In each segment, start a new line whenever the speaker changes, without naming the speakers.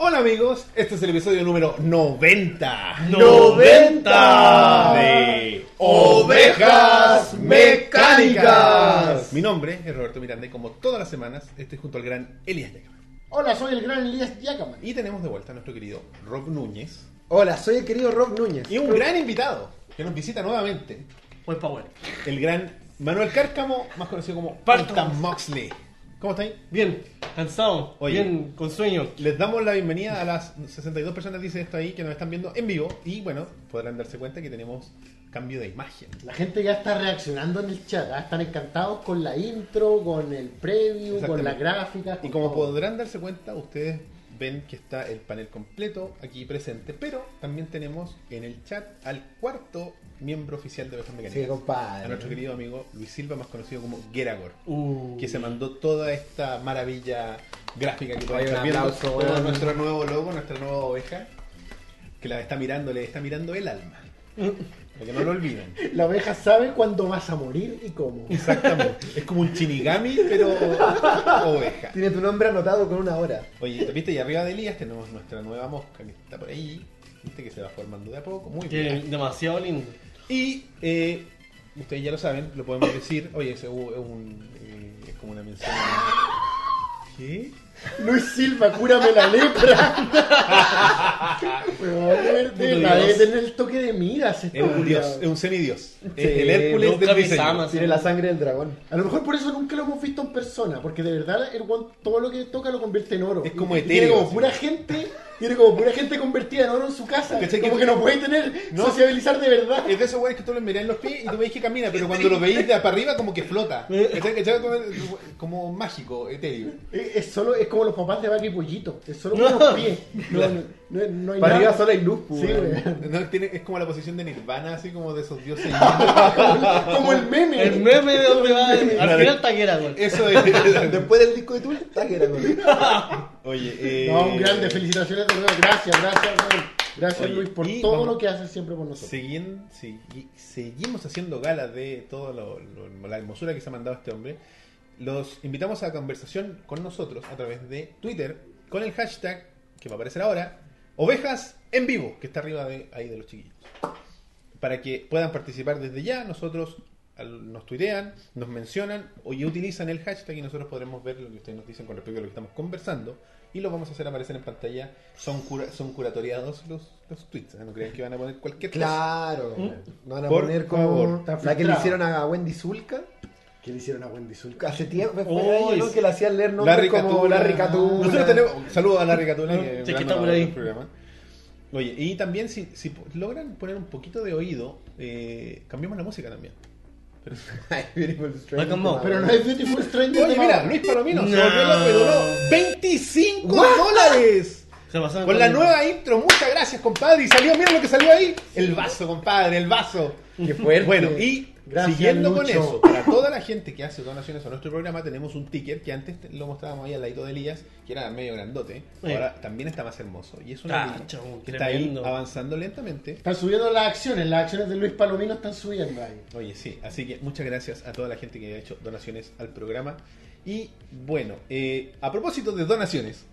Hola amigos, este es el episodio número 90.
90
de
Ovejas Mecánicas.
Mi nombre es Roberto Miranda y como todas las semanas estoy junto al gran Elías Yacaman.
Hola, soy el gran Elías Yacaman.
Y tenemos de vuelta a nuestro querido Rob Núñez
Hola, soy el querido Rob Núñez.
y un gran invitado que nos visita nuevamente,
Pues Power.
el gran Manuel Cárcamo, más conocido como
Parto.
Parta Moxley. ¿Cómo estáis?
Bien, cansado,
Oye.
bien, con sueño.
Les damos la bienvenida a las 62 personas, dice esto ahí, que nos están viendo en vivo. Y bueno, podrán darse cuenta que tenemos cambio de imagen.
La gente ya está reaccionando en el chat. ah, Están encantados con la intro, con el preview, con las
Exactamente.
gráficas.
Y
con
como
todo.
podrán darse cuenta, ustedes ven que está el panel completo aquí presente, pero también tenemos en el chat al cuarto miembro oficial de Ovejas Mecánicas.
Sí, compadre.
A nuestro querido amigo Luis Silva, más conocido como Geragor,
Uh,
que se mandó toda esta maravilla gráfica que pueden
Oye,
estar
un
viendo.
aplauso,
todo
weón.
nuestro nuevo logo, nuestra nueva oveja, que la está mirando, le está mirando el alma. Para que no lo olviden.
La oveja sabe cuándo vas a morir y cómo.
Exactamente. Es como un chinigami, pero oveja.
Tiene tu nombre anotado con una hora.
Oye, ¿viste? Y arriba de Elías tenemos nuestra nueva mosca que está por ahí. ¿Viste? Que se va formando de a poco. Muy
que
bien.
demasiado lindo.
Y eh, ustedes ya lo saben, lo podemos decir. Oye, ese hubo- es un. eh, es como una mención. ¿Qué?
Luis Silva, cúrame la lepra. Weón, de- de-
Puto
la debe
Dios.
tener el toque de miras. este
Es un dios,
culiao.
es un semidios. Es
Sí,
el Hércules
nunca
del
me
diseño.
llamas.
Tiene la sangre del dragón.
A lo mejor por eso nunca lo hemos visto en persona, porque de verdad el weón todo lo que toca lo convierte en oro.
Es como
Y Tiene
etéreo,
como
así.
pura gente, tiene como pura gente convertida en oro en su casa.
¿Cachai
Como
que-
que no puede tener,
No.
sociabilizar de verdad.
Es de esos güeyes que tú le mirás en los pies y tú veis que camina, pero cuando lo veis de para arriba, como que flota. ¿Cachai? ¿Cachai? Como- Como mágico, etéreo.
Es, es solo, es como los papás de Vaca y Pollito, es solo con los pies. No, no, no, no hay
Para
nada.
arriba solo hay luz,
Sí,
weón.
weón.
No, tiene- es como la posición de Nirvana, así como de esos dioses.
Como el meme.
El meme de donde va, al
Claro.
final taquera, güey.
Eso es.
Después del disco de Tool, está que era con
Oye, eh,
No, un grande, felicitaciones de nuevo. Gracias, gracias, weón. Gracias
Oye,
Luis por
y
todo
vamos-
lo que haces siempre por nosotros.
Seguin, segui- seguimos haciendo gala de toda la hermosura que se ha mandado este hombre. Los invitamos a conversación con nosotros a través de Twitter con el hashtag que va a aparecer ahora, ovejas en vivo, que está arriba de, ahí de los chiquillos. Para que puedan participar desde ya, nosotros al- nos tuitean, nos mencionan o- y utilizan el hashtag y nosotros podremos ver lo que ustedes nos dicen con respecto a lo que estamos conversando y lo vamos a hacer aparecer en pantalla. Son, cura- son curatoriados los, los tweets, ¿eh? no crean que van a poner cualquier cosa.
Claro. No van a
Por
poner como
favor.
¿Mm? Está
la que le
filtrado.
hicieron a Wendy Zulka.
¿Qué le hicieron a Wendy Zulka?
Hace tiempo fue
Oh,
ahí, ¿no?
es-
que la hacían leer nombres
Larry
como
Catula.
Larry Catula.
Nosotros tenemos. Saludos a Larry Catula.
Sí,
que
que
gran
está por
donador
ahí.
del programa. Oye, y también si, si po- logran poner un poquito de oído, eh, cambiamos la música también.
Ay, Beautiful Stranger.
Black and Mom.
Pero no es Beautiful Stranger.
Oye,
de
mira,
Mao.
Luis Palomino se
No.
volvió loco y donó 25
What?
dólares.
Se pasaron
Con la nueva intro, muchas gracias, compadre. Y salió, mira lo que salió ahí. El vaso, compadre, el vaso.
Qué fuerte.
Bueno, y
Gracias,
siguiendo con
Lucho.
eso, para toda la gente que hace donaciones a nuestro programa, tenemos un ticket que antes te- lo mostrábamos ahí al ladito de Elías, que era medio grandote.
Sí.
Ahora también está más hermoso. Y es una
Ah,
pila
chavo,
que está ahí
tremendo.
avanzando lentamente.
Están subiendo las acciones, las acciones de Luis Palomino están subiendo ahí.
Oye, sí, así que muchas gracias a toda la gente que ha hecho donaciones al programa. Y bueno, eh, a propósito de donaciones,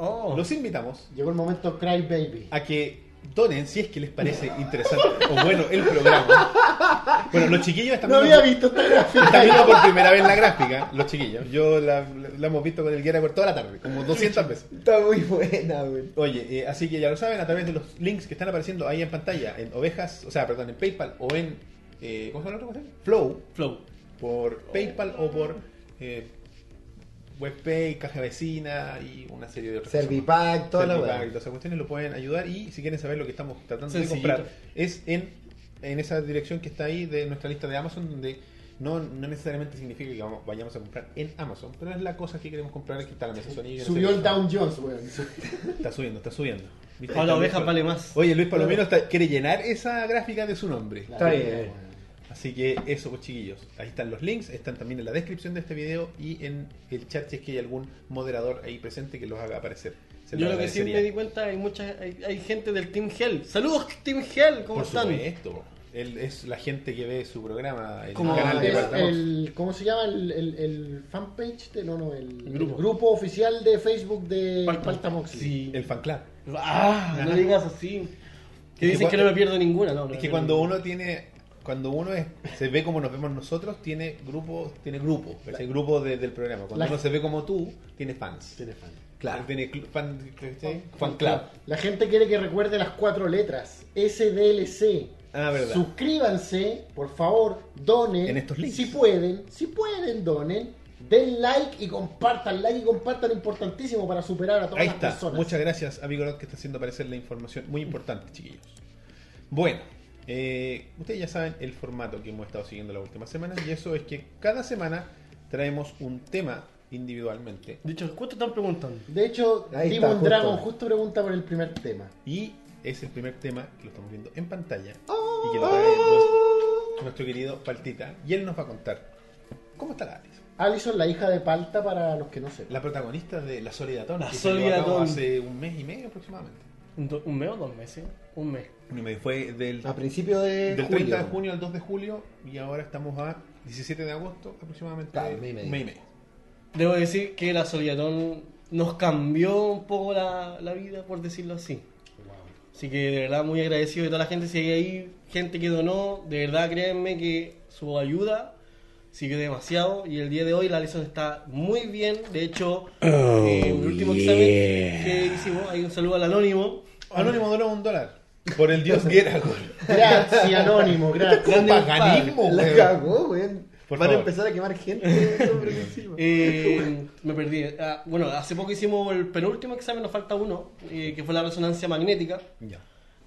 Oh,
los invitamos
Llegó el momento Cry Baby.
a que donen si es que les parece interesante o bueno el programa. Bueno, los chiquillos están
No
viendo-
había visto esta
Está
gráfica.
viendo por primera vez la gráfica, los chiquillos. Yo la, la- la hemos visto con el Guerra por toda la tarde, como 200 veces.
Está muy buena, güey.
Oye, eh, así que ya lo saben, a través de los links que están apareciendo ahí en pantalla, en Ovejas, o sea, perdón, en PayPal o en. eh, ¿Cómo se llama la otra cosa? Flow,
Flow.
por PayPal o por eh, WebPay, Caja Vecina y una serie de otras
Servipack, toda la
Servipack
weá.
y todas esas cuestiones lo pueden ayudar y si quieren saber lo que estamos tratando
Sencillito.
de comprar es en, en esa dirección que está ahí de nuestra lista de Amazon donde no, no necesariamente significa que vamos- vayamos a comprar en Amazon, pero es la cosa que queremos comprar que está la mesa Sony.
Subió el
down
Down Jones, weón.
Está subiendo, está subiendo. ¿Viste?
Ahora
Está
oveja
Luis Pal-
vale más.
Oye, Luis Palomino está- quiere llenar esa gráfica de su nombre.
Está
eh.
bien.
Así que eso, pues, chiquillos. Ahí están los links, están también en la descripción de este video y en el chat si es que hay algún moderador ahí presente que los haga aparecer. Se
Yo
lo
lo que sí
agradecería.
me di cuenta, hay mucha, hay, hay gente del Team Hell. Saludos Team Hell, ¿cómo
Por
están?
supuesto. Él es la gente que ve su programa, el
Como
canal de
es
Walter Mox.
Ah, el, ¿Cómo se llama el, el, el fanpage? De, no, no, el, el grupo.
Grupo.
oficial de Facebook de
Palta-
Palta Moxley.
Sí.
El fan club.
Ah, no digas así. Que
Es que
dicen que
cua-
no me pierdo ninguna, no. no
Es
me
que
pierdo
cuando
ninguna.
uno tiene, cuando uno es- se ve como nos vemos nosotros, tiene grupos, tiene grupos, ¿cachai? Grupos de- del programa. Cuando
La-
uno se ve como tú, tiene fans.
Tiene fan.
Claro. Tiene cl- fan, ¿cachai? fan club.
Claro. La gente quiere que recuerde las cuatro letras. SDLC.
Ah, verdad.
Suscríbanse, por favor, donen.
En estos links.
Si pueden, si pueden, donen. Den like y compartan, like y compartan, importantísimo para superar a todas
Ahí
las
está.
personas.
Muchas gracias, amigo Rod, que está haciendo aparecer la información muy importante, chiquillos. Bueno, eh, ustedes ya saben el formato que hemos estado siguiendo las últimas semanas y eso es que cada semana traemos un tema individualmente
De hecho, ¿cuánto están preguntando?
De hecho,
Ahí
Demon
está,
Dragon
justo.
justo pregunta por el primer tema.
y es el primer tema que lo estamos viendo en pantalla y que lo trae nuestro, nuestro querido Paltita y él nos va a contar cómo está la Alice,
Alison, la hija de Palta, para los que no sepan.
la protagonista de La Solidatón,
La
que se llevó a
Solidatón.
cabo hace un mes y medio aproximadamente.
¿Un, do- un mes o dos meses? Un mes.
Y me fue del
A principio de
Del 30
julio.
de junio al 2 de julio y ahora estamos a 17 de agosto aproximadamente.
Claro, mes y medio.
Debo decir que la Solidatón nos cambió un poco la, la vida, por decirlo así. Así que de verdad muy agradecido de toda la gente. Si hay ahí gente que donó, de verdad créanme que su ayuda sirvió demasiado. Y el día de hoy la Alison está muy bien. De hecho, eh, el último examen que hicimos, hay un saludo al anónimo.
Ah.
Anónimo donó un dólar. Por el dios Geragor.
Gracias, Anónimo, gracias.
Grande
Paganismo,
La
weón.
cagó, weón.
Por
Van
favor.
a empezar a quemar gente sobre encima.
Eh, me perdí. Ah, bueno, hace poco hicimos el penúltimo examen, nos falta uno, eh, que fue la resonancia magnética,
Ya,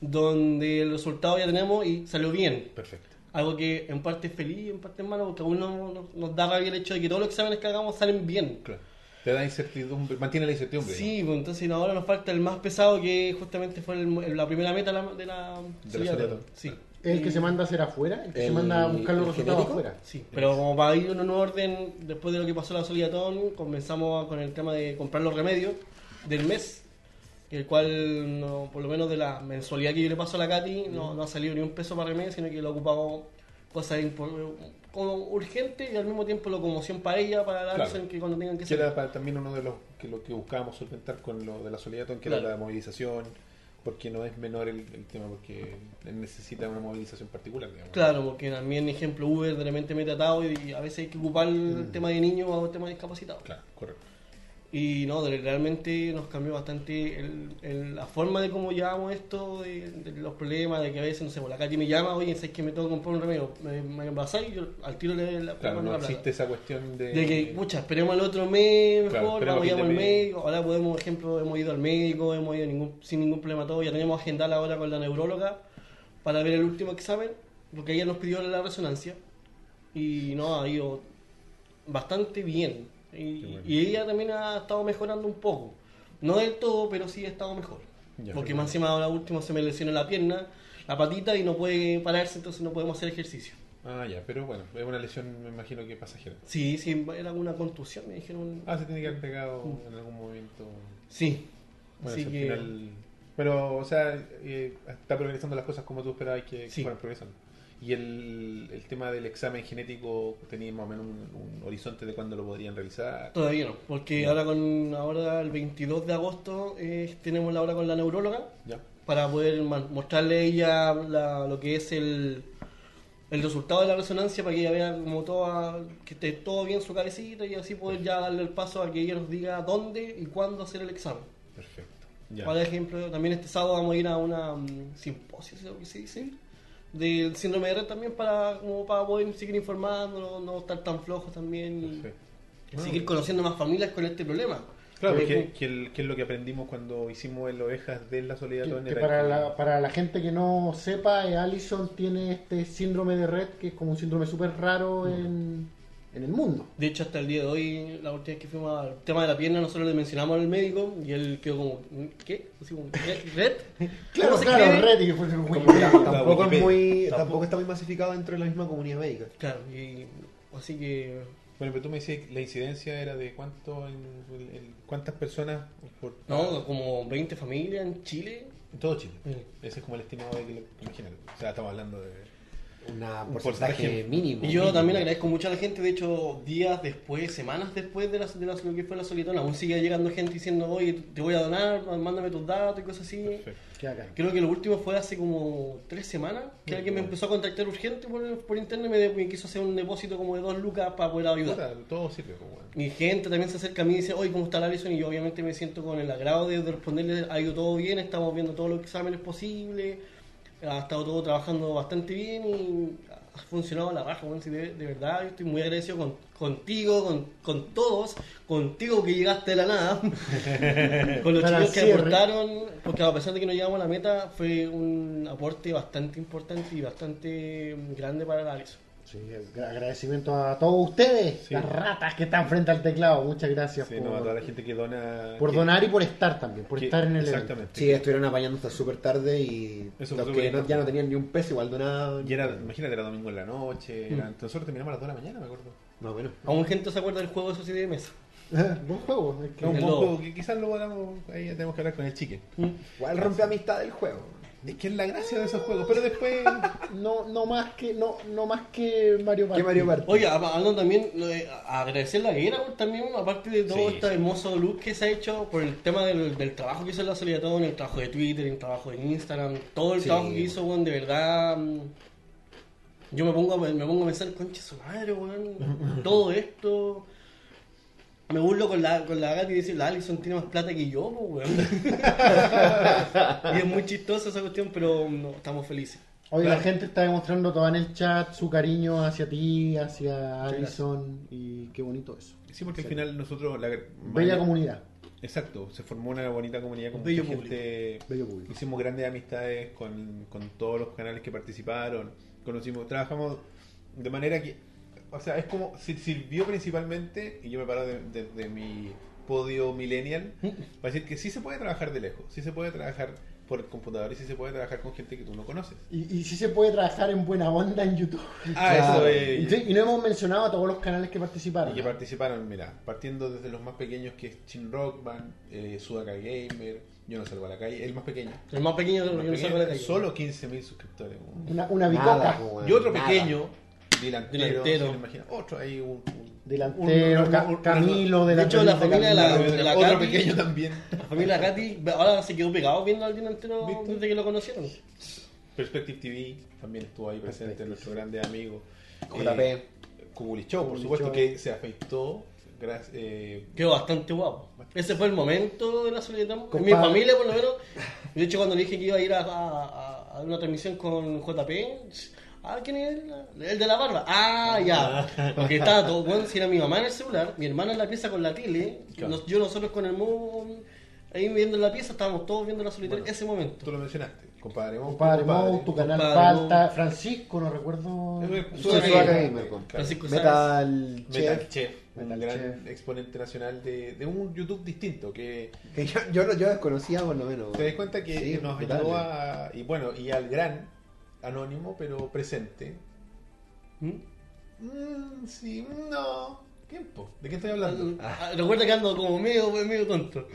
donde el resultado ya tenemos y salió bien.
perfecto.
Algo que en parte es feliz, en parte es malo, porque aún no- no- nos da rabia el hecho de que todos los exámenes que hagamos salen bien.
Claro. Te da incertidumbre, mantiene la incertidumbre.
Sí, pues entonces no, ahora nos falta el más pesado que justamente fue el- el- la primera meta de la, de la Ah.
la
solidaridad.
solidaridad.
Sí,
El que se manda a hacer afuera, el que se
El-
manda a buscar los
el
resultados
genérico.
afuera.
sí. Pero como para ir en un orden, después de lo que pasó la Solidatón, comenzamos con el tema de comprar los remedios del mes, el cual, no, por lo menos de la mensualidad que yo le paso a la Katy, no, no ha salido ni un peso para remedios, sino que lo he ocupado cosas impor- como urgente y al mismo tiempo locomoción para ella, para la
Claro.
Alison, que cuando tengan que
Que
salir.
era para- también uno de los que lo que buscábamos solventar con lo de la solidaridad, que era
Claro.
la movilización, porque no es menor el, el tema, porque necesita una movilización particular. digamos.
Claro, porque también, ejemplo, Uber de repente mete atado y, a veces hay que ocupar el tema de niños o el tema de discapacitados.
Claro, correcto.
Y no, de- realmente nos cambió bastante el- el- la forma de cómo llevamos esto, de, de los problemas, de que a veces, no sé, por la calle me llama, oye, ¿sabes que me tengo que comprar un remedio? ¿Me, me embasáis? Yo al tiro le doy la
Claro,
mando
no
la plata.
existe esa cuestión de.
De que, pucha, esperemos al otro mes
Claro,
mejor,
esperemos
vamos,
a fin
llamo al
de mes.
médico. Ahora podemos, por ejemplo, hemos ido al médico, hemos ido ningún, sin ningún problema todo. Ya tenemos agendada la hora con la neuróloga para ver el último examen, porque ella nos pidió la resonancia. Y no, ha ido bastante bien. Y,
Qué bueno.
y ella también ha estado mejorando un poco. No del todo, pero sí ha estado mejor.
Ya.
porque más encima ahora último se me lesionó la pierna, la patita y no puede pararse, entonces no podemos hacer ejercicio.
Ah, ya, pero bueno, es una lesión, me imagino que pasajera.
Sí, sí, era una contusión, me dijeron.
Ah, se tiene que haber pegado en algún momento.
Sí.
Bueno,
Así
si al
que
final- Pero, o sea, eh, está progresando las cosas como tú esperabas que
Sí.
fueran progresando. Y el, el tema del examen genético, tenía más o menos un, un horizonte de cuándo lo podrían realizar.
todavía no, porque
Ya.
ahora con ahora el 22 de agosto eh, tenemos la hora con la neuróloga
¿Ya?
para poder ma- mostrarle a ella la- lo que es el, el resultado de la resonancia para que ella vea como toda que esté todo bien su cabecita y así poder ya darle el paso a que ella nos diga dónde y cuándo hacer el examen.
Perfecto. Ya.
Por ejemplo, también este sábado vamos a ir a una mm, simposio, ¿sí lo que se dice, del síndrome de Red también para como para poder seguir informándonos, no estar tan flojos también. y-
Perfecto.
seguir conociendo más familias con este problema.
Claro, que,
Porque-
que el- que es lo que aprendimos cuando hicimos el Ovejas de la Soledad
Que-
Todo en
que
el
para,
aire.
la, para la gente que no sepa, eh, Allison tiene este síndrome de red, que es como un síndrome súper raro
Mm.
en, en el mundo.
De hecho, hasta el día de hoy, la última vez que fuimos al tema de la pierna, nosotros le mencionamos al médico y él quedó como, ¿qué? Así como, ¿Red? ¿Red?
Claro,
¿Cómo se
claro,
escribe?
red y fue
Tampoco, es
Wikipedia.
muy, tampoco está muy masificado dentro de la misma comunidad médica.
Claro, y así que
Bueno, pero tú me decías que la incidencia era de cuánto en, en- en- cuántas personas por
no, como 20 familias en Chile.
en todo Chile.
Sí.
Ese es como el estimado de que lo- imagínate. O sea, estamos hablando de
Una
Un
porcentaje,
porcentaje.
mínimo.
Y yo
mínimo.
también agradezco mucho a la gente, de hecho, días después, semanas después de, la, de la- lo que fue la solitona, aún sigue llegando gente diciendo, oye, te voy a donar, mándame tus datos y cosas así.
Perfecto.
Qué bacán.
Creo que lo último fue hace como tres semanas que alguien me empezó a contactar urgente por, por internet y me, me quiso hacer un depósito como de dos lucas para poder ayudar.
Puta, todo sirve, pues, weón.
Mi gente también se acerca a mí y dice, oye, ¿cómo está la visión? Y yo obviamente me siento con el agrado de de responderle, ha ido todo bien, estamos viendo todos los exámenes posibles, ha estado todo trabajando bastante bien y ha funcionado a la raja, weón. Sí, de, de verdad, yo estoy muy agradecido con- contigo, con, con todos, contigo que llegaste de la nada, con los
Para
chicos que
el cierre.
aportaron, porque a pesar de que no llegamos a la meta, fue un aporte bastante importante y bastante grande para la Alison.
Sí, gra- agradecimiento a todos ustedes,
Sí.
las ratas que están frente al teclado. Muchas gracias
Sí,
por,
no, a toda la gente que dona.
por
que-
donar y por estar también, por
que-
estar en el evento.
Exactamente.
Sí, estuvieron apañando hasta súper tarde y
Eso fue
los
súper
que no- ya
importante.
no tenían ni un peso igual donaban.
Y era, imagínate, era domingo en la noche.
Mm.
era- Nosotros terminamos a las 2 de la mañana, me acuerdo.
Más o menos.
Aún gente se acuerda del juego de Sociedad de Mesa.
Buen juego. es que-
No, un
El
buen
lobo.
juego que quizás lo hablamos, ahí ya tenemos que hablar con el chique.
Igual rompe amistad del juego.
Es que es la gracia de esos juegos, pero después.
No, no más que no, no más que Mario Party.
¿Qué Mario Party?
Oye, a- hablando también, lo de- a- agradecer la guerra pues, también, aparte de todo
Sí,
este
sí.
hermoso look que se ha hecho por el tema del, del trabajo que hizo en la Solidatón, el trabajo de Twitter, el trabajo en Instagram, todo el
Sí.
trabajo que hizo, weón, de verdad. mm, Yo me pongo, a- me pongo a pensar, concha su madre, weón, todo esto. Me burlo con la, con la gata y decir, la Alison tiene más plata que yo, po, weón. y es muy chistosa esa cuestión, pero mm, no, estamos felices.
Oye,
Claro.
la gente está demostrando toda en el chat su cariño hacia ti, hacia Alison y qué bonito eso.
Sí, porque al final nosotros. La...
Bella comunidad,
Exacto, se formó una bonita comunidad con
Bello
mucha gente.
bello público.
Hicimos grandes amistades con, con todos los canales que participaron. Conocimos, trabajamos de manera que. O sea, es como. si- Sirvió principalmente, y yo me paro desde de, de mi podio millennial, para decir que sí se puede trabajar de lejos, sí se puede trabajar por el computador y sí se puede trabajar con gente que tú no conoces.
Y, y sí se puede trabajar en buena onda en YouTube.
Ah,
Claro.
eso es.
Sí, y no hemos mencionado a todos los canales que participaron.
Y que participaron, mira, partiendo desde los más pequeños que es Chin Rock Band, eh, Sudaka Gamer, Yo no salgo a la calle, el más pequeño.
El más pequeño de
El más
los que no
pequeño,
salgo de la calle.
Solo 15.000 suscriptores. weón.
Una,
pues,
una bicoca.
Y otro pequeño, delantero,
Delantero.
se me imagina, otro ahí, un, un-
Delantero,
un- un-
Ca-
un-
Camilo, delantero.
la familia de la-
otro
Katy.
pequeño también.
La familia Gatti ahora se quedó pegado viendo al delantero
¿Viste?
desde que lo conocieron.
Perspective TV también estuvo ahí presente, nuestro grande amigo.
JP.
Eh, Kubulichov, por
Kubulichov.
supuesto, que se afeitó. gra- eh,
Quedó bastante guapo. Ese fue el momento de la soledad.
Compadre.
Mi familia, por lo menos. De hecho, cuando le dije que iba a ir a, a- a una transmisión con JP. Ah, ¿quién es él? El de la barba. Ah, ya. Porque estaba todo. Bueno, si era mi mamá en el celular, mi hermana en la pieza con la tele,
Claro.
nos- yo nosotros con el móvil, ahí viendo la pieza, estábamos todos viendo la solitaria
Bueno.
ese momento.
tú lo mencionaste, compadre. Mon,
Compadre Mou, tu canal
Compadre
Falta, Francisco, no recuerdo.
Eh,
Sudaca
Sudaca
Gamer,
Gamer,
compadre.
Francisco Sáenz.
Metal
Metal
Chef.
Chef, un
Metal
gran
Chef.
exponente nacional de, de un YouTube distinto que
Que yo, yo, lo- yo desconocía por lo menos.
te das cuenta que
Sí,
nos
brutal.
ayudó a y bueno y al gran anónimo pero presente. Ah.
¿Mm?
Mm, sí, no. Tiempo. ¿De qué estoy hablando?
Ah, Recuerda que ando como medio, medio tonto.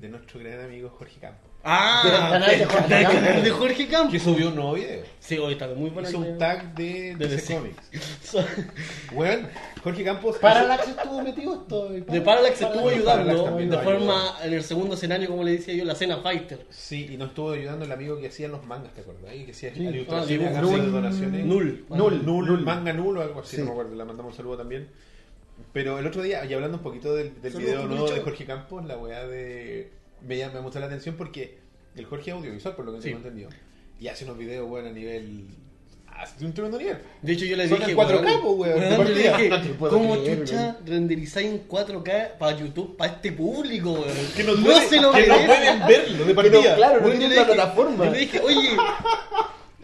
De nuestro gran amigo Jorge Campos.
Ah,
Del canal de Jorge
del
Campos.
canal de Jorge Campos.
Que subió un nuevo video.
Sí, hoy está muy bueno.
Hizo un tag de,
De
de
DC.
DC Comics. Bueno, Jorge Campos.
Parallax estuvo metido esto.
De Parallax se estuvo
Parallax
ayudando
también
de
nos
forma en el segundo escenario, como le decía yo, la cena Fighter.
Sí, y nos estuvo ayudando el amigo que hacía los mangas, ¿te acuerdas? Y que hacía
Sí.
ilustraciones,
Ah,
a
dibujo. ah,
cambio de
Null.
donaciones.
Null.
Null,
Null,
null,
null.
manga null o algo así,
Sí.
no me acuerdo, le mandamos un saludo también. Pero el otro día, y hablando un poquito del, del
Saludos,
video nuevo
Culichao.
de Jorge Campos, la weá de. Me, llam- me mucho la atención porque el Jorge es audiovisual, por lo que
Sí.
tengo entendido. Y hace unos videos, weón, a nivel. hace un tremendo nivel.
De hecho, yo le
Son
dije.
en 4K,
weón,
pues, weón,
weón,
de
yo le
partida.
dije,
No te puedo
¿Cómo
creer,
chucha renderizáis en 4K para YouTube, para este público, weón?
Que
no,
no, duele-
se lo
que no
merece.
pueden verlo de partida.
Pero claro, no
Weón, yo
tiene
le
una
dije-
plataforma.
Yo le dije, oye,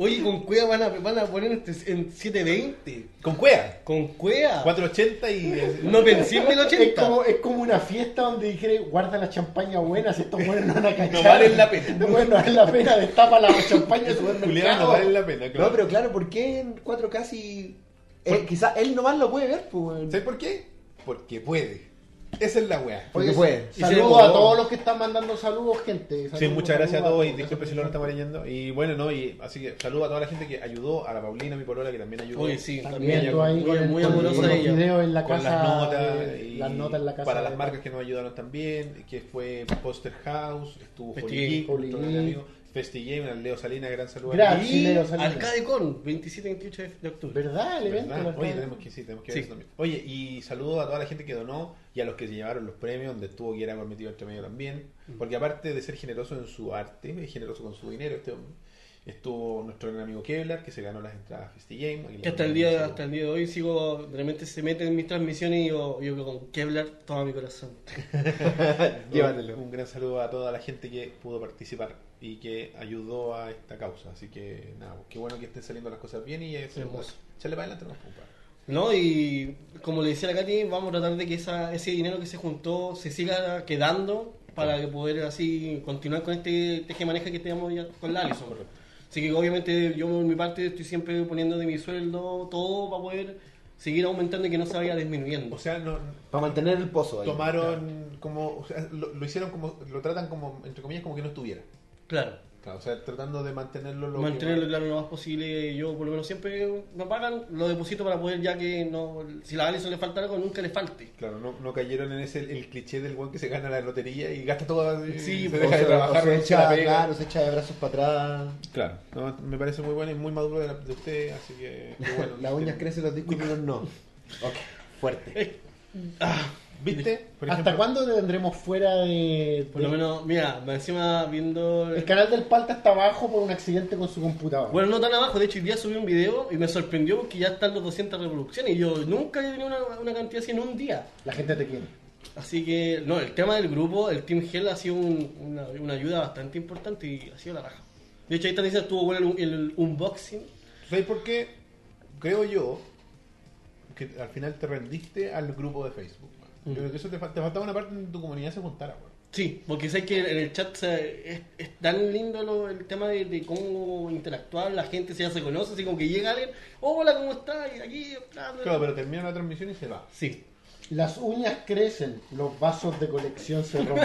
oye, con cueva van a, van a poner este- en 720.
Con cuea.
Con cueva.
480 y.
No pensé en
Es
1080.
como, es como una fiesta donde dijere, guarda la champaña buena, si estos buenos no van a cachar.
No valen la pena.
No valen- no valen la pena, destapa la champaña de
Julián, no
supermercado.
vale la pena, claro.
No, pero claro, ¿por qué en 4K si. eh, quizás él nomás lo puede ver, pues. weón?
¿Sabes por qué? Porque puede. Esa es la weá.
Porque
Oye,
puede.
sa-
Y se
Saludos
demoró.
a todos los que están mandando saludos, gente.
Sí,
Saludos,
muchas gracias a
saludos
todos y
eso
disculpe
es
si lo estamos
importante.
leyendo. Y bueno, no, y así que saludo a toda la gente que ayudó, a la Paulina, mi polola, que también ayudó.
Oye, sí,
También
también.
estuvo ahí
muy,
con-
muy
con-
amorosa
con los
ella.
videos en la
con
casa.
las notas,
eh,
y
las notas en la casa.
para las
de-
marcas que nos ayudaron también, que fue Poster House, estuvo
Festi-
Holy Geek,
Holy
otro gran
Geek.
amigo, Festi Game, al Leo Salina, gran saludo. a
Gran.
Leo.
Sí,
Y
Leo Salinas.
Arcade Con, 27 y 28 de- de octubre.
¿Verdad? El evento.
¿Verdad?
¿verdad?
Oye, tenemos que, sí, tenemos que ver
Sí.
eso también. Oye, y saludo a toda la gente que donó y a los que se llevaron los premios, donde estuvo que era metido entre medio también. Porque aparte de ser generoso en su arte, es generoso con su dinero este hombre. Estuvo nuestro gran amigo Kevlar, que se ganó las entradas a Festi Game. aquí le
Que hasta
mandamos
el,
un
día,
saludo.
hasta el día de hoy sigo, realmente se mete en mis transmisiones y yo, yo con Kevlar toma mi corazón.
Llévatelo.
Un gran saludo a toda la gente que pudo participar y que ayudó a esta causa. Así que nada, pues, qué bueno que estén saliendo las cosas bien y eh, eso.
Hermoso.
Chale para adelante, no, compadre.
¿No? Y como le decía la Katy, vamos a tratar de que esa, ese dinero que se juntó se siga quedando para que poder así continuar con este tejemaneja que teníamos ya con la Alison. Así que obviamente yo por mi parte estoy siempre poniendo de mi sueldo todo para poder seguir aumentando y que no se vaya disminuyendo.
O sea, no,
Para mantener el pozo ahí.
tomaron como. o sea, lo, lo hicieron como. Lo tratan como, entre comillas, como que no estuviera.
claro.
Claro, o sea, tratando de mantenerlo lo
mantenerlo
que-
claro lo más posible. Yo, por lo menos, siempre me pagan, lo deposito para poder, ya que no, si la Alison le falta algo, nunca le falte.
Claro, no, no cayeron en ese el cliché del guan que se gana la lotería y gasta todo y
Sí,
se
O
pues,
deja de
se-
trabajar,
o se
no echa la
echa,
pega.
claro, se echa de brazos para atrás.
Claro, no, me parece muy bueno y muy maduro de, la- de usted, así que qué bueno.
Las uñas crecen, los discos duros no. Ok, fuerte.
¿Viste? Por
¿Hasta
ejemplo,
cuándo tendremos fuera de.?
Por lo
de-
menos, mira, encima viendo.
eh,
El canal del Palta está abajo por un accidente con su computadora.
Bueno, no tan abajo, de hecho, hoy día subí un video y me sorprendió porque ya están los 200 reproducciones y yo nunca he tenido una, una cantidad así en un día.
La gente te quiere.
Así que, no, el tema del grupo, el Team Hell ha sido un- una, una ayuda bastante importante y ha sido la raja. De hecho, ahí también se estuvo bueno el, el unboxing.
¿Sabes por qué? Creo yo que al final te rendiste al grupo de Facebook. man. Yo
Mm.
creo que eso te, fal- te faltaba una parte en tu comunidad se juntara, weón.
Sí, porque sé que en el chat se- es, es tan lindo lo- el tema de, de cómo interactuar, la gente se ya se conoce, así como que llega alguien, hola, ¿cómo estás? Y Aquí, bla, bla".
Claro, pero termina la transmisión y se va.
Sí,
Las uñas crecen, los vasos de colección se rompen.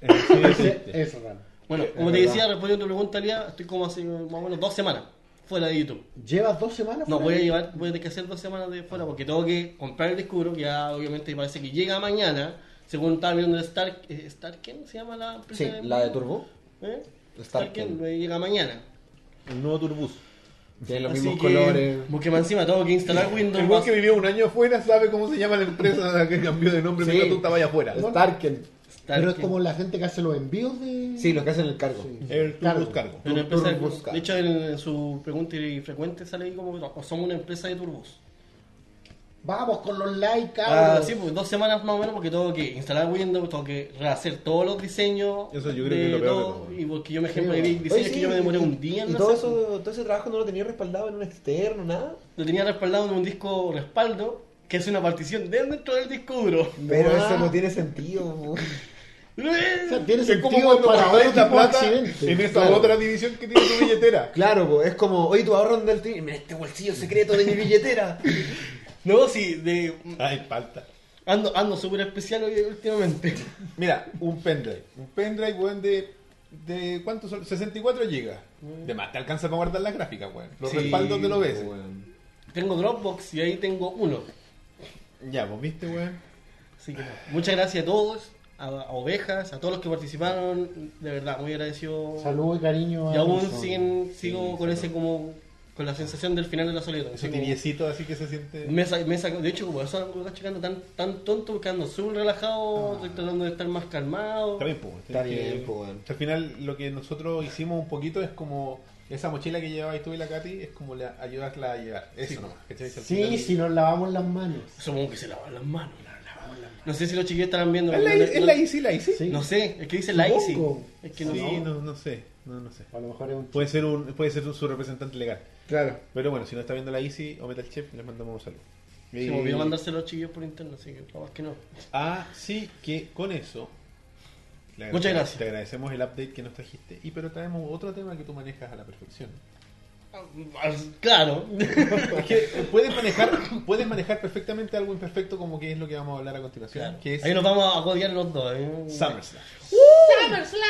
Ese
Ese-
es raro.
bueno,
Es
como te
verdad.
decía, respondiendo a tu pregunta, Lía, estoy como hace más o menos dos semanas fuera de YouTube.
¿Llevas dos semanas?
No,
fuera?
voy a llevar, voy a tener que hacer dos semanas de fuera porque tengo que comprar el disco duro, que ya obviamente parece que llega mañana, según estaba viendo el Stark, eh, Starken, ¿se llama la empresa?
Sí, la de Turbo.
¿Eh?
Starken.
Starken, eh, llega mañana.
El nuevo Turbus. Tiene los
Así
mismos
que,
colores.
Porque más encima tengo que instalar Windows.
El weón que vivió un año afuera sabe cómo se llama la empresa que cambió de nombre
Sí.
mientras tú estabas allá afuera.
Starken.
Starken.
Pero es como la gente que hace los envíos de.
Sí, los que hacen el cargo.
Sí.
El
Cargo.
Turbus Cargo.
Una empresa-
Turbos Car.
de hecho, en su pregunta y frecuente sale ahí como que somos una empresa de turbos.
Vamos con los likes,
Ah,
cabros.
sí, pues dos semanas más o menos porque tengo que instalar Windows, tengo que rehacer todos los diseños.
Eso yo creo
de
que es lo peor de
todo,
todo.
Y porque yo me ejemplo,
Sí,
hay
bueno.
diseños
Oye,
que
sí,
yo me demoré
y-
un día en
Y todo,
hacer.
eso, todo ese trabajo no lo tenía respaldado en un externo, nada.
Lo tenía respaldado en un disco respaldo, que es una partición de dentro del disco duro.
Pero
Ah.
eso no tiene sentido. po.
O sea, tiene
Es como
sentido
cuando
para
guardáis
otro
la
tipo de
plata
accidente.
en esa
claro.
otra división que tiene tu billetera.
Claro, po, es como, oye, tu ahorro del tri... Mira este bolsillo secreto de mi billetera.
No, sí, de,
Ay, falta.
ando, ando súper especial hoy- últimamente.
Mira, un pendrive. Un pendrive, weón, de. de ¿Cuántos son? 64 GB. De más, te alcanza para guardar las gráficas, weón. Los
Sí,
respaldos de los ves.
weón.
Tengo Dropbox y ahí tengo uno.
Ya, vos viste, weón.
Así que, muchas gracias a todos, a, a Ovejas, a todos los que participaron. De verdad, muy agradecido.
Salud y cariño. a
Y aún
Alison.
siguen- sigo con ese como con la sensación del final de la soledad.
Ese
Así como,
tibiecito así que se siente.
me sa- me saca- de hecho, como eso ando checando tan, tan tonto, porque ando súper relajado, estoy tratando de estar más calmado.
Ah. Está bien, po, weón.
Está
Tienes
bien,
que-
po, weón.
Al final, lo que nosotros hicimos un poquito es como. Esa mochila que llevabas tú y la Katy es como la, ayudarla a llegar. Eso nomás. ¿cachai? Al
Sí,
final-
si nos lavamos las manos.
Supongo que se lavan las manos. No sé si los chiquillos estarán viendo.
¿Es la,
no-
es la Easy, la Easy?
Sí.
No sé, es que dice la ICI.
Supongo.
Es que
Sí,
no,
no, no sé. No, no sé.
A lo mejor es un
Puede ser, un, puede ser su representante legal.
Claro.
Pero bueno, si no está viendo la Easy o Metal Chef, les mandamos un saludo.
Se me olvidó mandárselo a los chiquillos por interno, así que capaz que no.
Así que con eso. le agrade-
Muchas gracias.
Te agradecemos el update que nos trajiste. Y pero traemos otro tema que tú manejas a la perfección.
Ah, Claro.
Es que puedes manejar, puedes manejar perfectamente algo imperfecto como que es lo que vamos a hablar a continuación, que es
Ahí nos vamos a odiar los dos. ¿eh?
SummerSlam.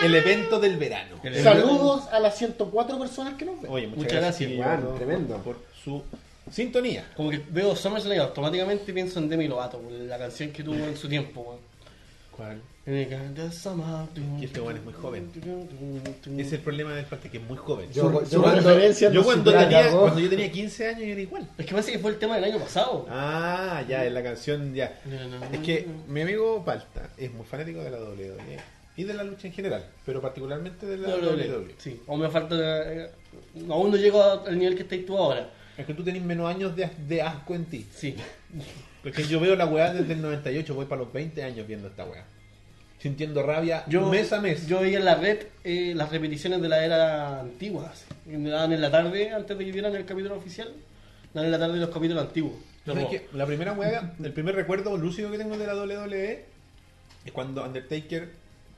El evento del verano.
El evento-
Saludos a las 104 personas que nos ven.
Oye, muchas,
Muchas gracias,
y
Juan,
por-
tremendo.
por su sintonía.
Como que veo SummerSlam y automáticamente pienso en Demi Lovato, por la canción que tuvo en su tiempo. weón.
Y este weón es muy joven. Es el problema del parte que es muy joven.
Yo-
Su-
yo
su
cuando-
referencia no
Yo cuando,
supera
tenía,
la voz.
cuando yo tenía 15 años yo era igual.
Es que parece que fue el tema del año pasado.
Ah, ya, es la canción ya.
No, no, no.
Es que mi amigo Palta es muy fanático de la WWE y de la lucha en general, pero particularmente de la WWE.
Sí, aún me falta. eh, aún no llego al nivel que estáis tú ahora.
Es que tú tenés menos años de, de asco en ti.
Sí.
Porque yo veo la weá desde el 98, voy para los 20 años viendo esta weá. Sintiendo rabia
Yo,
mes a mes.
Yo veía en la red eh, las repeticiones de la era antigua. así. Y Me daban en la tarde, antes de que dieran el capítulo oficial, daban en la tarde los capítulos antiguos.
¿Sabes
Pero-
qué? la primera weá, el primer recuerdo lúcido que tengo de la WWE es cuando Undertaker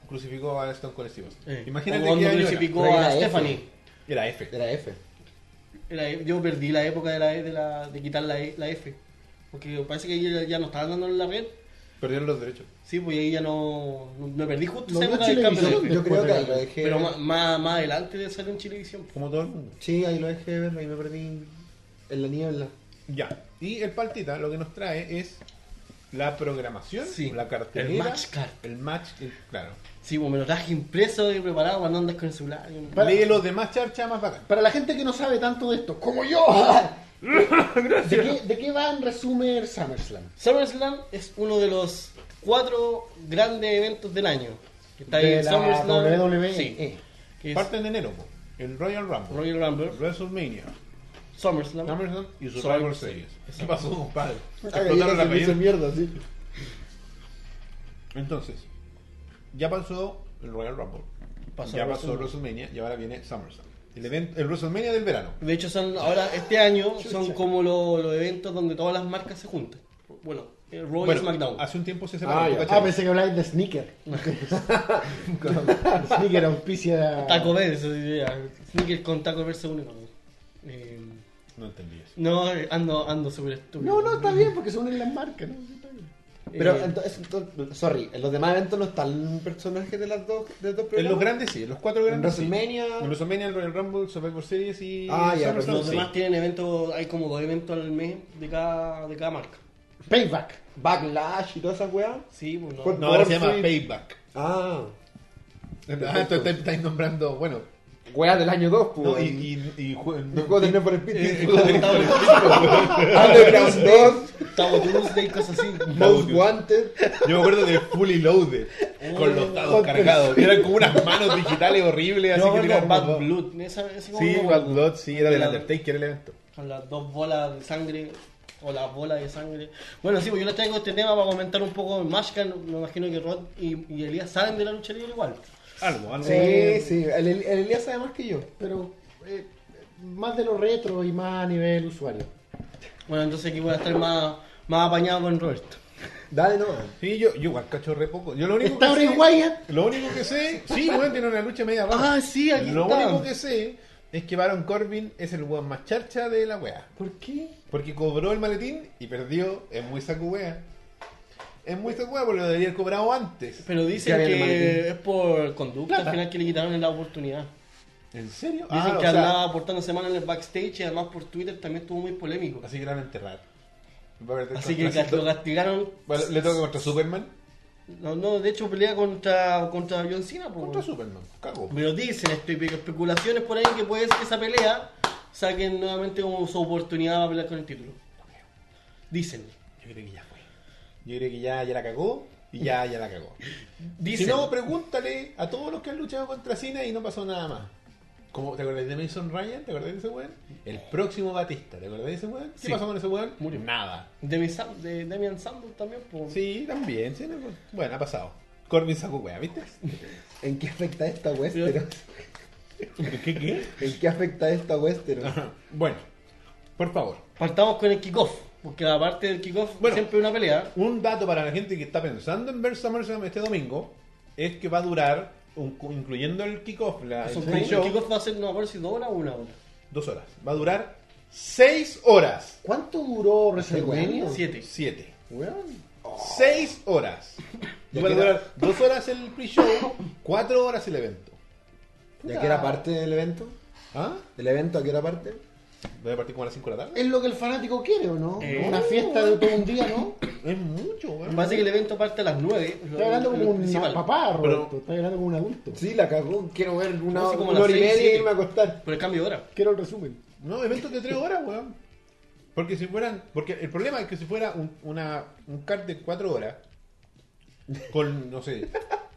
crucificó a Stone Cold Steve Austin.
eh,
Imagínate
cuando
qué año
crucificó
Pero
a
era F.
Stephanie.
era. Era F.
Era F.
Era- yo perdí la época de, la, e, de, la- de quitar la, E- la F. Porque parece que ya, ya no estaban dando en la red.
Perdieron los derechos.
Sí, pues ahí ya no. no- Me perdí justo
No,
esa
no
época del cambio de
televisión,
F.
Yo creo que ahí
Después de-
lo dejé.
Pero
ver.
más, más, más adelante salió en Chilevisión.
Como todo el mundo.
Sí, ahí lo dejé ver, ahí me perdí en la niebla.
Ya. Y el Paltita lo que nos trae es la programación,
Sí.
la cartelera.
El match card.
El match, el- claro.
Sí, pues me lo traje impreso y preparado cuando andas con el celular. Y-
Para-
Lee los demás charcha más bacán.
Para la gente que no sabe tanto de esto, como yo, ¿de, qué, de qué va en resumen el SummerSlam?
SummerSlam es uno de los cuatro grandes eventos del año. Está ahí
de
el
la E.
SummerSlam.
WWE.
Sí, que es
Parte en enero, po. el Royal Rumble,
Royal Rumble,
WrestleMania,
SummerSlam.
SummerSlam y Survivor
Survivor
Series.
Series.
¿Qué pasó, compadre?
Ah, Explotaron la
pared.
mierda, sí.
Entonces, ya pasó el Royal Rumble,
Pasó
ya
el
pasó WrestleMania y ahora viene SummerSlam. El, evento, el WrestleMania del verano.
De hecho, son ahora este año son como lo- los eventos donde todas las marcas se juntan. Bueno, eh, Raw y
Bueno,
SmackDown.
hace un tiempo se
Ah,
separaron.
ya.
¿tú cachai?
Ah, pensé que habláis de Sneaker. Sneaker auspicia.
Taco Bell, eso diría. Sneakers con Taco Bell se unen. ¿no? Eh,
No entendí eso.
no, eh, ando, ando súper estúpido.
No, no, está bien, porque se unen las marcas. ¿no? Sí, está bien.
Pero
Eh,
entonces, entonces, sorry, en los demás eventos no están personajes de las dos, de los dos
En los
programas.
grandes sí, en los cuatro
En
grandes sí.
WrestleMania.
En WrestleMania, el Royal Rumble, Survivor Series y
Ah, ya,
SummerSlam,
los
sí.
demás tienen eventos, hay como dos eventos al mes de cada, de cada marca.
Payback.
Backlash y todas esas weas.
Sí, pues no.
¿Cuál-
No, ahora se
Por
llama
sí.
Payback.
Ah,
Ah, tú estás estás nombrando, bueno,
wea del año 2, pues.
no, y, y, y jue-
No
no,
puedo tener por el
Eh,
pit.
Underground
Underground 2,
Tabo Tuesday y cosas así.
Most Wanted.
Yo me acuerdo de Fully Loaded, con los dados cargados. Eran como unas manos digitales horribles, así
Yo
que
me acuerdo
tiraban
de
como-
Bad Blood. Esa, ese
Sí,
como-
Bad Blood, sí, era del
La-
Undertaker el evento.
Con las dos bolas de sangre. O las bolas de sangre. Bueno, sí, pues yo les traigo este tema para comentar un poco el Mashka. Me imagino que Rod y, y Elías saben de la lucha libre igual.
Algo, algo.
Sí, sí, el, el Elías sabe más que yo.
Pero eh, más de lo retro y más a nivel usuario.
Bueno, entonces aquí voy a estar más, más apañado con Roberto.
Dale, no.
Sí, yo, yo igual cacho re poco. Yo lo único
Está
que
Bray
sé,
Wyatt.
Lo único que sé, sí, bueno, tiene una lucha media baja.
Ah, sí, aquí
Lo
está.
único que sé es que Baron Corbin es el weón más charcha de la wea.
¿Por qué?
Porque cobró el maletín y perdió. Es muy saco wea. Es muy saco wea porque lo debería haber cobrado antes.
Pero
Ya
dicen
viene
que
Martín.
es por conducta al final que le quitaron la oportunidad.
¿En serio?
Dicen
Ah, o
que
sea,
andaba aportando semana en el backstage y además por Twitter también estuvo muy polémico.
Así que lo van a enterrar. Va a perder
Así que
contra-
lo castigaron.
Bueno, le toca contra Superman.
No, no, de hecho pelea contra, contra John Cena. pues, po.
Contra Superman. Cago.
Pero dicen esto y especulaciones por ahí que puede ser que esa pelea saquen nuevamente como su oportunidad para pelear con el título. Dicen.
Yo creo que ya fue. Yo creo que ya, ya la cagó. Y ya, ya la cagó.
Dicen.
Si no, pregúntale a todos los que han luchado contra Cena y no pasó nada más. Como, ¿Te acordás de Mason Ryan? ¿Te acordás de ese weón? El próximo Batista, ¿te acordás de ese weón? ¿Qué
Sí.
pasó con ese weón?
Murió.
Nada.
Demi Sam- de Damian Sandow también. po.
Sí, también. sí, no, bueno, ha pasado. Corbin sacó weá, ¿viste?
¿En qué afecta esta a Westeros?
¿Qué qué?
¿En qué afecta esta a Westeros?
Bueno, por favor.
Partamos con el kickoff. Porque aparte del kickoff
Bueno.
siempre hay una pelea.
Un dato para la gente que está pensando en ver SummerSlam este domingo es que va a durar, un- incluyendo el kickoff, la, el
Son como-
pre-show,
el kickoff va a ser, no me acuerdo si dos horas o una hora.
Dos horas. Va a durar seis horas.
¿Cuánto duró WrestleMania?
weón?
Siete.
Siete.
Weón.
Seis horas.
Ya
Va a
queda-
durar dos horas el pre-show, cuatro horas el evento.
¿De qué era parte del evento?
¿Ah?
¿Del evento a qué era parte?
Voy a partir como a las cinco de la tarde.
Es lo que el fanático quiere, ¿o no?
Eh.
Una fiesta de todo un día, ¿no?
Es mucho, weón.
Parece que el evento parte a las 9.
Estás hablando como un papá, Roberto. Estás hablando como un adulto.
Sí, la cagó. Quiero ver una,
No, sí, como
una
las
hora y
seis,
media y
siete.
irme a acostar.
Por el cambio de hora.
Quiero el resumen.
No, eventos de tres horas, weón. Porque si fueran. Porque el problema es que si fuera un, una, un card de cuatro horas, con, no sé,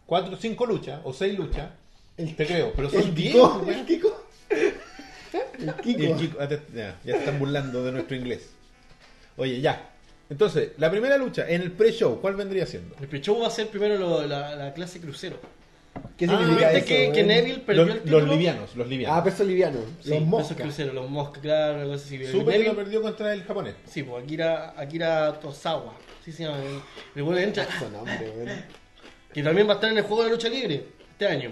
cuatro, cinco luchas o seis luchas, te creo, pero son diez,
Kiko,
weón.
el Kiko.
El
Y
Kiko.
el Kiko- ah, te- ya, ya se están burlando de nuestro inglés. Oye, ya. Entonces, la primera lucha en el pre-show, ¿cuál vendría siendo?
El pecho va a ser primero lo- la, la clase crucero.
¿Qué
Ah,
significa
¿Viste
eso?
que, que
weón?
Neville perdió
Los,
el título?
los livianos, los livianos.
Ah, peso liviano.
Sí,
Los
esos
moscas.
cruceros, los moscas, claro, algo así. El
Super
Neville-
lo perdió contra el japonés.
Sí, pues Akira, Akira Tosawa. Sí, se llama. El- El bueno entra.
Eso no, hombre, weón.
Que también va a estar en el juego de lucha libre este año.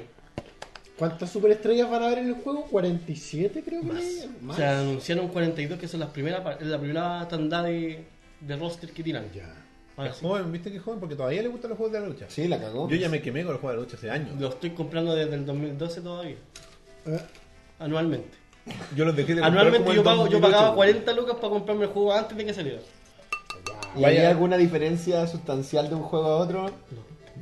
¿Cuántas superestrellas van a haber en el juego? 47 creo que hay.
O sea, anunciaron 42 que son las primeras, pa- la primera tanda de, de roster que tiran.
Ya.
Ahora sí.
Joven, ¿viste que joven? Porque todavía le gustan los juegos de la lucha.
Sí, la cagó.
Yo ya me quemé con los juegos de la lucha hace años.
Lo estoy comprando desde el 2012 todavía.
Eh.
Anualmente.
Yo los dejé de comprar como
Anualmente
el
yo, pago, yo
2008,
pagaba
weón.
40 lucas para comprarme el juego antes de que saliera.
¿Y hay
Vaya-
alguna diferencia sustancial de un juego a otro?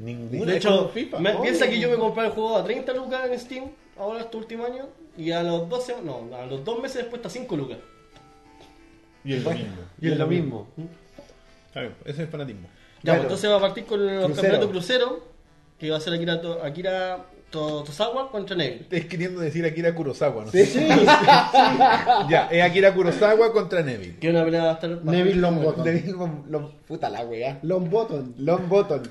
Ninguna.
De
es como
hecho,
FIFA. Oh.
me-
Oye.
piensa que yo me compré el juego a 30 lucas en Steam, ahora este último año, y a los 12, no, a los dos meses después está 5 lucas.
Y el domingo.
Y es lo mismo.
Mm.
Está bien, Eso es fanatismo.
Ya,
Bueno.
pues, entonces va a partir con los
Crucero.
campeonatos crucero, que va a ser Akira, To- Akira To- Tosawa contra Neville.
Estés queriendo decir Akira Kurosawa, ¿no?
Sí.
Ya, es Akira Kurosawa contra Neville.
Que una pelea va a estar...
Neville Longbottom.
Neville Lom- Lom- Puta la weá.
Longbottom.
Long Button.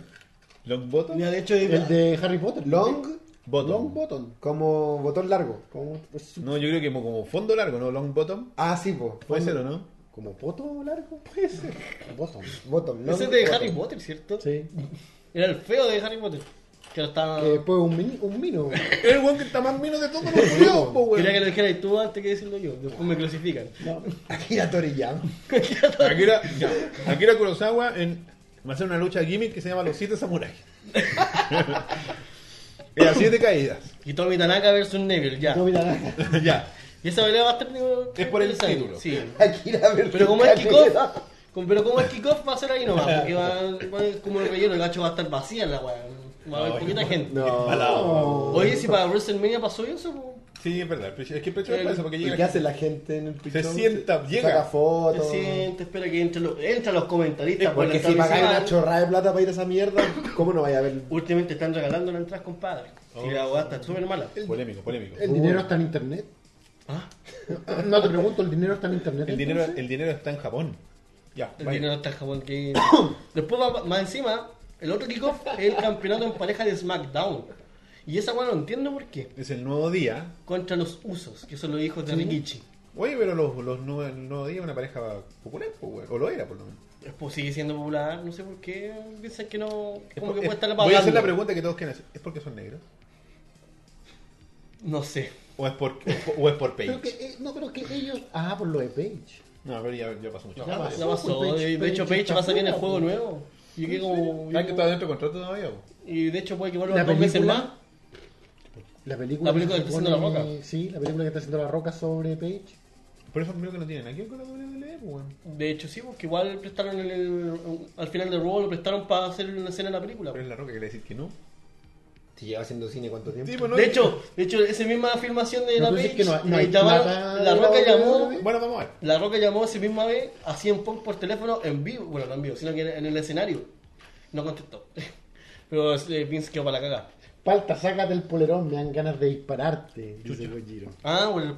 Longbottom.
Ya, de hecho,
El de Harry Potter.
Long
Bottom.
Longbottom.
como botón largo.
Como, pues,
No, yo creo que como, como fondo largo, ¿no? Longbottom.
Ah, sí, po.
Puede ser, ¿o no?
como poto largo. Puede ser. Bottom.
Bottom.
ese es de Harry Potter, ¿cierto?
Sí.
Era el feo de Harry Potter. Que lo estaba...
Que después un, mini- un mino.
El weón que está más menos de todos los culiados, po, weón.
Quería que lo dijeras tú antes que decirlo yo, después me clasifican.
No.
Akira Toriyama.
Akira, ya. Akira Kurosawa en, va a hacer una lucha gimmick que se llama Los Siete Samuráis. Y las siete caídas.
Y Tommy Tanaka versus Neville, ya.
No, mira nada.
ya.
Y esa pelea va a estar... digo,
Es por el
interesante.
título.
Sí.
Akira
Pero como es kickoff,
Toriyama.
como- pero como es kickoff va a ser ahí nomás, porque va, va a- como el relleno, el gacho va a estar vacía la weá. Va a haber
No,
poquita gente.
No.
Oye, si para WrestleMania pasó eso, po,
Sí, es verdad. Es que el pecho me pasa porque
¿Y
llega.
qué hace la gente en el pichón?
sienta, llega.
Saca
te
fotos.
sientes, espera que entren los, entran los comentaristas. por la
Porque si
entrada
pagáis una
principal.
chorrada de plata para ir a esa mierda, ¿cómo no vaya a ver?
Últimamente están regalando la entrada, compadre.
Oh,
Y la weá está súper mala.
Polémico, polémico.
El dinero está en internet.
Ah,
No te pregunto, el dinero está en internet.
El dinero,
entonces?
el dinero está en Japón. Ya,
el
vaya.
dinero está en Japón que... Después va, más encima, el otro kickoff es el campeonato en pareja de SmackDown. Y esa weá no entiendo por qué.
Es el nuevo día.
Contra los usos, que son los hijos de Rikichi.
Oye, pero los, los nue- el nuevo día es una pareja popular, po, weón. o lo era por lo menos.
Pues sigue siendo popular, no sé por qué piensan que no.
Es
Como
por-
que
es-
puede estar la
voy a hacer la pregunta que todos quieren hacer. ¿Es porque son negros?
No sé.
¿O es por, o es por- o es por
Creo
Page?
que, eh, no creo que ellos. Ah, por lo de Page.
No, pero ya, ya pasó mucho.
Ya
Ah,
pasó.
Ya pasó.
pues, Page-
de- de hecho,
Page
Page
está
va a salir en el
fuera,
juego
pues.
nuevo. Y que como.
que está dentro de contrato todavía? po?
Y de hecho puede que vuelva
La
dos veces
película-
más.
La película,
La película que
se
está haciendo La
supone- Sí, la película que está haciendo La Roca sobre Page.
Por eso creo que no tienen aquí con la WWE, po, weón.
De hecho, sí, porque igual prestaron el, el- al final del robo, lo prestaron para hacer una escena en la película.
Pero es la roca que le decís que no.
Si lleva haciendo cine cuánto tiempo.
Sí, pues, no-
De hecho, de hecho, esa misma filmación de
No,
la
tú dices
Page,
que no- no
eh,
hay
llamaron-
plata
la
de la
Roca llamó.
WWE.
Bueno, vamos a ver.
La Roca llamó esa misma vez a Cien Pong por teléfono en vivo, bueno, no en vivo, sino que en el escenario. No contestó. Pero eh, Vince quedó para la cagada.
Palta, sácate el polerón, me dan ganas de dispararte. Dice Gojiro.
Ah, bueno,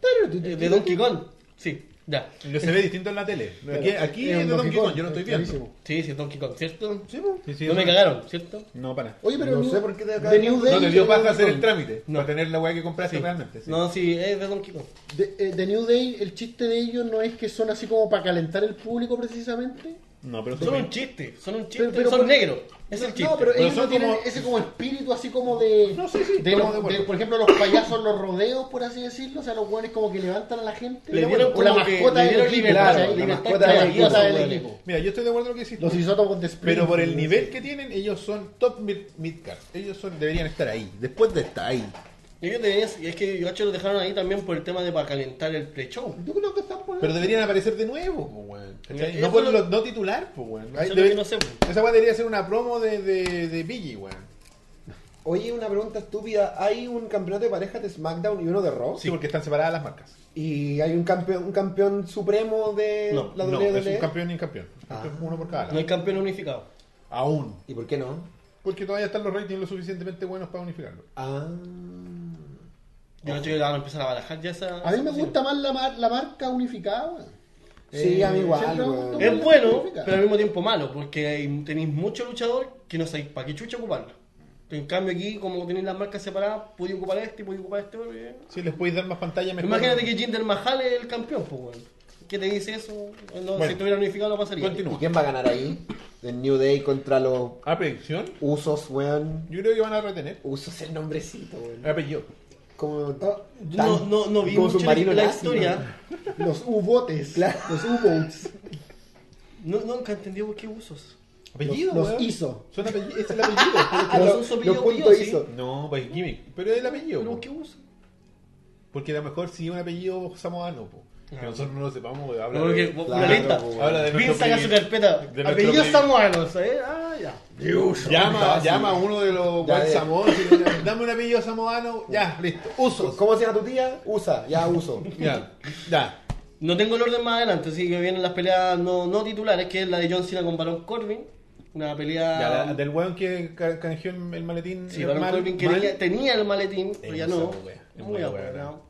Pero tú-
eh, de Donkey Kong. Sí, ya.
Lo se ve distinto en la tele. Aquí,
Pero
aquí
es
es
un
de Donkey Kong, yo no estoy
es
viendo.
clarísimo.
Sí, sí, Donkey Kong, ¿cierto?
Sí, po. Sí, sí,
no
es
me
verdad.
cagaron, ¿cierto?
No, para nada.
Oye, pero
No
New-
sé por qué te acá-
de New Day.
No te dio
de
paja hacer
Donkey
el
Kong.
trámite.
No.
Para tener la weá que compraste
Sí.
realmente. sí.
No, sí, es de Donkey Kong.
De, eh, de New Day, el chiste de ellos no es que son así como para calentar el público precisamente.
No, pero
Son
son
un chiste, son un chiste,
Pero- pero
son
por-
negros. Es el chiste.
No, pero
Pero
ellos
son
no tienen
como-
ese como espíritu así como de.
No, sí, sí,
de
estamos
los-
de acuerdo.
de, por ejemplo, los payasos, los rodeos, por así decirlo. O sea, los buenos como que levantan a la gente.
Le dieron
o la
como que- le
mascota del
dieron
equipo.
libertad,
¿cachai?
la
La
mascota
mascota
del equipo,
del
weón.
equipo.
Mira, yo estoy de acuerdo con lo que decís. tú.
Los isótopos de Springfield,
Pero por el
no
nivel
sé.
que tienen, ellos son top mid- midcard. Ellos son, deberían estar ahí. Después de estar ahí.
Y ellos tenían- y es que Yoacho los dejaron ahí también por el tema de para calentar el pre-show.
Yo creo que están por
Pero deberían aparecer de nuevo, pues, weón. ¿Cachai?
Eso
No, por
lo-
los- no titular, pues, weón.
Eso es
Ahí
lo
debe-
que no sé, pues.
Esa weón debería ser una promo de, de, de Biggie, weón.
Oye, una pregunta estúpida. Hay un campeonato de parejas de SmackDown y uno de Raw.
Sí. porque están separadas las marcas.
Y hay un campeón, un campeón supremo de
No,
la E?
no,
WWE.
es un campeón y un campeón. Esto es uno por cada lado.
No hay campeón unificado.
Aún.
¿Y por qué no?
Porque todavía están los ratings lo suficientemente buenos para unificarlo.
Ah.
Yoacho ya van a empezar a barajar ya esa.
A mí me
esa
gusta más la, mar- la marca unificada. weón.
Sí,
Eh,
a mí igual,
siempre me
weón.
gustó.
Es bueno, pero al mismo tiempo malo, porque hay- tenéis mucho luchador que no sabéis para qué chucha ocuparla. En cambio aquí, como tenéis las marcas separadas, podéis ocupar este, podéis ocupar este. bueno, bien.
Si les podéis dar más pantalla, mejor.
Imagínate que Jinder Mahal es el campeón, pues, weón. ¿Qué te dice eso? No,
Bueno.
si estuviera unificado no pasaría.
Continúa.
¿Y quién va a ganar ahí? El New Day contra los
¿A predicción?
Usos, weón.
Yo creo que van a retener.
Usos el nombrecito, weón.
Apellido.
Como.
Eh, No, no, no vi
como
mucho
submarino
la
nazi,
historia.
Los U-botes.
Claro.
Los U-boats.
No, nunca entendí por qué usos.
Apellido,
Los- los
weón.
hizo.
Son apellido, es el apellido.
Ah,
Los-
son
los
pillos,
puntos
pillos,
hizo.
no, pues gimmick. Pero es el apellido.
¿Pero
po.
qué usos?
Porque a lo mejor si un apellido samoano, po. que
Ah.
nosotros no lo sepamos, weón. habla
No, porque,
de-
una lista.
po.
Habla de
Vin
nuestro
saca su
privi-
carpeta.
de nuestro
Apellido
privi-
Samuano, ¿sabes? Ah, ya.
Llama, llama a uno de los
Ya,
buen
ya.
Samoa, y le dice, dame un apellido samoano, ya, listo. Usos.
¿Cómo se llama tu tía? Usa, ya uso.
Ya, ya.
No tengo el orden más adelante, así que vienen las peleas no, no titulares, que es la de John Cena con Baron Corbin. Una pelea.
Ya, la- del weón que ca- canjeó el el maletín.
Um, Sí,
el
Baron
mal-
Corbin que
mal-
tenía, tenía el maletín, pero ya
Esa
no.
wea, es
Muy
muy
aburrido.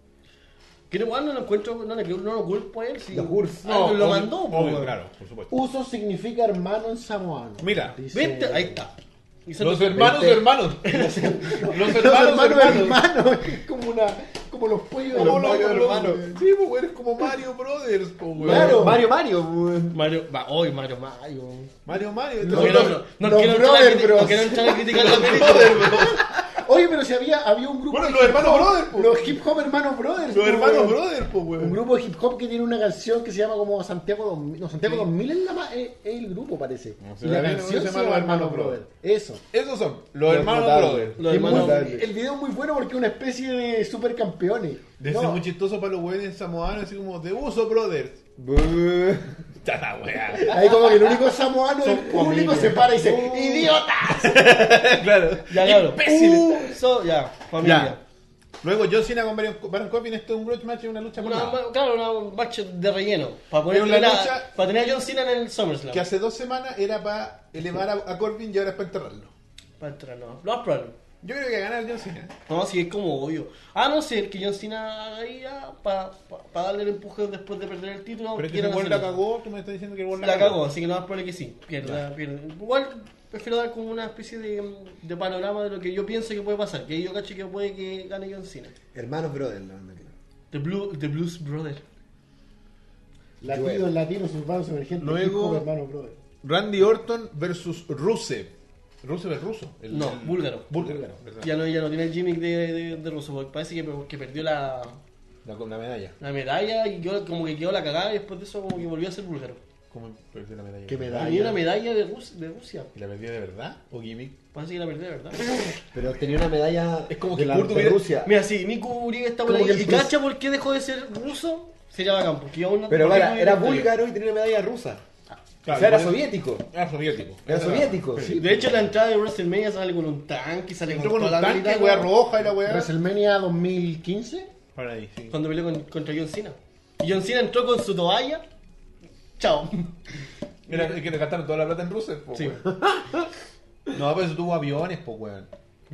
Que no, bueno, no lo encuentro, no, le- no lo culpo a él. Sí.
Lo curso.
Ah, lo
obvio,
mandó, po,
obvio,
weón.
claro, por supuesto.
Uso significa hermano en samoano.
Mira,
Dice-
Vente, ahí está. Y se-
Los hermanos de
Veinte.
hermanos. Los
Los hermanos,
hermanos de hermanos.
hermano, es como una como los pollos
Como
Los
los-
Mario
los-
hermanos.
Sí, pues, weón, es como Mario Brothers, po, weón.
Claro.
Mario, Mario, weón.
Mario, va, hoy Mario, Mario. No
Mario Mario.
Los-
entonces-
quiero-
los-
no
los
quiero entrar a
Brother
criti-
Bros.
No quiero entrar a criticar la película.
Brother, bro.
Oye, pero si había había un grupo
Bueno,
de
los
hip
hermanos
hop,
Brothers, po.
los hip hop hermanos brothers.
Los
po,
hermanos
weón.
Brothers, po,
Un
weón.
grupo de hip hop que tiene una canción que se llama como Santiago 2000, no, Santiago 2000 es, la ma- es- es el grupo parece.
No sé,
y la
la
canción se
viene, se
llama
llama
Los
Los Hermanos
Hermanos Brothers. Eso.
Esos son los hermanos
notables.
Brothers.
Los
Es muy-
hermanos.
Notable.
el video es muy bueno porque es una especie de supercampeones.
Debe
No,
ser muy chistoso para los güeyes samoanos, así como de uso, brothers.
Buh.
Está la weá.
Ahí como que el único samoano del público se para y dice,
Oh,
¡Idiota!
claro.
Ya, claro.
Imbéciles.
Uh, so, ya, familia.
Ya. Luego John Cena con Baron, Baron Corbin, esto es un grudge match, es una lucha
Una,
monada.
claro, una- un bache de relleno. Para poner
Pero la
una-
lucha-
para tener a John Cena en el SummerSlam.
Que hace dos semanas era para elevar a, a Corbin y ahora es para enterrarlo.
Para entrar, no. Lo has probado.
Yo creo que ganar John Cena.
No, si es como obvio. A no ser que John Cena haga ahí ah, para darle el empuje después de perder el título.
Pero es que
quieran
el gol la
hacerlo.
cagó, tú me estás diciendo que el gol
La cagó, así que lo más probable que sí. Pierda, pierda. Igual prefiero dar como una especie de, de panorama de lo que yo pienso que puede pasar. Que yo cacho que puede que gane John Cena.
Hermanos Brothers, la banda, claro.
The, Blue, the Blues Brother.
Latidos, latinos, urbanos, emergentes,
Luego-
hip hop hermanos brothers.
Randy Orton versus Rusev. Rusev es ruso. El-
No,
el-
búlgaro.
Búlgaro, ¿verdad?
Ya no, ya no tiene el gimmick de, de, de Russo, porque parece que, que perdió la,
La, con la medalla.
la medalla y quedó- como que quedó la cagada y después de eso como que volvió a ser búlgaro.
¿Cómo perdió la medalla?
¿Qué medalla?
Tenía una medalla de, Rus- de Rusia.
¿Y la perdió de verdad? ¿O gimmick?
Parece que la perdió, ¿verdad?
Pero tenía una medalla
Es como
de,
que
la,
Kurt
de
hubiera-
Rusia.
Mira, si Miku Uribe está por
Como
ahí
que el
y
Rus-
cacha por qué dejó de ser ruso, sería bacán, porque aún no...
Pero
porque
era,
no
era
había victoria.
búlgaro y tenía una medalla rusa.
Claro,
o sea, era
igual-
soviético.
Era soviético.
Era soviético.
Sí.
Sí.
De hecho, la entrada de WrestleMania sale con un tanque, sale
Entró
con
con un
toda la
tanque,
habilidad,
weá
¿no?
roja y la weá.
WrestleMania 2015.
Ahora ahí, sí.
Cuando peleó con- contra John Cena. Y John Cena entró con su toalla. Chao.
Era el que le gastaron toda la plata en Rusev, po,
Sí.
weón. No, pero eso tuvo aviones, po, weón.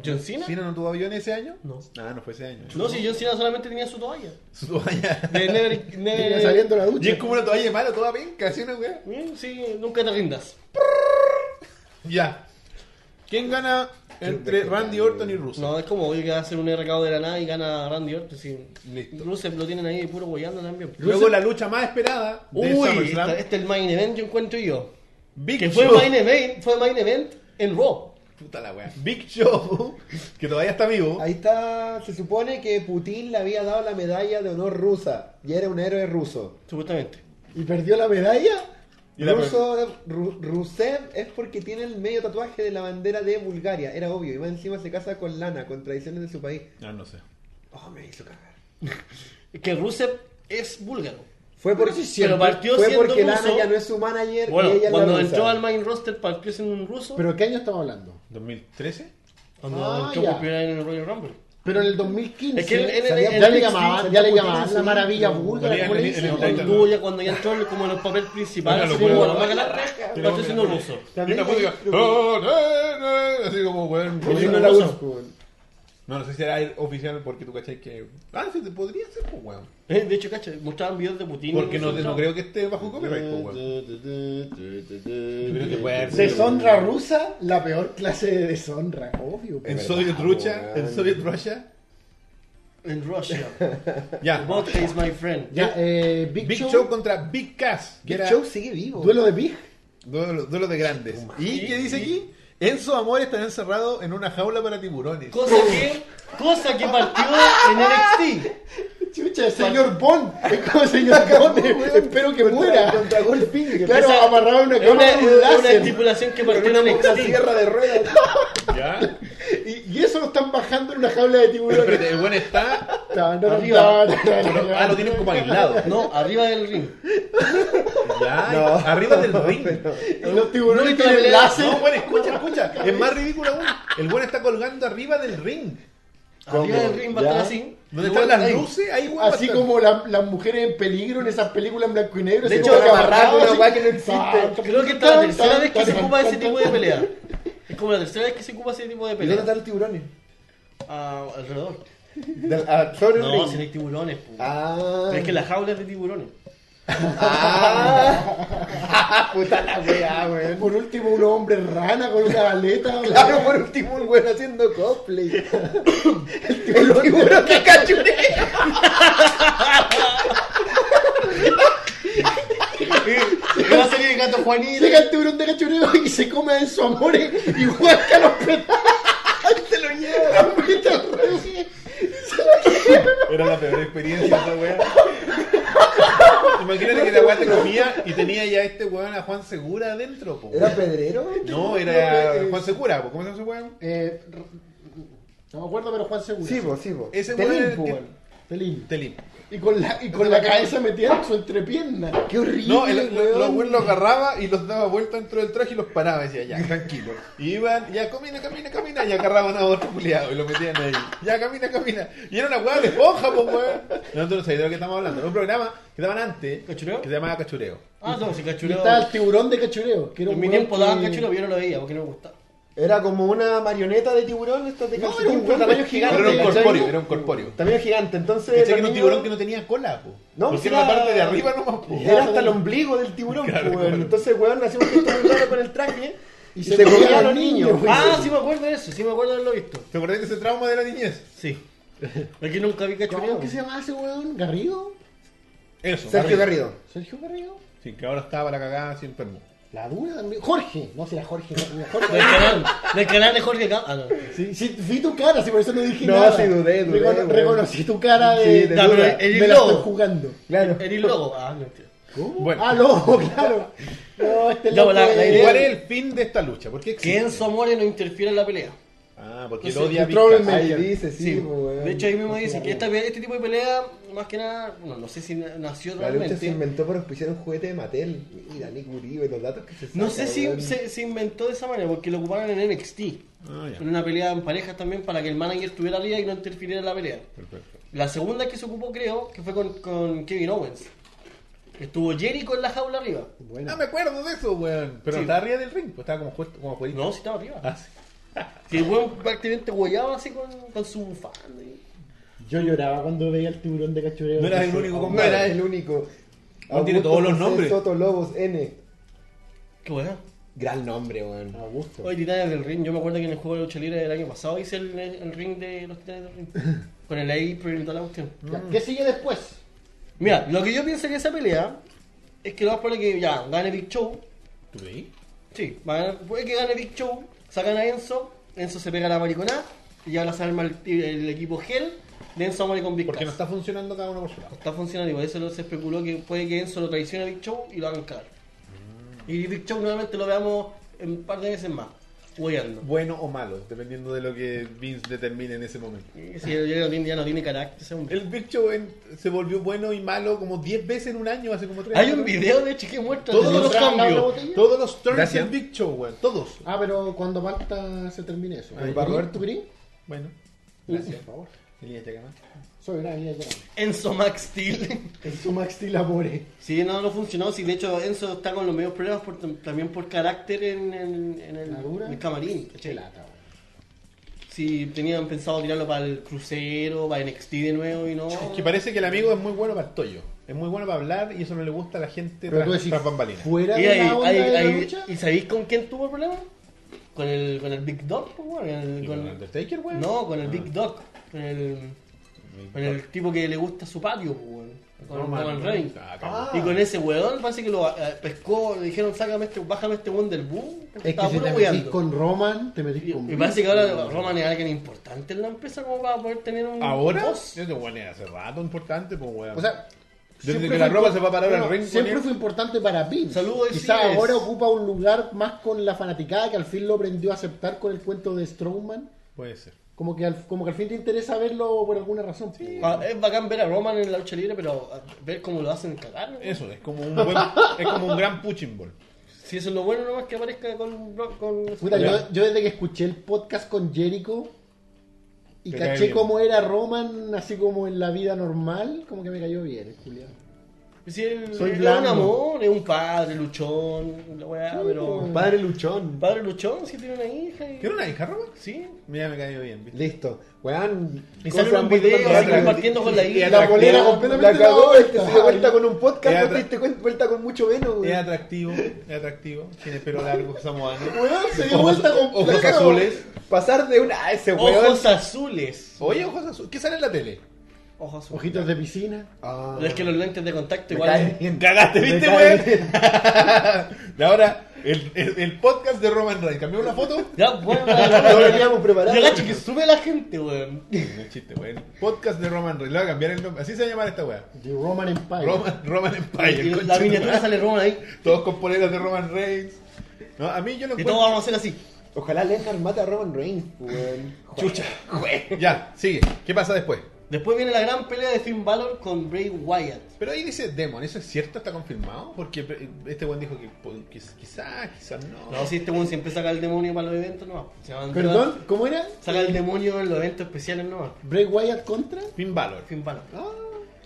¿John Cena?
¿Cina no tuvo aviones ese año?
No.
Ah, no fue ese año.
No, si John Cena solamente tenía su toalla.
Su toalla.
De Never...
Venía
eh,
never...
saliendo la
Y
ducha.
es como una toalla de mano, toda penca, ¿sí una weá?
Mm, Sí, nunca te rindas.
Ya. ¿Quién gana entre Randy Orton y Rusev?
No, es como hoy que va a hacer un RKO de la nada y gana Randy Orton. Sí.
Listo.
Rusev lo tienen ahí puro guayando también.
Luego la lucha más esperada de
Uy,
SummerSlam.
esta- este es el main event yo encuentro yo.
Big
Que fue
Show.
main event, fue main event en Raw.
Puta la wea. Big Show, que todavía está vivo.
Ahí está, se supone que Putin le había dado la medalla de honor rusa y era un héroe ruso.
Supuestamente.
¿Y perdió la medalla?
Y la
Ruso, Ru- Rusev es porque tiene el medio tatuaje de la bandera de Bulgaria, era obvio, y más encima se casa con Lana, con tradiciones de su país.
No, no sé.
Oh, me hizo cagar.
Que Rusev es búlgaro.
Fue, por,
Pero si siempre-
fue
partió
fue
siendo
porque Lana
ruso.
ya no es su manager
Bueno,
y ella es la
cuando
rusa.
entró al main roster partió siendo un ruso.
¿Pero qué año estamos hablando?
¿2013?
cuando
Ah,
entró
ya.
por primera vez en el Royal Rumble.
Pero en el 2015
Es que él- él- él-
ya,
él-
le
él-
llamaban,
él-
ya le
él-
llamaban
él-
la
él-
maravilla
él-
búlgara,
él-
¿cómo le
él-
dicen?
él- él-
Cuando ya, cuando ya entró como en el papel principal,
Bueno,
así
lo
como
bueno.
la vaca la raja, partió siendo ruso.
Y la música. "Oh, no, no", Así como, weón.
Porque
Ruso.
no era ruso.
No, no sé si era el oficial porque tú cachai que. Ah, sí, te podría ser, pues, weón.
Eh, De hecho, cacha, mostraban videos de Putin.
Porque no,
Entró.
no creo que esté bajo copyright, pues, weón. creo que puede haber sido-
Deshonra rusa, la peor clase de deshonra, obvio.
En
pues.
Soviet Rusia, en Soviet Russia.
En Russia.
Ya.
Vodka is my friend.
Ya, eh, Big,
Big
Show,
Show contra Big Cass, que
Big
era
Show sigue vivo.
duelo de Big.
duelo, duelo de grandes. ¿Y qué dice aquí? Enzo Amor está encerrado en una jaula para tiburones.
Cosa que, cosa que partió en NXT.
Chucha, señor Bond, es como señor Bond, espero que muera.
Contra Goldfinger.
Claro,
Esa-
amarrado a una
es una,
cámara con un
es una
láser.
estipulación que
Con
partió
una,
en
con una
NXT.
sierra de ruedas.
Ya.
Y, y eso lo están bajando en una jaula de
Pero
tiburones.
espérate, el weón está.
Ta, ta, ta,
Arriba.
ta, ta, ta, ta.
Ah, lo tienen como aislado.
No, arriba del ring.
Ya, arriba del ring.
Y los
No, y
tiburones
todavía
tienen
le-
láser.
No, bueno, escucha, escucha. Es más ridículo aún. El weón está colgando arriba del ring.
Arriba del ring va a estar
¿Ya?
así.
Donde
Igual
están las
ahí.
luces, ahí weón. va a
Así
estar.
como la- las mujeres en peligro en esas películas en blanco y negro.
De
se
hecho,
tocan
amarrado,
amarrados,
una
así. ¡Ah!
weá que no existe.
Ah, Creo que esta es la
Tan,
tercera
tan,
vez que
tan,
se
tan,
ocupa ese
tan,
tipo de
tan.
pelea. Es como la tercera vez que se ocupa ese tipo de
¿Y dónde
pelea.
están los tiburones?
Ah, alrededor.
Del- ah, sobre el
No,
ring.
si no hay tiburones. po.
Ah,
Pero es que la jaula es de tiburones.
ah, puta la weá, weón.
Por último, un hombre rana con una aleta.
Claro, por último, un weón haciendo cosplay. el tiburón, que cachurea.
Va a salir el gato Juanito.
Llega el tiburón de cachureo y se come en su amor y huasca los pedazos.
Se lo lleva.
la mete al revés.
Era la peor experiencia esa weá. Imagínate que la weá te comía y tenía ya este weón a Juan Segura adentro, po.
¿Era pedrero?
No, era Juan Segura, po. ¿cómo se llama ese weón?
Eh, r- no me acuerdo, pero Juan Seguro.
Sí, vos, sí, vos.
Ese weón era
Telín,
el
po,
que-
weón. Telín.
Telín.
Y con la, y con la cabeza metida en su entrepierna.
Qué horrible,
No, el,
weón.
los weón los agarraba y los daba vuelta dentro del traje y los paraba y decía, ya, tranquilo. Y iban, ya camina, camina, camina, y agarraban a otro culiado y lo metían ahí. Ya camina, camina. Y era una weá de esponja, po, weón. No, tú no sabes de lo que estamos hablando. Era un programa que daban antes
¿Cachureo?
que se llamaba Cachureo.
Ah, no, si
Y
cachureo.
está el tiburón de cachureo. Que era
En
un
mi
weón
tiempo daban
que-
cachureo, pero yo no lo veía porque no me gustaba.
Era como una marioneta de tiburón, esta de
No,
calcetín,
era un
weón,
weón
tamaño
vestido
gigante.
Pero era un
¿cachai?
corpóreo, era un corpóreo.
Tamaño gigante, entonces.
Pensé que
los
era un
niños-
tiburón que no tenía cola, po.
No,
Porque
si
era la
era-
parte de arriba nomás, po.
Era hasta el ombligo del tiburón,
Claro,
pues,
claro.
Entonces, weón, hacíamos esto muy raro con el traje y,
Y
se,
se
comía a los niños. pues.
weón.
Ah, sí me acuerdo de eso, sí me acuerdo de haberlo visto.
¿Te acordás de ese trauma de la niñez?
Sí. Aquí nunca vi cachureo.
¿Cómo que se llama ese weón? ¿Garrido?
Eso.
Sergio
Garrido.
Garrido.
¿Sergio Garrido?
Sí, que ahora estaba la cagada así enfermo.
La dura también. Jorge. No, será Jorge. No, era Jorge.
Del canal, del canal de Jorge Cam- Ah, no.
Sí, sí, vi tu cara, sí, por eso no dije
No,
nada.
sí, dudé, dudé,
Recono-
weón.
reconocí tu cara de.
Sí, de
Ya, pero
duda.
el
me la estoy
lobo.
jugando.
Claro.
El lobo. Ah, mentira.
¿Cómo?
Bueno.
Ah, loco, claro. No, este
Ya,
loco
la- la
es-
idea-
¿Cuál es el fin de esta lucha? ¿Por qué
Que
existe?
Enzo Amore no interfiera en la pelea.
Ah, porque él
No sé,
odia a Big
Trouble
Cass.
Man.
Ahí dice, sí, pues,
Sí,
pues,
weón.
de hecho ahí mismo dice que esta, pe- este tipo de pelea, más que nada, bueno, no sé si na- nació
este
La lucha se
realmente.
inventó para auspiciar un juguete de Mattel. Mira, Nick Uribe, los datos que se
No
saca,
sé si
weón.
se, se inventó de esa manera, porque lo ocuparon en NXT.
Ah, ya.
En una pelea en parejas también para que el manager estuviera arriba y no interfiriera en la pelea.
Perfecto.
La segunda que se ocupó creo que fue con, con Kevin Owens. Estuvo Jericho en la jaula arriba.
Bueno.
No me acuerdo de eso, weón. Pero
Sí.
estaba arriba del ring, pues estaba como justo, como jueguito.
No, si estaba arriba.
Ah, sí.
Que el weón prácticamente guayaba así con, con su bufanda. y-
Yo lloraba cuando veía el tiburón de cachureo.
No eras el único
No
compadre.
era el único.
No tiene todos los
José
nombres.
Soto Lobos N.
Qué bueno.
Gran nombre, weón.
Ah,
Augusto.
Hoy Titanes del Ring, yo me acuerdo que en el juego de lucha libre del año pasado hice el, el ring de los Titanes del Ring. Con el ahí prohibido la cuestión.
Ya, ¿Qué sigue después?
Mira, lo que yo pienso que esa pelea es que lo más probable es que ya gane Big Show,
¿Tú creí?
Sí, va a ganar- puede que gane Big Show, sacan a Enzo, Enzo se pega la mariconada y ahora se arma el, el equipo gel de Enzo Amore con Big
Porque no
Cass.
está funcionando cada uno por su lado.
Está funcionando, igual eso lo- se especuló que puede que Enzo lo traicione a Big Show y lo hagan cagar. Y Big Show nuevamente lo veamos en un par de veces más, hueando.
Bueno o malo, dependiendo de lo que Vince determine en ese momento.
Y Si ya no tiene, ya no tiene carácter ese hombre.
El Big Show en- se volvió bueno y malo como 10 veces en un año, hace como 3
Hay un video de hecho que muestra
Todos
todos los
los
cambios.
botella?
Todos los turns
Gracias.
en Big Show, weón. Todos.
Ah, pero cuando falta se termine eso.
Ahí
va
¿Tú
Roberto.
querís?
Bueno,
Por favor.
Elías Yacamán.
Soy una niña llorando.
Enzo Max Steel.
El su Max Steel Amore.
Sí, no, no funcionó. Sí, de hecho, Enzo está con los medios problemas por- también por carácter en, en- en el,
La dura.
en el camarín.
Qué
¿cachai?
lata, weón.
Sí, tenían pensado tirarlo para el crucero, para NXT de nuevo y no.
Es que parece que el amigo es muy bueno para el tollo. Es muy bueno para hablar y eso no le gusta a la gente
Pero tú
tras,
decís,
tras bambalinas.
fuera
y,
de
ahí-
la onda
ahí-
de la
ahí-
lucha.
¿y sabéis con quién tuvo problemas? Con el, con el Big Dog, pues, bueno, el-
¿Y
con-
con Undertaker, weón?
No, con el
Ah.
Big Dog. Con el, con el tipo que le gusta su patio, pues, bueno, con
Roman
Roman
Reigns.
Reigns.
Ah,
Ah.
Y con ese weón parece que lo eh, pescó, le dijeron, sácame este, bájame este weón del boom. porque
Es que
estaba
si
puro
te metís
weando.
con Roman, te metís con.
Me parece que ahora Roman es alguien importante en la empresa como para poder tener un
¿Ahora?
voz.
Ese weón es hace rato importante, pues weón.
O sea.
Desde
siempre
que la
fue
Roma
impor-
se fue a parar al
no,
ring con
Siempre
él.
fue importante para Vince.
Saludos,
Quizás
sí es.
ahora ocupa un lugar más con la fanaticada que al fin lo aprendió a aceptar con el cuento de Strowman.
puede ser.
Como que al, como que al fin te interesa verlo por alguna razón.
Ah, Es bacán ver a Roman en la lucha libre, pero ah, ver cómo lo hacen cagar. ¿no?
Eso, es como un buen, es como un gran punching ball.
Si eso es lo bueno nomás que aparezca con... con...
Puta,
Ya.
yo, yo desde que escuché el podcast con Jericho y
Te cae
caché
bien.
cómo era Roman, así como en la vida normal, como que me cayó bien, el culiao.
Si él-
Soy
él es un
blando.
amor, es un padre luchón, la weá, pero...
pues.
Padre Luchón.
Padre luchón, si tiene una hija y...
¿Tiene una hija, Roma?
Sí.
Mira, me cayó bien. ¿viste?
Listo. Weón.
Y
¿cómo se
sale
van
un video
poniendo
así
tan raras?
compartiendo con la
Y
hija.
atrás-
La polera
Atractivo.
completamente
La
la
cagó
vuelta.
esta.
Se dio vuelta con un podcast,
Es
no
atra-
te diste cuen- vuelta con mucho menos,
Es
weón.
atractivo, es atractivo. Tiene pelo largo, samoano.
Weón, se dio vuelta con
Ojos
plata,
azules.
weón. Pasar de una. Ah, ese weón.
Ojos azules.
Oye, ojos azules. ¿Qué sale en la tele?
Ojos azules.
Ojitos de piscina.
Ah,
Pero es que los lentes de
me
contacto igual...
cae bien.
Cagaste,
Me
¿viste,
cae
güey?
bien.
Y ahora, el, el, el podcast de Roman Reigns. ¿Cambió la foto?
Ya, bueno,
No veníamos preparados.
Yo cacho que sube la gente, weón.
No es chiste, güey. Podcast de Roman Reigns. Le voy a cambiar el nombre. Así se va a llamar esta weá.
De Roman Empire.
Roman, Roman Empire.
Y la
conchetumare.
miniatura sale Roman ahí.
Todos con poleras de Roman Reigns. No, a mí yo lo
Y todos
encuentro.
vamos a hacer así.
Ojalá Lesnar mate a Roman Reigns, weón.
Chucha. Ya, sigue. ¿Qué pasa después?
Después viene la gran pelea de Finn Balor con Bray Wyatt.
Pero ahí dice Demon, ¿eso es cierto? ¿Está confirmado? Porque eh, este buen dijo que po- que quizás, quizás no.
No, si este weón siempre saca el demonio para los eventos, no. Se va a entrar.
Perdón, ¿cómo era?
Saca el demonio en los eventos especiales, no.
Bray Wyatt contra.
Finn Balor.
Finn Balor.
Ah,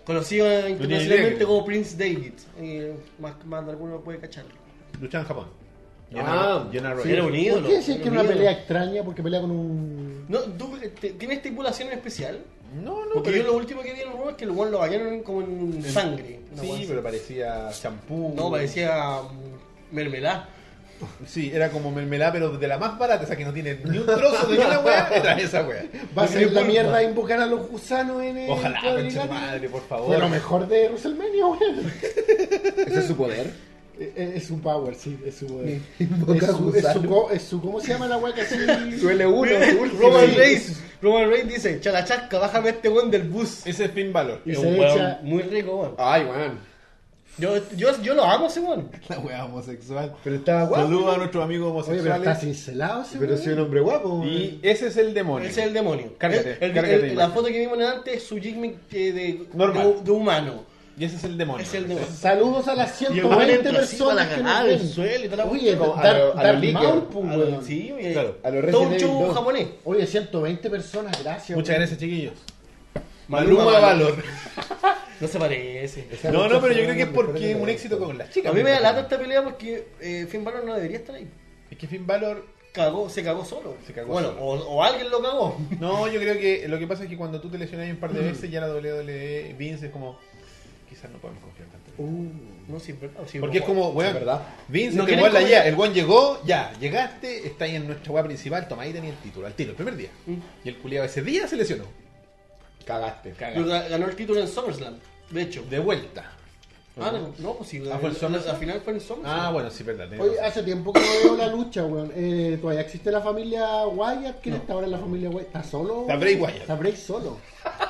Conocido
idea que-
internacionalmente como Prince David. Eh, más, más de alguno puede cacharlo.
luchaba en Japón.
Ah,
Jenna Roy.
sí, era un ídolo.
¿Por qué decías que era una
ídolo.
pelea extraña? Porque pelea con un.
No, ¿tú, eh, te- ¿Tiene estipulación especial?
No, no,
Porque
pero.
yo lo último que vi en el Raw es que el weón lo bañaron como en sangre. una weá
Sí,
así.
pero parecía champú.
No, parecía mm, mermelada.
Sí, era como mermelada, pero de la más barata, o sea que no tiene ni un trozo de ni una weá. Era esa weá.
Va a
No
ser
tiene
la
pulpa.
mierda a invocar a los gusanos en el.
Ojalá, concha
cuadrilátero.
tu madre, por favor.
Fue lo mejor de WrestleMania, weón.
Ese es su poder.
Eh, eh, Es su power, sí, es su poder.
Invoca
Es su, es
gusano.
su, co- es su- ¿Cómo se llama la weá que así?
Suele uno, su
Roman
último.
Reigns, Roman Reigns dice, chalachasca, bájame este weón del bus.
Ese es Finn Balor.
Y
Es
se
un weón
echa-
muy rico, weón.
Ay, weón.
Yo, yo, yo lo amo ese weón.
La weá homosexual.
Pero estaba guapo.
Saludos a nuestros amigos
Oye, pero está
homosexuales.
cincelado ese
Pero
weón.
soy un hombre guapo,
Y ese es el demonio.
Ese es el demonio.
Cárgate,
El- el-
cárgate
el-
la imagen.
la foto que vimos antes es su gimmick eh, de,
Normal.
de- de humano.
Y ese es el demonio.
Es el demonio.
Saludos a las
Y el weón
120
entra así
personas
para
que
ganar
nos
el
ven.
suelo y toda la
Oye,
No, a
Dark-
lo- a lo
Dark
Licker.
Mouth, pues,
Ah,
weón.
Sí, oye,
Claro,
a lo
todo un
Resident
show
Evil dos.
japonés.
Oye, 120 personas, gracias.
Muchas
weón.
gracias, chiquillos.
Maluma
Maluma
Valor.
Valor.
No se parece.
Esa
No,
lucha
no, pero
fue
yo creo que es
una mejor
porque
de
es
la
un
de
éxito
esto.
con las chicas.
A mí me da lata esta pelea porque eh, Finn Balor no debería estar ahí.
Es que Finn Balor.
Cagó, se cagó solo.
Se cagó
bueno,
solo.
O, o alguien lo cagó.
No, yo creo que lo que pasa es que cuando tú te lesionas un par de veces, ya la WWE, Vince es como. Quizás no podemos confiar tanto. en él".
Uh.
No, sí, es verdad, sí,
Porque es como, weón,
es verdad.
Vince
No
te
quieren
guarda
comer.
ya. El weón llegó, ya, llegaste, está ahí en nuestra weá principal, toma ahí tenía el título, al tiro, el primer día.
Mm.
Y el culiado ese día se lesionó.
Cagaste.
Caga.
Pero ga- ganó el título en SummerSlam, de hecho.
De vuelta.
Ah, no, no, pues sí.
Ah, fue el Somerset.
Al final fue el Somerset.
Ah, bueno, sí, verdad. tenés
Oye,
razón.
hace tiempo que no veo la lucha, weón. Eh, ¿Todavía existe la familia Wyatt? ¿Quién está ahora en la familia Wyatt? ¿Está solo?
Está Bray Wyatt.
Está Bray solo.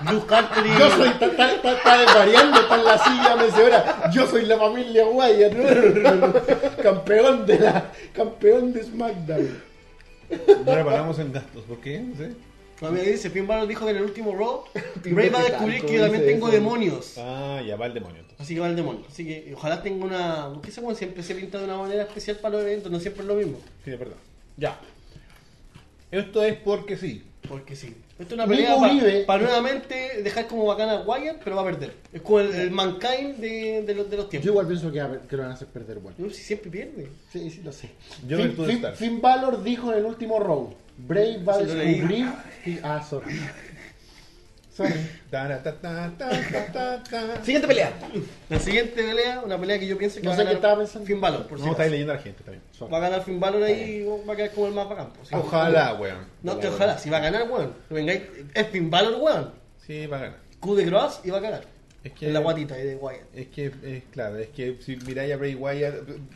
Blue Country.
Yo soy, está, está, está, está desvariando, está en la silla mecedora. Yo soy la familia Wyatt. campeón de la, campeón de SmackDown.
No reparamos en gastos, ¿por qué? No sé.
A mí Ah, dice, Finn Balor dijo que en el último Raw, Bray
Bray
va a
Wyatt,
descubrir que
¿cómo
yo también
dice
tengo
eso?
demonios.
Ah, ya va el demonio. entonces.
Así que va el demonio. Así que ojalá tenga una... Porque ese weón siempre se pinta de una manera especial para los eventos, no siempre es lo mismo.
Sí, es verdad.
Ya.
Esto es porque sí.
Porque sí. Esto es una
Nico
pelea pa-
Uribe.
para, nuevamente dejar como bacana a Wyatt, pero va a perder. Es como el, el Mankind de, de los, de los
Yo
tiempos.
igual pienso que, a ver, que lo van a hacer perder, weón.
Yo, si siempre pierde.
Sí, sí, lo sé.
Yo
Finn,
virtud de
Finn-
estar.
Finn Balor dijo en el último round, Bray va a
Se lo leí.
descubrir... y- Ah, sorry. Sorry.
Ta, ta, ta, ta, ta, ta, ta.
Siguiente pelea. La siguiente pelea, una pelea que yo pienso que
No
va
sé
a
qué
ganar
estaba pensando.
Finn Balor, por si
No,
acaso.
estáis leyendo a la gente también.
sorry.
Va a ganar Finn Balor ahí y va a quedar como el más bacán. pues, sí.
Ojalá, weón.
No, que ojalá, si va a ganar, weón. Lo vengáis, es Finn Balor, weón.
Sí, va a ganar.
Q de Cross y va a cagar.
Es que-
En la guatita ahí de Wyatt.
Es que, es claro, es que si miráis a Bray Wyatt,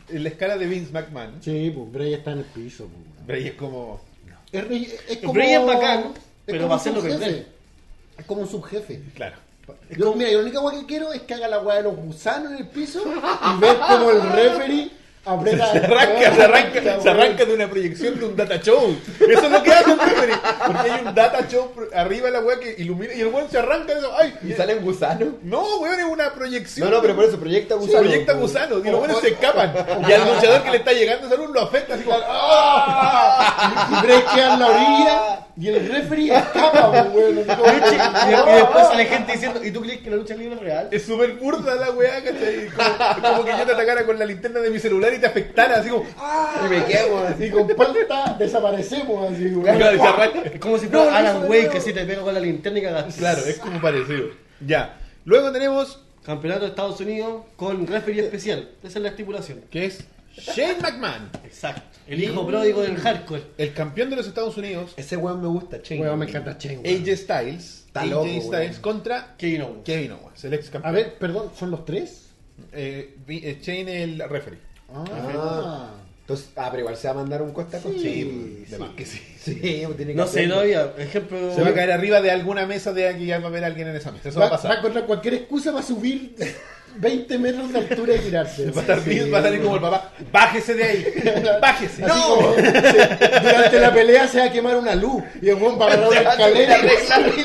en la escala de Vince McMahon,
Sí, pues Bray está en el piso, pues, weón.
Bray es como. no,
Es, rey- es como,
Bray es bacán, pero
como
va a ser lo que
subjefe.
Bray.
Es como un subjefe.
Claro.
Es
Yo,
como-
Mira, yo lo único guay que quiero es que haga la weá de los gusanos en el piso y ver como el referee aprieta.
Se arranca, se arranca, se arranca de una proyección de un data show. Eso es lo que hace un referee. Porque hay un data show pr- arriba de la weá que ilumina y el weón se arranca de eso. ¡Ay!
¿Y salen gusanos?
No, weón, es una proyección.
No, no, pero por eso proyecta
Sí,
gusanos.
proyecta gusanos y los buenos se escapan. Y al luchador que le está llegando esa luz lo afecta así como. ¡Ah!
Y Bray queda en la orilla y el referee escapa, pues, weón. Así como-
Y,
Ah,
y después sale gente diciendo, ¿y tú crees que la lucha libre es real?
Es súper burda la weá, ¿cachai? Como, como que yo te atacara con la linterna de mi celular y te afectara así como. ¡Ah!
Y me quemo así.
Y con palta desaparecemos así, weón.
Claro, se arranca.
Es como si fuera
No, no,
Alan
no,
Wake,
no.
que si te pega con la linterna y cagas.
Claro, es como parecido. Ya. Luego tenemos.
Campeonato de Estados Unidos con referee especial. Esa es la estipulación.
que es Shane McMahon,
Exacto. El hijo pródigo del hardcore.
el campeón de los Estados Unidos,
Ese weón me gusta, che.
Weón, me encanta Chen, weón.
AJ Styles,
Está
AJ
loco,
Styles
weón.
contra
Kevin Owens.
Kevin Owens, el ex
A
campeón.
ver, perdón, ¿son los tres?
Eh, vi- eh, Shane el referee.
Ah.
Entonces, ah, pero igual se va a mandar un costa con
Sí, de
sí.
más que sí.
Sí, pues tiene que
No sé
hacerlo.
todavía. Ejemplo.
Se va a caer arriba de alguna mesa de aquí y va a haber alguien en esa mesa. Eso va,
Va,
a
va a
pasar.
encontrar cualquier excusa para subir 20 metros de altura y tirarse.
Va a estar bien, va a salir como el papá. Bájese de ahí. Bájese.
Así como, durante la pelea se va a quemar una luz y el weón va a agarrar una escalera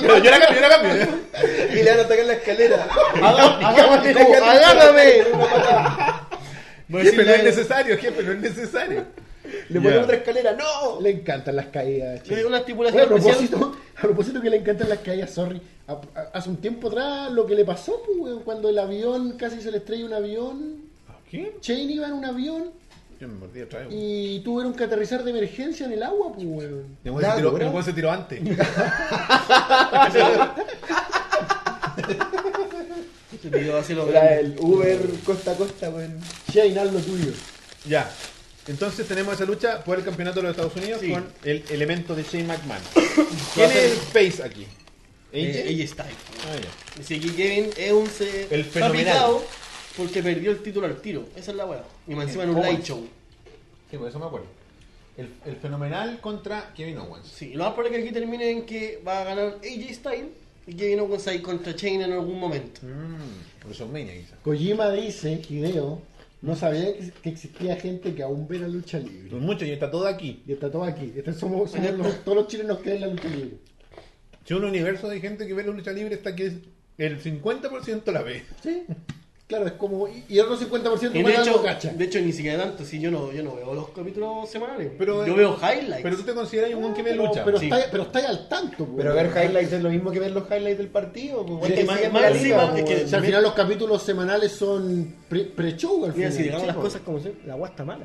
Pero yo la cambio, yo la cambio.
Y le van a atacar la escalera.
agárrame,
Como,
agárrame.
Voy a
Jefe,
decir
no es
la-
necesario, jefe, no es necesario.
Le
Ya.
ponen otra escalera, no.
Le encantan las caídas. che.
le digo una estipulación
Bueno, a,
especial.
propósito, a propósito que le encantan las caídas, sorry. A- a- hace un tiempo atrás lo que le pasó, pues, weón, cuando el avión casi se le estrella un avión.
¿Qué?
Shane iba en un avión
Yo me mordí otra vez.
y tuvieron que aterrizar de emergencia en el agua, pues, weón.
El weón se tiró- el weón se tiró antes.
Este tío va a ser lo
Era
grande.
el Uber costa a costa, weón.
Shane, haz lo tuyo.
Ya. Entonces tenemos esa lucha por el campeonato de los Estados Unidos
Sí.
con el elemento de Shane McMahon. ¿Quién
Va
es
a ser-
el face aquí?
Eh,
¿AJ?
Ella está ahí.
Ah, ya.
Dice que Kevin es un se...
El
está
fenomenal.
picado porque perdió el título al tiro. Esa es la weá. Y más encima en un
Owens.
light show.
Sí, por eso me acuerdo. El, el fenomenal contra Kevin Owens.
Sí, lo más probable es que aquí termine en que va a ganar AJ Styles y Kevin Owens ahí contra Chain en algún momento.
Mmm, WrestleMania quizá.
Kojima dice, Hideo, no sabía que que existía gente que aún ve la lucha libre.
Mucho, y está todo aquí.
Y está todo aquí. Este somos, somos los- todos los chilenos que ven la lucha libre.
Si un universo de gente que ve la lucha libre está que el 50% la ve.
Sí. Claro, es como. Y y el otro 50%
Y de
más
hecho,
algo cacha.
de hecho, ni siquiera tanto. Si yo no, yo no veo los capítulos semanales.
Pero- eh,
yo veo highlights.
Pero tú te consideras un que ve
Pero,
lucha.
pero,
Sí.
está, pero está ahí al tanto. po.
Pero ver highlights es lo mismo que ver los highlights del partido. pues, weón.
Es que más-
siguen
más
la liga,
encima,
pues,
es que-
weón.
O sea, al final los capítulos semanales son pre- pre-show al
Mira,
final.
si digamos las
chico.
cosas como son, la weá está mala.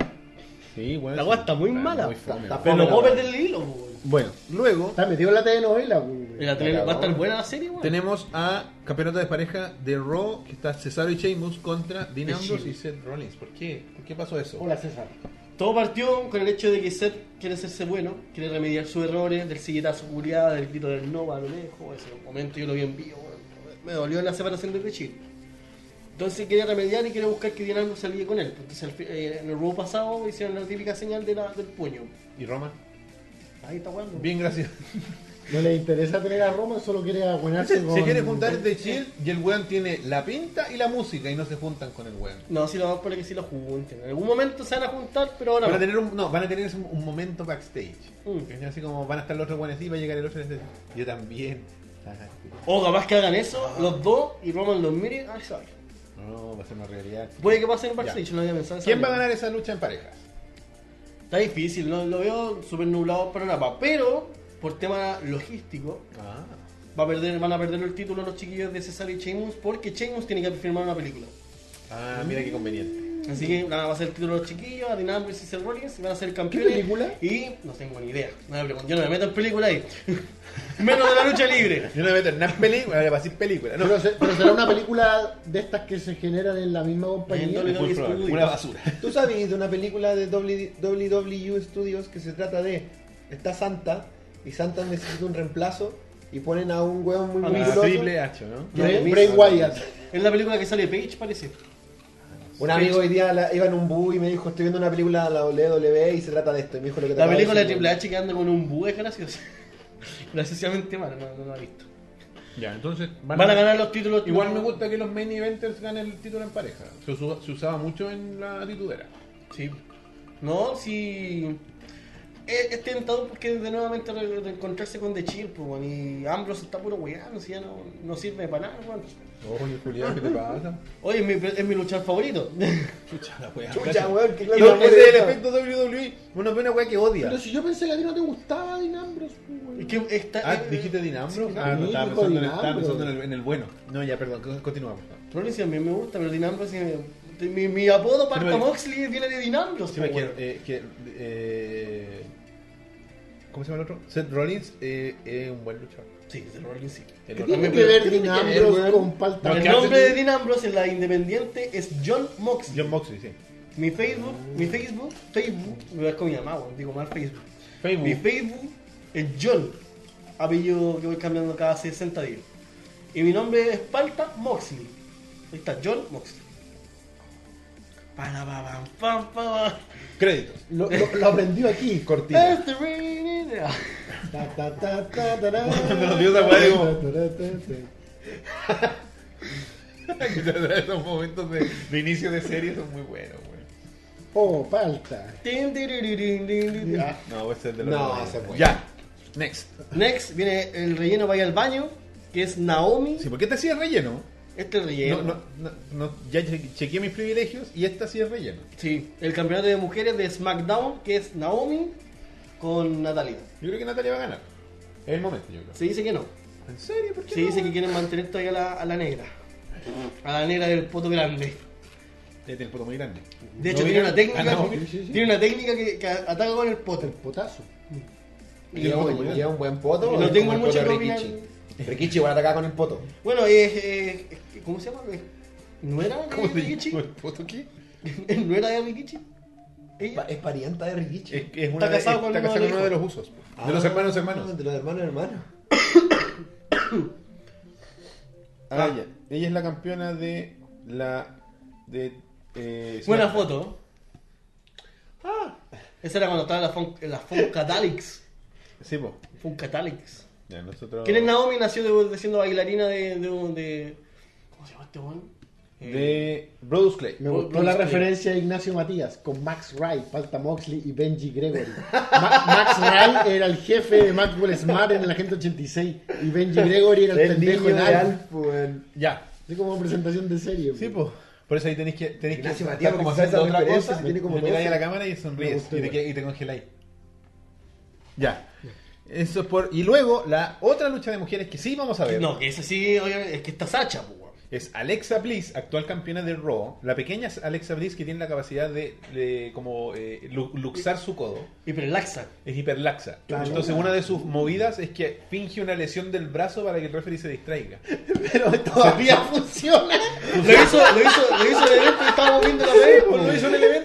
Sí, bueno.
La
sí.
weá está muy
Está
mala.
muy fome.
Está- está
Pero
fome
no
la
puedo
weá.
perder el hilo, po, weón.
Bueno, luego
Está metido en la telenovela. po.
En la tele- Va a estar buena la serie, weón.
tenemos a campeonato de pareja de Raw, que está Cesaro y Sheamus contra Dean
Es
Ambrose y
Sheamus.
Seth Rollins. ¿Por qué? ¿Por qué pasó eso?
Hola César.
Todo partió con el hecho de que Seth quiere hacerse bueno, quiere remediar sus errores, del silletazo culiado, del grito del no, a lo lejos. Ese momento yo lo vi en vivo, weón. me dolió en la separación de Richie. Entonces quería remediar y quería buscar que Diana no se alíe con él. Entonces al fi- eh, en el robo pasado hicieron la típica señal de la- del puño.
¿Y Roman?
Ahí está jugando.
Bien, gracias.
No le interesa tener a Roma, solo quiere agüenarse
Se,
con...
se quiere juntar de Shield y el weón tiene la pinta y la música y no se juntan con el weón.
No, si lo más probable es que sí lo junten. En algún momento se van a juntar, pero ahora
Van a
no.
tener un, no, van a tener un, un momento backstage.
Mm.
Que es Así como van a estar los otros weones y va a llegar el otro y dice, yo también. Ah, Ajá.
O capaz que hagan eso, los dos, y Roman los mire, ay, sabe.
No, va a ser una realidad.
Puede que pase en backstage, no había pensado en esa
¿Quién va a
manera.
ganar esa lucha en parejas?
Está difícil, lo, lo veo súper nublado el panorama, pero por tema logístico,
Ah.
va a perder, van a perder el título los chiquillos de Cesaro y Sheamus porque Sheamus tiene que firmar una película.
Ah, mira qué conveniente.
Así que nada, va a ser el título de los chiquillos, Adin Ambrose y Seth Rollins, y van a ser campeones.
película?
Y no tengo ni idea. No me pregunto, yo no me meto en película ahí. Menos de la lucha libre.
Yo no me meto en nada película, ahora va a decir película. No,
Pero, se- pero será una película de estas que se generan en la misma
En
compañía.
WWE
Muy probable,
Studios.
una basura.
¿Tú sabes de una película de WW Studios que se trata de. Está Santa y Santa necesita un reemplazo y ponen a un hueón muy
A mí,
Ah,
musculoso.
triple H, ¿no?
No,
Bray-
lo mismo.
Bray Wyatt.
Es la película que sale Page, parece.
Un amigo hoy día la- iba en un bus y me dijo: Estoy viendo una película de la WWE y se trata de esto. Y me dijo lo que te
La
acabo
película de
decir, pues.
Triple H que anda con un búho es graciosa. Graciosamente mal, no, no lo he visto.
Ya, entonces
Van, a ganar los títulos.
Igual me gusta que los main eventers ganen el título en pareja. Se, usu- se usaba mucho en la titudera.
Sí. No, sí. Es, es tentador porque de nuevamente re- reencontrarse con The Chill, pues, weón, y Ambrose está puro weando, si ya no, no sirve para nada, weón.
Oye, Julián, ¿qué te pasa?
Oye, es mi, es mi luchar favorito.
Chucha, la wea.
Chucha, weón, que
Y
claro.
no,
que
ese es el
no.
efecto WWE. Uno ve una wea que odia.
Pero si yo pensé que a ti no te gustaba Dean Ambrose, pues, güey.
es que esta,
Ah,
eh,
¿dijiste Dinambro?
Sí,
ah, no, estaba
dijo
pensando, en, estaba
Dinambro. Ah,
pensando en el, en el bueno. No, ya, perdón, co- continuamos.
Rollins a mí me gusta, pero Dean Ambrose, eh, de- mi, mi apodo para
Pero-
Moxley viene de Dean Ambrose,
Sí,
pues,
me que,
weón.
eh, que, eh, ¿Cómo se llama el otro? Seth Rollins eh, es un buen luchador.
Sí, de Rollins sí.
El
¿Qué
otro-
tiene
también,
que
pero-
ver
¿qué
Dean
tiene que ver,
Ambrose
weón?
con palta?
Porque
El
antes
nombre
de-
de Dean Ambrose en la independiente es John Moxley.
John Moxley, sí.
Mi Facebook, mi Facebook, Facebook, me voy a con mi mamá, weón, digo mal Facebook.
Facebook.
Mi Facebook es John, apellido que voy cambiando cada 60 días. Y mi nombre es Palta Moxley. Ahí está, John Moxley. Para, pa, pam, pam, pa,
Créditos.
Lo, lo- lo aprendió aquí,
pa.
cortina.
It's the raining day.
Ta, ta, ta, ta, ta, ta.
Cuando nos dio esa weá, digo-
Ta, ta, ta, ta.
Esos momentos de, de inicio de serie son muy buenos, güey.
Oh, palta.
Tin, tiririn, din, din, din. Ah.
No, ese es de
No,
otro.
ese es bueno.
Ya, next.
Next viene el relleno vaya al baño, que es Naomi.
Sí, porque esta sí es relleno.
Este relleno.
No, no, no, no, ya che- chequeé mis privilegios y esta sí es relleno.
Sí, el campeonato de mujeres de SmackDown, que es Naomi con Natalia.
Yo creo que Natalia va a ganar. Es el momento, yo creo.
Se dice que no.
¿En serio? ¿Por qué
Se
no?
dice que quieren mantener todavía a la, a la negra. A la negra del poto grande.
Ya tiene el poto muy grande.
De hecho,
¿No
tiene
vieron?
una técnica.
Ah, no.
Sí, sí, sí.
Tiene una técnica que, que ataca con el poto.
El potazo.
Y
Lleva
Muy
un-
bien.
lleva un buen poto.
No
o es
tengo
como el
mucho
poto de
que opinar.
Rikichi. Rikichi igual atacaba con el poto.
Bueno, es, es- es- ¿Cómo se llama? Es- ¿No era de
¿Cómo se
Rikichi?
llama? ¿El poto qué?
¿No era de Rikichi?
Es
Ella.
pa- Es parienta de Rikichi.
Es, es una
Está
de-
casado
está
con
casado
uno de
con
los
uno de los usos. pues.
Ah,
Eh, De los hermanos hermanos.
De los hermanos hermanos.
Ah, ya. Ella es la campeona de la... de... eh,
Buena
SmackDown.
foto. Ah. Esa era cuando estaba la, fun, la Funkatalics.
Sí, po.
Funkatalics.
Ya, nosotros...
¿Quién es Naomi? Nació de, siendo bailarina de, de, de- ¿Cómo se llama este weón? Eh,
De Brodus Clay.
Me
Por-
gustó
por
Pues, la
usted.
referencia de Ignacio Matías con Max Wright, Palta Moxley y Benji Gregory. Ma- Max Wright era el jefe de Maxwell Smart en el Agente 86 y Benji Gregory era el, pendejo en Alf.
weón.
Ya.
Así como presentación de serie.
Sí,
güey.
po. Por eso ahí tenéis que, tenéis que
Ignacio
estar
Matías,
como
porque sabe
haciendo
esa
otra
referencia,
cosa,
tiene como
le miráis a
doce.
la cámara y
Me
sonríes
gustó
y te,
igual.
que- y te congeláis. Ya. Eso es por... Y luego, la otra lucha de mujeres que sí vamos a ver
No, que esa sí, obviamente, es que está Sacha, po, weón.
es Alexa Bliss, actual campeona de Raw. La pequeña Alexa Bliss que tiene la capacidad de, de como eh, lu- luxar su codo.
Y pero laxa.
Es hiperlaxa.
Claro.
Entonces una de sus movidas es que finge una lesión del brazo para que el referee se distraiga.
Pero todavía funciona.
Lo hizo, lo hizo, lo hizo en el evento que estábamos viendo la vez. po, weón.
el evento.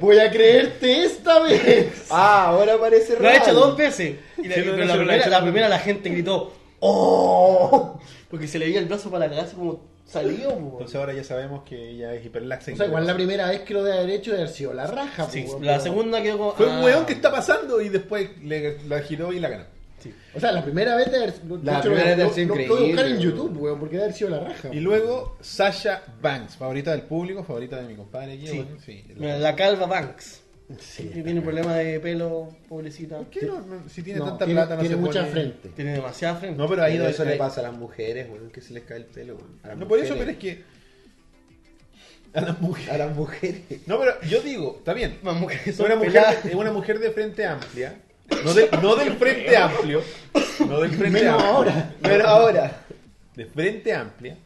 Voy a creerte esta vez.
Ah, ahora parece
Lo ha
real.
hecho dos veces. Y la,
Sí, no,
pero
no, se
la
lo ha
primera,
hecho.
la primera la gente gritó ¡Oh! Porque se le veía el brazo para la cagada así como salió, po.
Entonces ahora ya sabemos que ella es hiperlaxa.
O sea, igual la primera vez que lo de derecho de haber sido la raja,
Sí,
pues,
la
pero-
segunda quedó como.
Fue un
ah,
weón que está pasando y después le, la giró y la ganó.
sí.
O sea, la primera vez de haber
La primera
de
vez de
lo-
haber sido
lo- lo puedo buscar en
increíble,
YouTube, weón, porque debe haber sido la raja.
Y luego Sasha Banks, favorita del público, favorita de mi compadre aquí.
Sí.
bueno, sí, la-
Mira, La calva Banks.
Sí.
que tiene un problema de pelo, pobrecita.
¿Por qué no, no- si tiene
No,
tanta
tiene,
plata no
tiene
se
mucha
pone-
frente. Eh,
Tiene demasiada frente.
No, pero eh, ahí
Pero
no-
eso le
ahí-
pasa a las mujeres, weón, que se les cae el pelo, weón. A las
No por eso, pero
mujeres.
es que a las mujeres.
A las mujeres.
No, pero yo digo, está bien.
Más mujeres
Es
son
una mujer,
peladas.
es una mujer de frente amplia. No, de- no del frente amplio. No del frente
Menos
amplio.
ahora.
Pero ahora.
De frente amplia.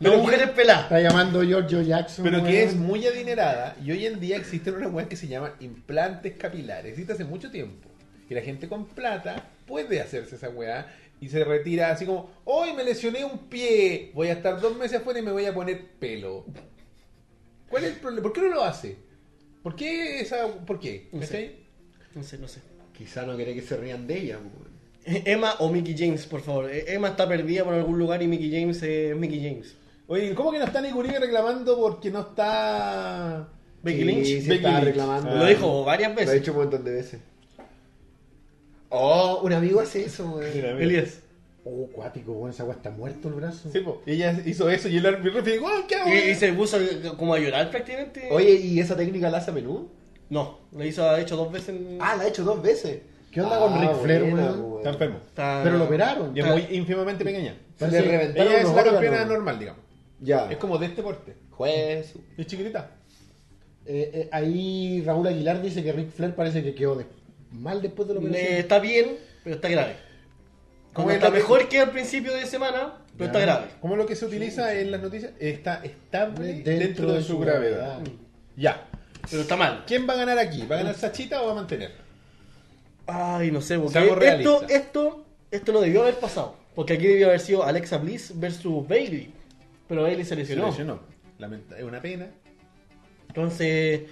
Las mujeres peladas.
Está llamando Giorgio Jackson.
Pero que
weón.
es muy adinerada y hoy en día existen unas weas que se llaman implantes capilares. Existe hace mucho tiempo. Y la gente con plata puede hacerse esa wea y se retira así como, hoy me lesioné un pie, voy a estar dos meses afuera y me voy a poner pelo. ¿Cuál es el problema? ¿Por qué no lo hace? ¿Por qué esa... ¿Por qué?
No sé.
¿Cachai?
No sé, no sé.
Quizá no quiere que se rían de ella, weón.
Emma o Mickey James, por favor. Eh, Emma está perdida por algún lugar y Mickey James es Mickey James.
Oye, ¿cómo que no está Nicuribe reclamando porque no está...
Becky
Sí,
Lynch. Ah.
sí
Becky
estaba
Lynch.
reclamando.
Ah,
Lo dijo varias
Lo he
veces.
hecho un montón de veces. Oh, un amigo hace eso,
Mira,
weón.
mira.
Elías.
Oh, cuático, weón, esa weá está muerto el brazo.
Sí, po. Y ella hizo eso y el árbitro dijo, "Oh, ¿qué hago?
Y, y se puso como a llorar prácticamente.
Oye, ¿y esa técnica la hace a menudo?
No, lo hizo, ha hecho dos veces. en-
Ah, la ha hecho dos veces.
¿Qué onda con Ric Flair,
buena,
weón?
Está enfermo.
Está-
Pero lo operaron.
Y es muy ínfimamente pequeña.
Se
Parece-
le reventaron
Ella es
los
la
órganos.
campeona normal, digamos.
Ya.
Es como de este porte.
Juez.
Es chiquitita.
Eh, eh, ahí Raúl Aguilar dice que Ric Flair parece que quedó de- mal después de lo que
Le- Eh, está bien, pero está grave. Como
Bueno,
está
pero-
mejor que al principio de semana, pero está grave.
Como lo que se utiliza en las noticias, está estable
¿eh?
dentro, de, su gravedad. Ya.
Pero está mal.
¿Quién va a ganar aquí? ¿Va a ganar Sachita o va a mantener?
Ay, no sé, porque
Seamos
esto,
realistas.
esto, esto no debió haber pasado. Porque aquí debió haber sido Alexa Bliss versus Bailey. Pero Bailey se
Se
lesionó.
lesionó. Lamenta- Es una pena.
Entonces,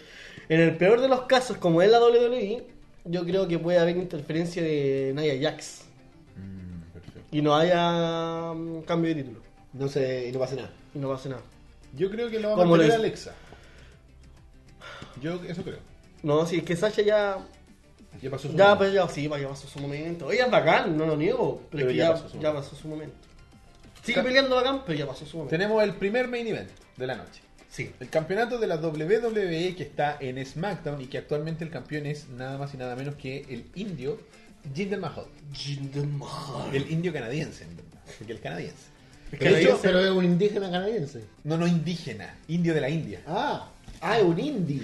en el peor de los casos, como es la WWE, yo creo que puede haber interferencia de Nia Jax.
perfecto.
Y no haya mm, cambio de título.
No sé, y no pasa nada.
Y no pase nada.
Yo creo que lo va a
¿Cómo lo
mantener
hizo?
Alexa. Yo eso creo.
No, sí, es que Sasha ya
Ya pasó su
Ya,
momento.
pues ya, sí, ya pasó su momento. Ella es bacán, no lo niego, pero,
Pero
es que
ya
ya,
pasó su
ya
momento.
pasó su momento. Sigue
Ca-
peleando bacán, pero ya pasó su momento.
Tenemos el primer main event de la noche.
Sí.
El campeonato de la WWE que está en SmackDown y que actualmente el campeón es nada más y nada menos que el indio Jinder Mahal.
Jinder Mahal.
El indio canadiense, en verdad, porque el canadiense.
Pero,
De hecho,
es- pero es un indígena canadiense.
no, no indígena, indio de la India.
Ah, ah, es un indie.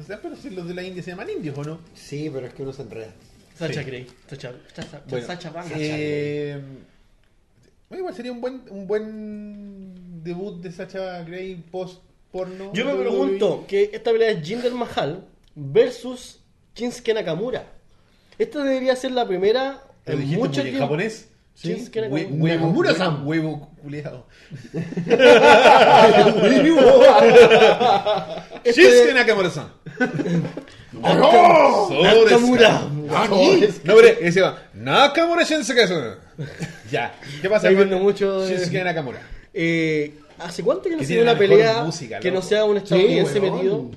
O sea, pero si los de la India se llaman indios, ¿o no?
Sí, pero es que uno se enreda.
Sacha
Sí.
Grey. Sacha, Sacha,
Bueno,
Sacha Banks.
eh, bueno, igual sería un buen, un buen debut de Sacha Grey post porno.
Yo me pregunto que esta pelea es Jinder Mahal versus Shinsuke Nakamura. Esta debería ser la primera
¿Lo
en
dijiste
mucho
muy en
tiempo.
japonés?
Sí,
Hue-
Nakamura.
huevo-
Nakamura-san.
Huevo culeado.
Ah, Este-
Shinsuke Nakamura-san.
¡No!
Sobres,
Nakamura.
cara. No, pero ese va. Nakamura Shinsuke. Ya. ¿Qué pasa
Está
con
viendo mucho de-
Shinsuke Nakamura?
Eh, ¿Hace cuánto que no
Que
se
tiene
ve una
la mejor
pelea
música,
que no
loco.
sea un estadounidense
weón.
metido?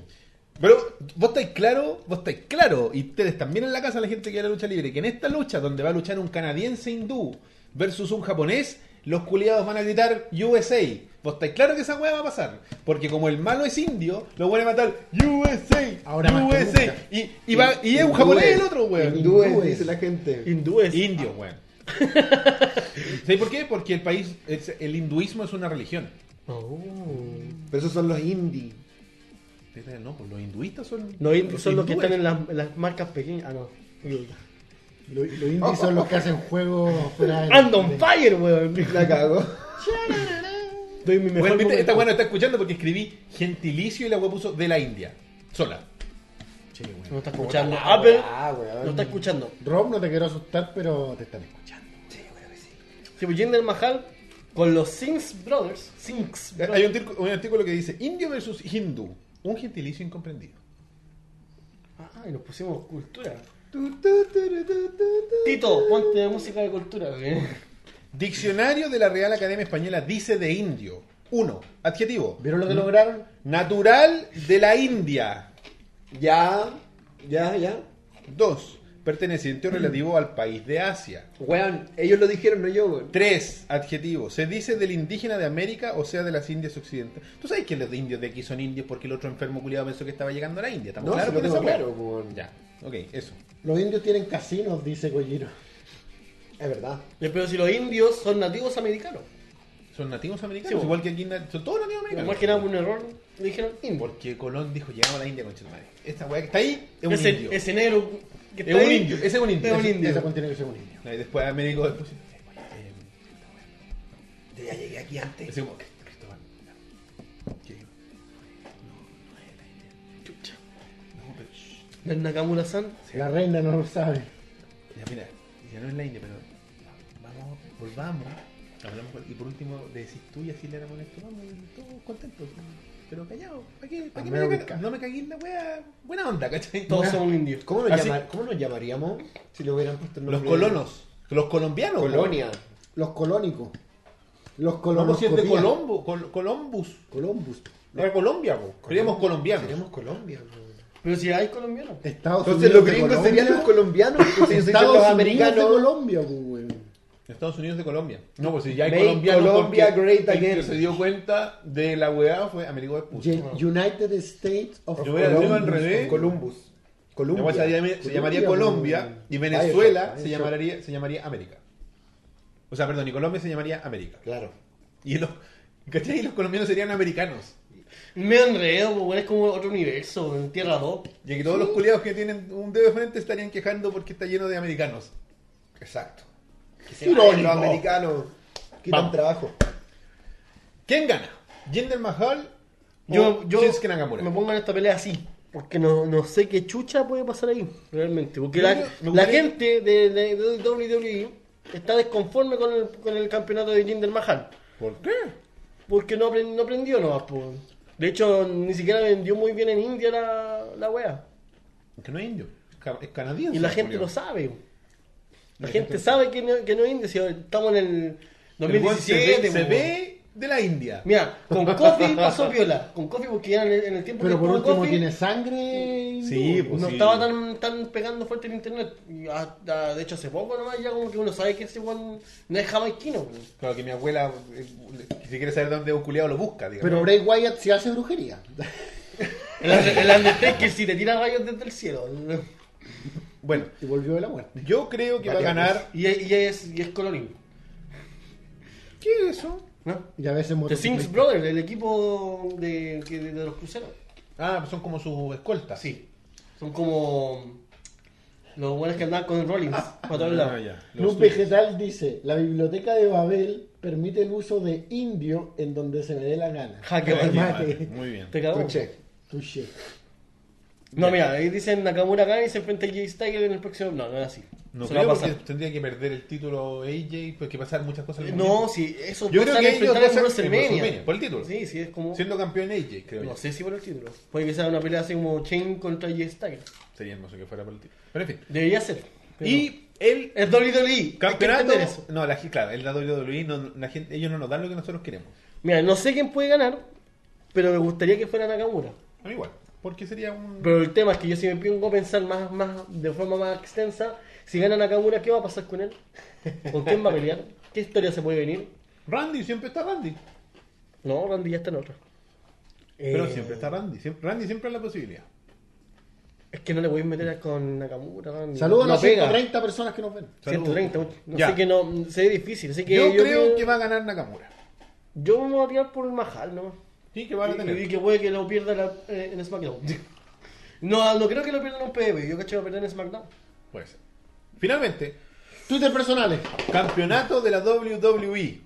Pero vos estáis claro, vos estáis claro, y ustedes también en la casa, la gente que ve la lucha libre, que en esta lucha, donde va a luchar un canadiense hindú versus un japonés, los culiados van a gritar USA. Vos estáis claro que esa weá va a pasar. Porque como el malo es indio, lo van a matar USA.
Ahora más que
USA.
nunca.
Y, y, va, y es un japonés el otro, weón.
Hindúes,
Hindúes.
dice la gente.
Hindúes.
Indios, weón. ¿Sabes por qué? Porque el país, es- el hinduismo es una religión.
Oh.
Pero esos son los indie.
No, pues los hinduistas son.
No, y son los que
hindúes.
están en las, en las marcas pequeñas. Ah, no.
Lo- Los indies son los que hacen juegos fuera de.
Ando on fire, weón.
La cago.
Doy mi mejor
Bueno, viste,
momento.
esta weá no está escuchando porque escribí gentilicio y la weá puso de la India. Sola. Che,
No
weón.
está escuchando.
Ah,
Apple
weón.
no está escuchando.
Rob, no te quiero asustar, pero te están escuchando.
Sí, pues Jinder Mahal con los Sings Brothers. Sings
Eh,
Brothers.
Hay un, tir- un artículo que dice indio versus hindú. Un gentilicio incomprendido.
Ah, y nos pusimos cultura.
Tu, tu, tu, tu, tu, tu.
Tito, ponte música de cultura. ¿eh? weón.
Diccionario de la Real Academia Española dice de indio. Uno, adjetivo.
¿Vieron lo que lograron?
Natural de la India.
Ya, ya, ya.
Dos, perteneciente o relativo al país de Asia.
Weón, ellos lo dijeron, no yo, weón.
Tres, adjetivo. Se dice del indígena de América, o sea, de las Indias occidentales. ¿Tú sabes que los de indios de aquí son indios porque el otro enfermo culiado pensó que estaba llegando a la India? ¿Estamos
No,
claros
si lo
con
tengo
esa
claro,
weá?
weón.
Ya, ok, eso.
Los indios tienen casinos, dice Colliro.
Es verdad.
Pero si los indios son nativos americanos.
Son nativos americanos,
Sí, bueno.
igual que aquí na- son todos nativos americanos.
Más que nada por un error, le dijeron indio.
Porque Colón dijo, llegamos a la India con Esta weá que está ahí es un
Ese,
indio.
ese negro que
Es
está
un
ahí,
indio, ese es un indio.
Es un
Ese-
indio.
Esa cuestión tiene que ser un indio.
No, y después Américo después, eh,
Yo ya llegué aquí antes.
así como, Cristóbal, ¿qué? No, no es la India. Chucha. No, pero, shh.
¿No es Nakamura-san?
La reina no lo sabe.
Ya, mira, ya no es la India, pero vamos, volvamos. Hablamos con- y por último le decís tú y así le damos esto, vamos, y todos contentos. Pero callados, ¿para qué? ¿Para qué me voy a
América.
cagar? No me cagué en la wea. Buena onda, ¿cachai?
Todos son indios.
¿Cómo nos,
Así-
llama- cómo nos llamaríamos si le hubieran puesto el
Los
nombre?
colonos, los colombianos.
Colonia.
Los colónicos. Los
Vamos
colonos.
si es de Colombo, Col- Columbus.
Columbus.
Era Colombia, po. Seríamos colombianos.
Seríamos Colombia, weón.
Pero si hay colombianos.
Estados
Entonces
Unidos
los
de
gringos
Colombia.
serían los colombianos, pues ellos serían
Estados
los
Unidos de
americanos.
Colombia, pues, weón.
Estados Unidos de Colombia. No, pues si ya hay
Make
colombianos.
Colombia
porque
great
el
again.
que se dio cuenta de la weá fue Américo Vespucio.
Ye- United States of
Yo voy a decirlo al
Colombia.
revés.
Columbus.
La weá
Colombia.
se llamaría- se llamaría Colombia y Venezuela se llamaría, se llamaría América. O sea, perdón, y Colombia se llamaría América.
Claro.
Y los, ¿cachai? Y los colombianos serían americanos.
Me enredo, pues, bueno, es como otro universo, en Tierra 2.
Y que todos los culiados que tienen un dedo de frente estarían quejando porque está lleno de americanos.
Exacto.
Que se
Los
vayan, no.
americanos
Vamos.
quitan trabajo.
¿Quién gana? ¿Jinder Mahal o
Yo, yo
Shinsuke Nakamura?
me pongo en esta pelea así. Porque no, no sé qué chucha puede pasar ahí, realmente. Porque
Yo
la,
creo- me
la
gustaría-
gente de, de- de WWE está desconforme con el, con el campeonato de Jinder Mahal.
¿Por qué?
Porque no, aprend- no aprendió nomás, po. De hecho, ni siquiera vendió muy bien en India la, la wea.
Porque no es indio, es ca- es canadiense.
Y la gente
culiao.
lo sabe. La,
La
gente
gente-
sabe que no, que no es indio. si Estamos en el
El weón
2017,
se ve, se
po.
ve de la India.
Mira, con Coffee pasó viola. Con Coffee porque ya en el, en el tiempo
Pero
que
por
estuvo
último
Coffey,
tiene sangre.
Sí, pues
no
sí.
estaba tan, tan pegando fuerte en internet. Y hasta- de hecho, hace poco nomás ya como que uno sabe que ese weón no es jamaiquino. weón.
Claro que mi abuela, eh, si quiere saber dónde es un culiado, lo busca. digamos.
Pero Bray Wyatt se hace brujería.
El, el Undertaker si te tira rayos desde el cielo.
Bueno,
Y volvió de la muerte.
yo creo que va a
Varias
ganar.
Y, es- y es, y es colorín.
¿Qué es eso?
¿No?
Y a veces
The
muere.
Sings Brothers, el equipo de, que- de- de los cruceros.
Ah, pues son como sus escoltas.
Sí. Son como los buenos que andaban con Rollins para todos
Ah,
lados.
ya. Los
Club Vegetal dice: La biblioteca de Babel permite el uso de indio en donde se me dé la gana.
Jaque
tuyos.
mate.
Vale, Muy bien.
Te cagó.
Escuché.
Touché.
No, mira, ahí dicen Nakamura gana y se enfrenta a Jay Styles en el próximo. No, no es así.
No
Se va a
creo porque
pasar.
tendría que perder el título AJ, pues que pasar muchas cosas. al mismo
No,
tiempo.
si eso
Yo creo
pasa
que
al enfrentar
ellos
en
pasan en WrestleMania,
WrestleMania.
por el título.
Sí, sí, es como.
Siendo campeón AJ, creo
No
yo.
sé si por el título. Puede que sea una pelea así como Chain contra Jay Styles.
Sería hermoso que fuera por el título. Pero en fin.
Debería ser. pero no.
Y el
Es WWE. Hay que
campeonato.
entender eso.
No, la, gen- claro, el WWE, no, la gente, ellos no nos dan lo que nosotros queremos.
Mira, no sé quién puede ganar, pero me gustaría que fuera Nakamura.
A mí igual. Porque sería un.
Pero el tema es que yo si me pongo a pensar más, más, de forma más extensa, si gana Nakamura, ¿qué va a pasar con él? ¿Con quién va a pelear? ¿Qué historia se puede venir?
Randy, siempre está Randy.
No, Randy ya está en otra.
Pero
Eh,
siempre está Randy. Siempre, Randy siempre es la posibilidad.
Es que no le voy a meter a- con Nakamura, Randy.
Saludos
no
a las
pega.
130 personas que nos ven.
Saludos.
130, no
Ya.
sé que no, se ve difícil, así que
yo, creo
creo-
que va a ganar Nakamura.
Yo me voy a tirar por el Mahal, ¿no?
Sí, que va a
Y, y
tener.
que puede que lo pierda la- eh, en SmackDown. No, no creo que lo pierda en un PB, yo cacho que va a perder en SmackDown.
Puede ser. Finalmente,
Twitter personales.
campeonato de la WWE.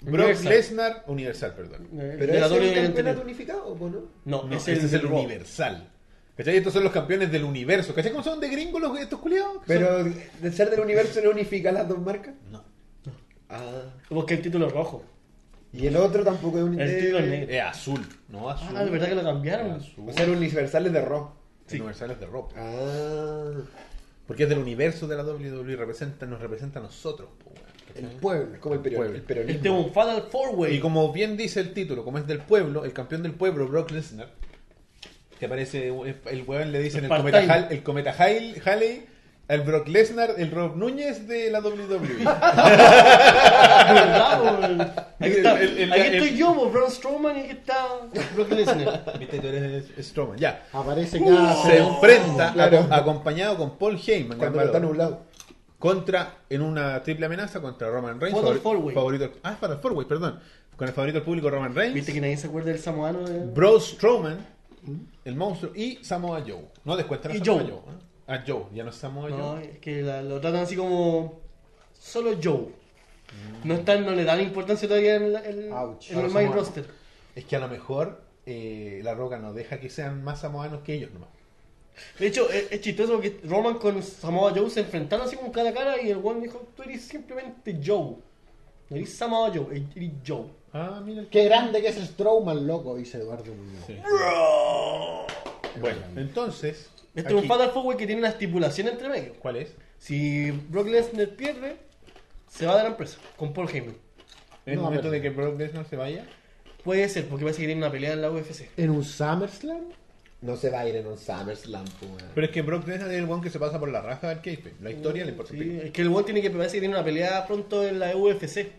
Brock
Universal.
Lesnar, Universal, perdón.
Eh,
Pero
de la
ese es
WWE
el campeonato
anterior.
unificado, ¿o ¿no?
No,
No,
es
ese
el,
es el
Raw.
Universal. ¿Cachai? Estos son los campeones del universo. ¿Cachai cómo son de gringos los, estos culiados?
Pero de ser del universo no unifica las dos marcas.
No.
Ah.
Porque el título es rojo.
Y el otro tampoco es un
El título es negro.
Es azul, no azul.
Ah, de verdad que lo cambiaron.
Azul.
O sea, el universal es de rock.
Sí. Universal es de ropa.
Ah.
E, Porque es del universo de la WWE. Representa, nos representa a nosotros. po, weón.
El
¿cachai?
pueblo, es como el, periodismo
Pueblo.
el peronismo.
Este es un Fatal Four Way.
Y como bien dice el título, como es del pueblo, el campeón del pueblo, Brock Lesnar, que aparece, el weón le dicen el
Part-time.
cometa, Hal- el cometa Hal- Halley, el Brock Lesnar, el Rob Núñez de la E. WWE.
¿Verdad, weón? Aquí, está-
El- el-
aquí
el-
estoy yo, weón, Braun Strowman, y aquí está Brock Lesnar.
Viste, tú eres Strowman, ya.
Aparece cada
Uh, Se
semana.
enfrenta
Claro.
a- acompañado con Paul Heyman,
Cuando
gran
está
valor,
nublado.
contra en una triple amenaza contra Roman Reigns,
Fatal
favori-
Four Way.
favorito, ah, para el Forway, perdón, con el favorito del público Roman Reigns,
¿Viste que nadie se acuerda del samoano? eh?
Bro Strowman, el monstruo y Samoa Joe. No descuentan a
Y
Samoa
Joe.
Joe. ¿eh? A Joe, ya no es Samoa
No, eh.
Joe.
es que la- lo tratan así como solo Joe. No, están, no le dan importancia todavía en, la- en-
Ouch.
en
A
el
los
main
samoanos.
roster.
Es que a lo mejor eh, La Roca nos deja que sean más samoanos que ellos nomás.
De hecho, es, es chistoso porque Roman con Samoa Joe se enfrentaron así como cara a cara y el one dijo, tú eres simplemente Joe. No eres Samoa Joe, eres Joe.
Ah, mira el
Qué grande que es Strowman, loco, dice Eduardo Muñoz.
Sí. Bueno, entonces.
Este
aquí-
es un Fatal Four Way que tiene una estipulación entre medio.
¿Cuál es?
Si Brock Lesnar pierde, se va de la empresa con Paul Heyman.
En el
No,
momento
a
de
ver.
que Brock Lesnar se vaya.
Puede ser, porque parece que tiene una pelea en la UFC.
¿En un SummerSlam?
No se va a ir en un SummerSlam, pues, weón.
Pero es que Brock Lesnar es el one que se pasa por la raja del Cape. La historia le importa. un
Sí, eh,
pico.
es que el weón tiene que parece que tiene una pelea pronto en la UFC.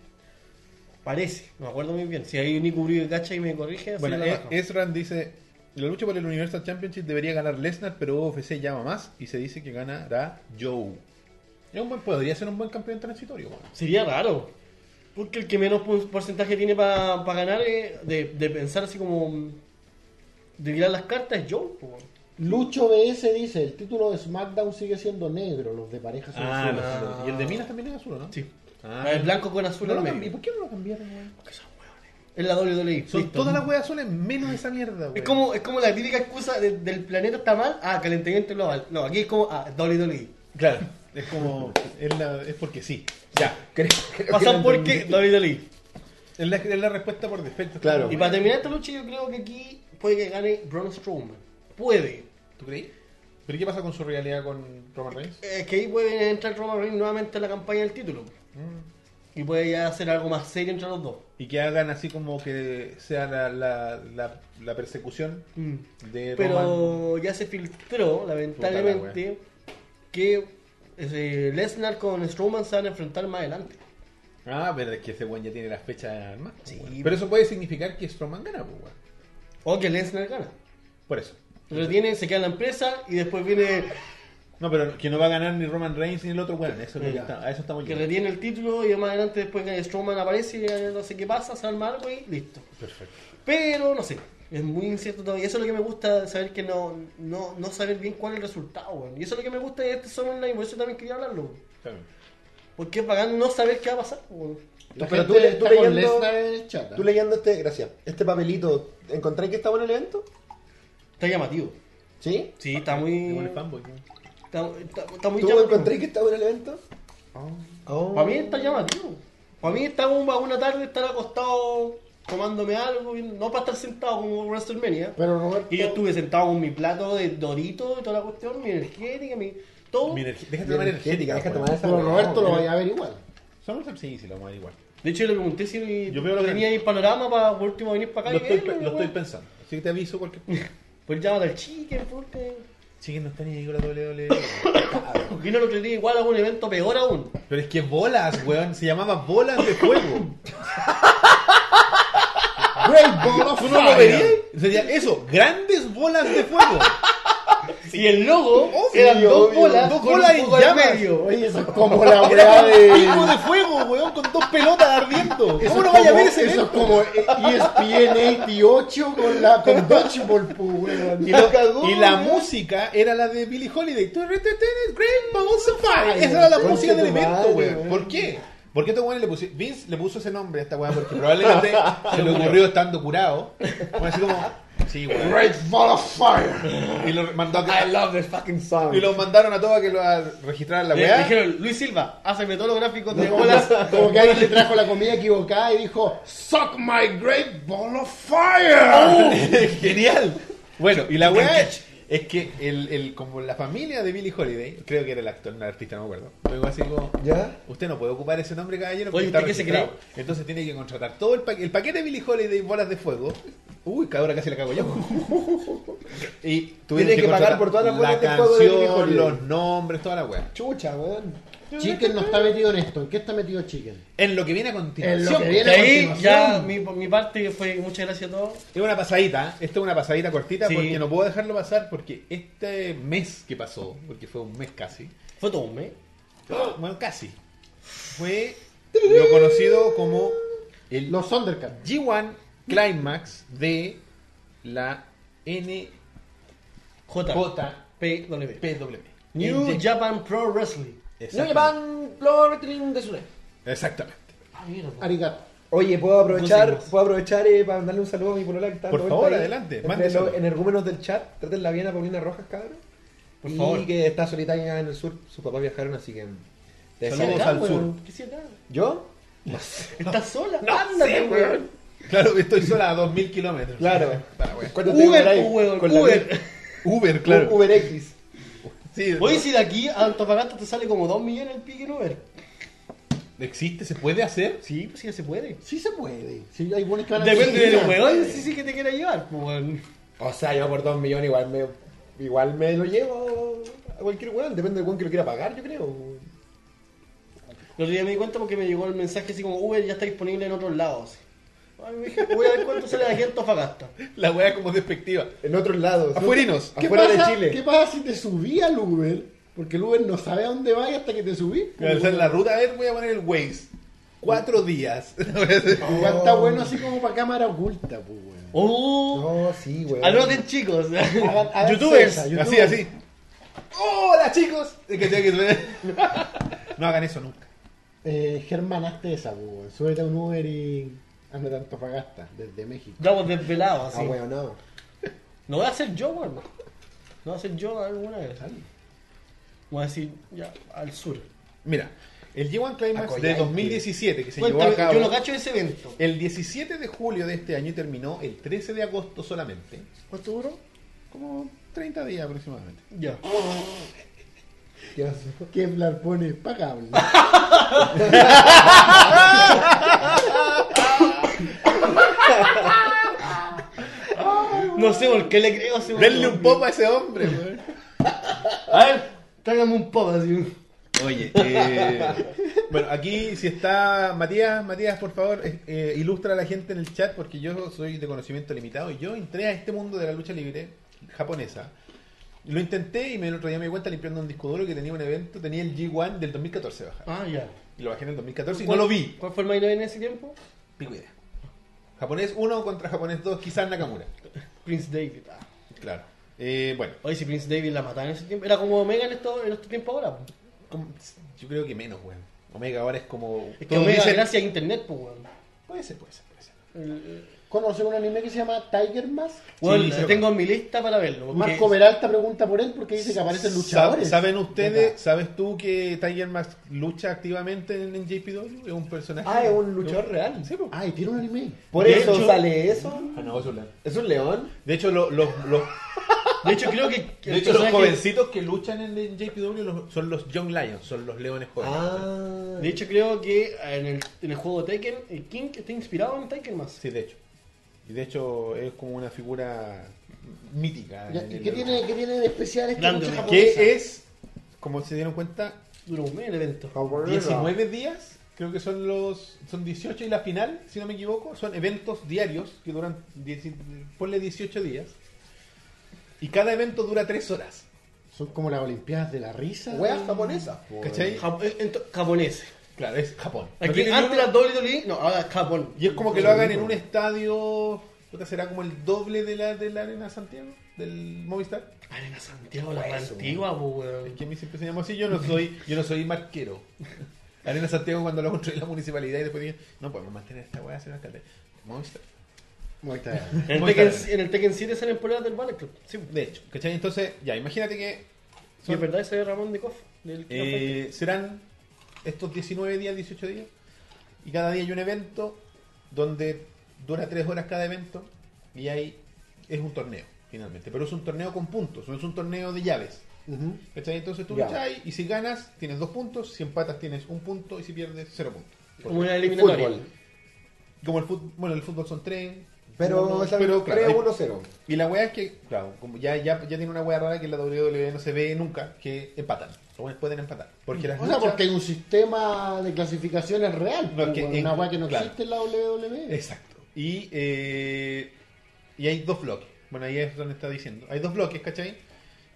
Parece, no me acuerdo muy bien. Si hay un Nico Uribe gacha y me corrige, así
Bueno,
la
eh,
bajo.
Ezran dice: La lucha por el Universal Championship debería ganar Lesnar, pero UFC llama más y se dice que ganará Joe. Es un buen, podría ser un buen campeón transitorio. bueno.
Sería raro. Porque el que menos pu- porcentaje tiene para ganar es de, de pensar así como mm, de tirar las cartas es Joe. po.
Lucho BS dice, el título de SmackDown sigue siendo negro, los de parejas son
Ah,
azules".
no, no, no. Y el de Minas también es azul, ¿o ¿no?
Sí.
Ah.
el blanco con azul
No
en
lo cambié.
medio.
¿Por qué no lo cambiaron, weón?
Es la WWE.
Son
listo.
todas las weas azules menos esa mierda, weón.
es como, es como la típica excusa de- del planeta está mal, ah, calentamiento global. No, aquí es como, ah, WWE.
Claro, es como. Es, la- es porque sí. Ya.
Creo- creo que
Pasan
no
porque E.
entendí.
WWE.
Es la, es la respuesta por defecto.
Claro.
Y
Como,
para terminar esta lucha, yo creo que aquí puede que gane Braun Strowman. Puede.
¿Tú creí? ¿Pero qué pasa con su realidad con Roman Reigns?
Es que ahí puede entrar Roman Reigns nuevamente en la campaña del título. Y puede ya hacer algo más serio entre los dos.
Y que hagan así como que sea la, la, la, la persecución de Roman.
Pero ya se filtró,
Puta
lamentablemente, que ese Lesnar con Strowman se van a enfrentar más adelante.
Ah, pero es que ese weón ya tiene las fechas más.
Sí,
weón.
po.
Pero eso puede significar que Strowman gana, pues, weón.
O que Lesnar gana.
Por eso.
Lo tiene, se queda en la empresa y después viene
No, pero que no va a ganar ni Roman Reigns ni el otro weón. Eso es lo que
Ya.
está- a eso estamos
que
llegando.
retiene el título y más adelante después que Strowman aparece y ya no sé qué pasa, se arma algo y listo.
Perfecto.
Pero no sé, es muy incierto todavía. Eso es lo que me gusta, saber que no, no, no saber bien cuál es el resultado, weón. Y eso es lo que me gusta de este Summerland y por eso también quería hablarlo. weón.
Está bien.
Porque es bacán no saber qué va a pasar, weón.
La
Pero
gente
tú le- tú
está
le
con
yendo-
Lesnar en el chat. ¿ah?
Tú leyendo este, gracias, este papelito, ¿encontráis que está bueno el evento?
Está llamativo.
¿Sí?
Sí, está
Me
muy.
pone fanboy, weón.
Está, está- está muy
¿Tú encontráis que está bueno el evento? Oh.
Para mí está llamativo. Para mí está un, una tarde estar acostado tomándome algo, y no para estar sentado como WrestleMania.
Pero Roberto,
Y yo estuve sentado con mi plato de Dorito y toda la cuestión, mi energética, mi. todo.
Mi energía- Déjate tomar energética.
Deja
weón.
tomar esa-
pero Roberto lo vaya a ver igual.
Summerslam sí, sí, lo vamos a ver igual.
De hecho, yo le pregunté si
Yo veo lo que-
tenía ahí panorama para por último venir para
Lo
acá y
estoy,
verlo,
pe- lo estoy
weón.
pensando. Así que te aviso cualquier
Pues llámate al chicken, porque.
Sí, que no está ni ahí con la E, WWE.
Vino el otro día igual a un evento peor aún.
Pero es que bolas, weón. Se llamaba bolas de fuego.
Great Ball of
¿Tú no lo
Fire.
verías? Sería eso, grandes bolas de fuego.
Y el logo
Obvio,
eran dos
obvio.
bolas,
Dos
con
bolas
un
en
poco de
llamas.
medio.
Oye, eso es como la weá
Era un
de...
pico de fuego, weón, con dos pelotas ardiendo. ¿Cómo
Eso es
no vaya a
como-
ver ese
Eso es
evento?
como E ESPN 88 con, la, con Dodgeball, pues, weón.
Y, lo-
La cagó,
y la
weón.
música era la de Billie Holiday. Tu- re- te- te- te- Great Balls of Fire. Esa era la
Concha
música del
tu
evento,
madre,
weón.
weón.
¿Por qué? Porque este weón le puso, Vince le puso ese nombre a esta weá porque probablemente se le ocurrió estando curado. Fue así como, sí, weón.
Great Ball of Fire.
Y lo mandó a
I love this fucking song.
Y los mandaron a todos a que lo a registrar la
Le-
weá.
dijeron, Luis Silva, hazme todos los gráficos de bolas.
Como que alguien le trajo la comida equivocada y dijo, Suck my Great Ball of Fire.
Genial. Bueno, y la weá. Es que el, el, como la familia de Billie Holiday, creo que era el actor, no el artista, no me acuerdo. Luego así como,
¿Ya?
usted no puede ocupar ese nombre, caballero,
Oye,
porque está
¿usted qué se
registrado. Entonces tiene que contratar todo el, pa- el paquete de Billie Holiday y bolas de fuego. Uy, que ahora casi la cago yo. y tuvieron
Tiene que pagar
contratar
por todas las bolas de
la
fuego de Billie
canción,
Holiday.
los nombres, toda la weá.
Chucha, weón.
Chicken no está metido en esto. ¿En qué está metido Chicken?
En lo que viene a
En
continuación.
lo que viene a
ahí ya
continuación.
mi, mi parte fue muchas gracias a todos.
Es una pasadita, ¿eh? esto es una pasadita cortita
Sí.
porque no puedo dejarlo pasar porque este mes que pasó, porque fue un mes casi,
Fue todo un mes.
bueno, casi, fue lo conocido como el
Los Thundercats.
G1 Climax de la NJPW.
J. P. W. New
New Japan.
Japan Pro Wrestling.
New Japan Pro Wrestling de Sune.
Exactamente.
Ah, mierda.
Arigato.
Oye, puedo aprovechar,
Buenos días.
puedo aprovechar eh, para mandarle un saludo a mi polola que está
Por
dando
favor,
vuelta ahí.
adelante,
Entre
mande
los-
saludos.
En argumentos del chat, tratenla bien a Paulina Rojas, cabrón.
Por
y
favor.
que está solitaria en el sur, sus papás viajaron, así que. te
Saludos
deseamos-
Vamos al
weón. ¿Qué hacía acá?
¿Yo?
¿Estás sola?
No
Ándate,
sé, weón.
Claro, estoy sola a 2.000
Pues
kilómetros.
Claro.
Para, wea.
¿Cuánto te
Uber,
demoráis
po, weón,
con la
Uber.
vida?
Uber, claro.
Uber X.
Sí,
Oye, si de aquí a Antofagasta te sale como 2 millones el pique en Uber.
¿Existe? ¿Se puede hacer?
Sí, pues sí que se puede.
Sí se puede. Sí, hay buenos que van a
Depende
Argentina.
del weón, sí, sí que te quiera llevar, pues, weón.
O sea, yo por 2 millones igual me, igual me lo llevo a cualquier weón, depende del weón que lo quiera pagar, yo creo.
El otro día me di cuenta porque me llegó el mensaje así como Uber ya está disponible en otros lados. Ay, me dije, voy a ver cuánto sale de aquí a Antofagasta.
La wea como despectiva.
En otros lados.
Afuerinos,
¿Qué
afuera
pasa,
de Chile.
¿Qué pasa si te subí al Uber? Porque el Uber no sabe a dónde va hasta que te subís.
Voy a hacer la ruta, a ver, voy a poner el Waze. Cuatro días.
Igual está bueno así como para cámara oculta, pues, weón.
¡Oh!
No, sí, weón.
Anoten, chicos.
Hagan- hagan
Youtubers.
cesa,
así, así. ¡Hola, chicos! Es que tenía que ser- No hagan eso nunca.
Eh, Germán, hazte esa, pues, weón. Súbete a un Uber y anda tanto pagasta desde México.
Estamos desvelados,
Ah,
pues, así.
weón, no.
No voy a hacer yo, weón. No voy a hacer yo alguna vez. Voy a decir, ya, al sur.
Mira, el G1 Climax
Acoyay,
de 2017 que se llevó
Cuéntame,
a cabo
yo no cacho ese evento.
el 17 de julio de este año y terminó el 13 de agosto solamente.
¿Cuánto duró?
Como 30 días aproximadamente.
Ya.
¿Qué pasó?
Kevlar pone pagable.
No sé por qué le creo a ese
Denle un
weón.
pop a ese hombre, weón.
A ver, tráigame un pop así.
Oye, eh, bueno, aquí si está Matías, Matías, por favor, eh, eh, ilustra a la gente en el chat porque yo soy de conocimiento limitado y yo entré a este mundo de la lucha libre japonesa. Lo intenté y me, el otro día me di cuenta limpiando un disco duro que tenía un evento, tenía el G1 del 2014 bajado.
Ah, ya.
Y lo bajé en el 2014 y no lo vi.
¿Cuál fue el main event en ese tiempo?
Pico idea. Japonés 1 contra japonés 2, quizás Nakamura.
Prince David. Ah.
Claro. Eh, bueno,
Oye, si Prince David la mataron en ese tiempo. Era como Omega en estos en estos tiempos ahora. po.
com- yo creo que menos, weón. Omega ahora es como...
Es que
todos
Omega,
dicen-
gracias a internet, pues, weón.
Puede ser, puede ser, puede ser.
El-
¿Conoce un anime que se llama Tiger Mask?
Bueno,
sí,
lo tengo en mi lista para verlo. porque-
Marco Peralta pregunta por él porque dice que aparecen luchadores.
Sab- ¿Saben ustedes,
Acá.
sabes tú que Tiger Mask lucha activamente en, en JPW? Es un personaje.
Ah, es un luchador real.
Sí, po.
Ah, y tiene un anime.
Por
De
eso
hecho-
sale Ah, eso.
De
¿Es un león?
hecho, lo- los, los,
De hecho, creo que. que
de
el
hecho, los
personaje-
jovencitos que luchan en, en JPW los- son los Young Lions, son los leones jóvenes.
Ah.
de hecho, creo que en el, en el juego Tekken, el King está inspirado en Tekken más.
Sí, de hecho. Y de hecho, es como una figura mítica.
Ya,
en
¿Y
el-
qué tiene, qué tiene de especial este esta
Grande,
lucha
¿no?
japonesa?
Que es, como se dieron cuenta,
Duró un mes el evento.
Japonesa.
19 días. Creo que son los. Son 18 y la final, si no me equivoco. Son eventos diarios que duran. 10 ponle 18 días. Y cada evento dura 3 horas.
Son como las Olimpiadas de la Risa.
Weas japonesas. po.
¿Cachai?
Jap- eh, ento- japonés.
Claro, es Japón. No
Aquí
tiene
antes
ninguna-
la WWE, no, ahora es Japón.
Y es como que lo hagan en
pues.
un estadio. puta, será como el doble de la, de la Arena Santiago, del Movistar.
Arena Santiago, la
Pues,
Hueso,
antigua, po,
Es
weón.
que a mí siempre se llamó así. Yo no soy, yo no soy marquero. Arena Santiago cuando lo construyó la municipalidad y después dije, no podemos mantener esta weá, señor alcalde. Movistar.
Ahí está.
En el,
Muy
Tekken,
tarde.
en el Tekken 7 salen poleras del Ballet Club. Sí,
De hecho, ¿cachai? Entonces, ya, imagínate que
Y es verdad, ese es Ramón de Koff. Del Kino
Eh, serán estos 19 días, 18 días. Y cada día hay un evento donde dura 3 horas cada evento y hay es un torneo. finalmente. Pero es un torneo con puntos, no es un torneo de llaves.
Ujú.
¿Cachai? Entonces tú
Ya.
luchas y si ganas tienes dos puntos, si empatas tienes un punto y si pierdes cero puntos.
Como una eliminatoria.
Fútbol.
Como el fútbol, bueno, el fútbol son tres.
Pero,
uno,
esa-
pero, claro, hay-
3-1-0.
Y la weá es que, claro, como ya, ya, ya tiene una weá rara que en la WWE no se ve nunca, que empatan. Los weones pueden empatar. Porque las
O sea,
luchas-
porque hay un sistema de clasificaciones real,
No, es
pues,
que-
weón, una
en-
weá que no
claro.
existe en la E. WWE.
Exacto. Y, eh, y hay dos bloques. Bueno, ahí es donde está diciendo. Hay dos bloques, ¿cachai?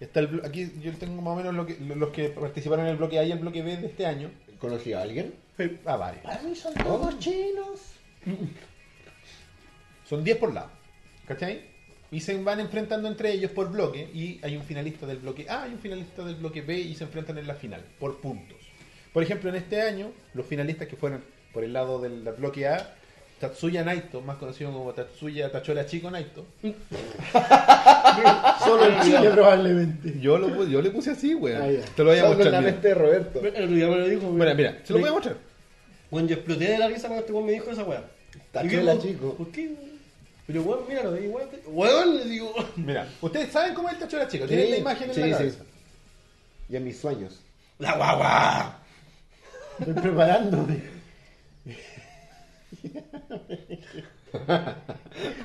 Está el blo- aquí yo tengo más o menos lo que- lo- los que participaron en el bloque A y el bloque B de este año.
¿Conocí a alguien?
Ah, varios.
Ay, son todos chinos.
Son 10 por lado. ¿Cachai? Y se van enfrentando entre ellos por bloque. Y hay un finalista del bloque A y un finalista del bloque B. Y se enfrentan en la final por puntos. Por ejemplo, en este año, los finalistas que fueron por el lado del, del bloque A, Tatsuya Naito, más conocido como Tatsuya Tachola Chico Naito.
Solo en Chile probablemente.
Yo, lo, pu- yo le puse así, weón.
Ah, ya.
Te lo voy a
Salvo en
mostrar.
la
mira.
mente de Roberto.
El otro día me lo dijo.
Mira, mira, se lo
Me-
voy a mostrar.
Bueno, yo exploté de la risa cuando este weón me dijo esa weá.
Tachuela,
¿Por-
chico.
¿Por qué? weón? Pero weón, míralo, ahí, weón. te- Weón, le digo.
Mira, ustedes saben cómo es el tacho de la chica. Tienen la imagen en
sí,
la
sí.
cabeza.
Y en mis sueños.
La guagua.
Estoy preparándome.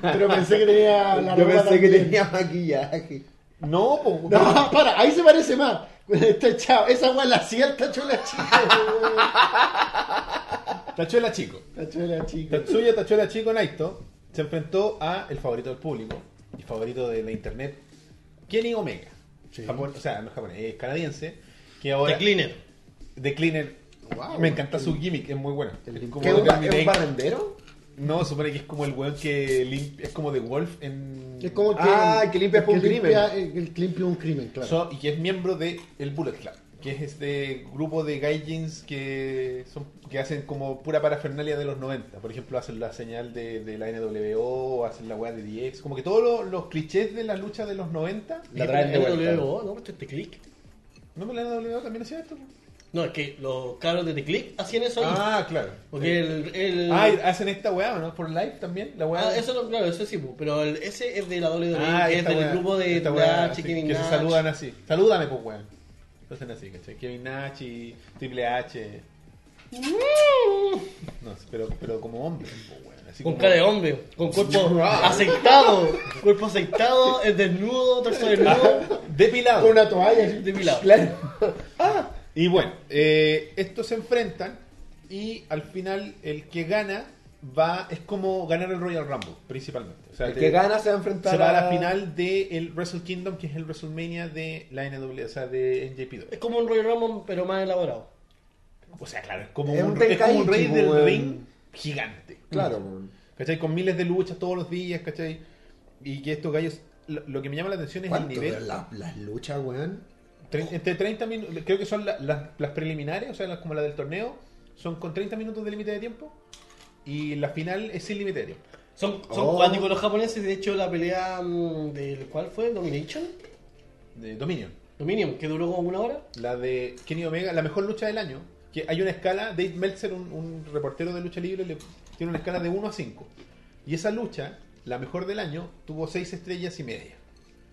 Pero pensé que tenía Ah, la
Yo
ropa
pensé que
también.
tenía maquillaje.
No, po.
No, para, ahí se parece más. Este chavo, esa weá la cierta chula chica. weón.
Tacho de la chico.
La chula chica.
Tatsuya Tachuela Chico Naito se enfrentó a el favorito del público y favorito de la internet, Kenny Omega. Japón- o sea, no es japonés, es canadiense. Que ahora.
De Cleaner.
The Cleaner.
Wow.
Me encanta su gimmick, es muy bueno. Es como
¿Qué, es un, ba-
Terminator.
es un barrendero?
No, supone que es como el weón que limpia. Es como The Wolf en.
Es como que.
Ah, que limpia por un
limpia- El que limpia un crimen, claro.
So- y que es miembro de el Bullet Club, que es este grupo de gaijins que son que hacen como pura parafernalia de los 90. Por ejemplo, hacen la señal de, de la NWO, hacen la weá de DX, como que todos los, los clichés de la lucha de los 90.
La traen de vuelta.
NWO, no, este click.
¿No me la NWO también hacía esto?
No, es que los cabros de The Click hacían eso ahí.
Ah, claro.
Porque el. el...
Ah, y hacen esta weá, ¿o ¿no? Por live también, la weá.
Ah, eso no, claro, eso sí, po, pero el- ese es de la WWE,
Ah,
que es
esta
del
weá,
grupo de
esta
Nachi,
weá, así,
Kevin
que se
Nash.
saludan así. Salúdame, pues weón. Lo hacen así, ¿cachai? Kevin Nash y Triple H.
Mm.
No, pero, pero como hombre, pues weón. Así
Con
como-
cara de hombre, con cuerpo aceitado, cuerpo aceitado, es desnudo, torso desnudo,
Depilado.
Con una toalla. así.
depilado.
Claro.
Y bueno, eh, estos se enfrentan y al final el que gana va es como ganar el Royal Rumble, principalmente. O sea,
El
te-
que gana se va a enfrentar
se va a
a-
la final del Wrestle Kingdom, que es el WrestleMania de la NW, o sea, de NJPW.
Es como un Roy Ramón, pero más elaborado.
O sea, claro, es como,
Es
un,
un
es como un rey
tenkaichi,
del
weón.
ring gigante.
Claro, weón.
¿Cachai? Con miles de luchas todos los días, ¿cachai? Y que estos gallos, lo, lo que me llama la atención es el
¿Cuánto
nivel.
duran la- las luchas, weón?
Tre- entre 30 minutos, creo que son la- las- las preliminares, o sea, las, como la del torneo, son con 30 minutos de límite de tiempo y la final es sin límite de tiempo.
Son, son
Oh.
cuánticos los japoneses, de hecho la pelea mm, del cual fue Domination,
De Dominion,
Dominion, que duró como una hora.
la de Kenny Omega, la mejor lucha del año, que hay una escala, Dave Meltzer, un, un reportero de lucha libre, le, tiene una escala de 1 a 5. Y esa lucha, la mejor del año, tuvo 6 estrellas y media.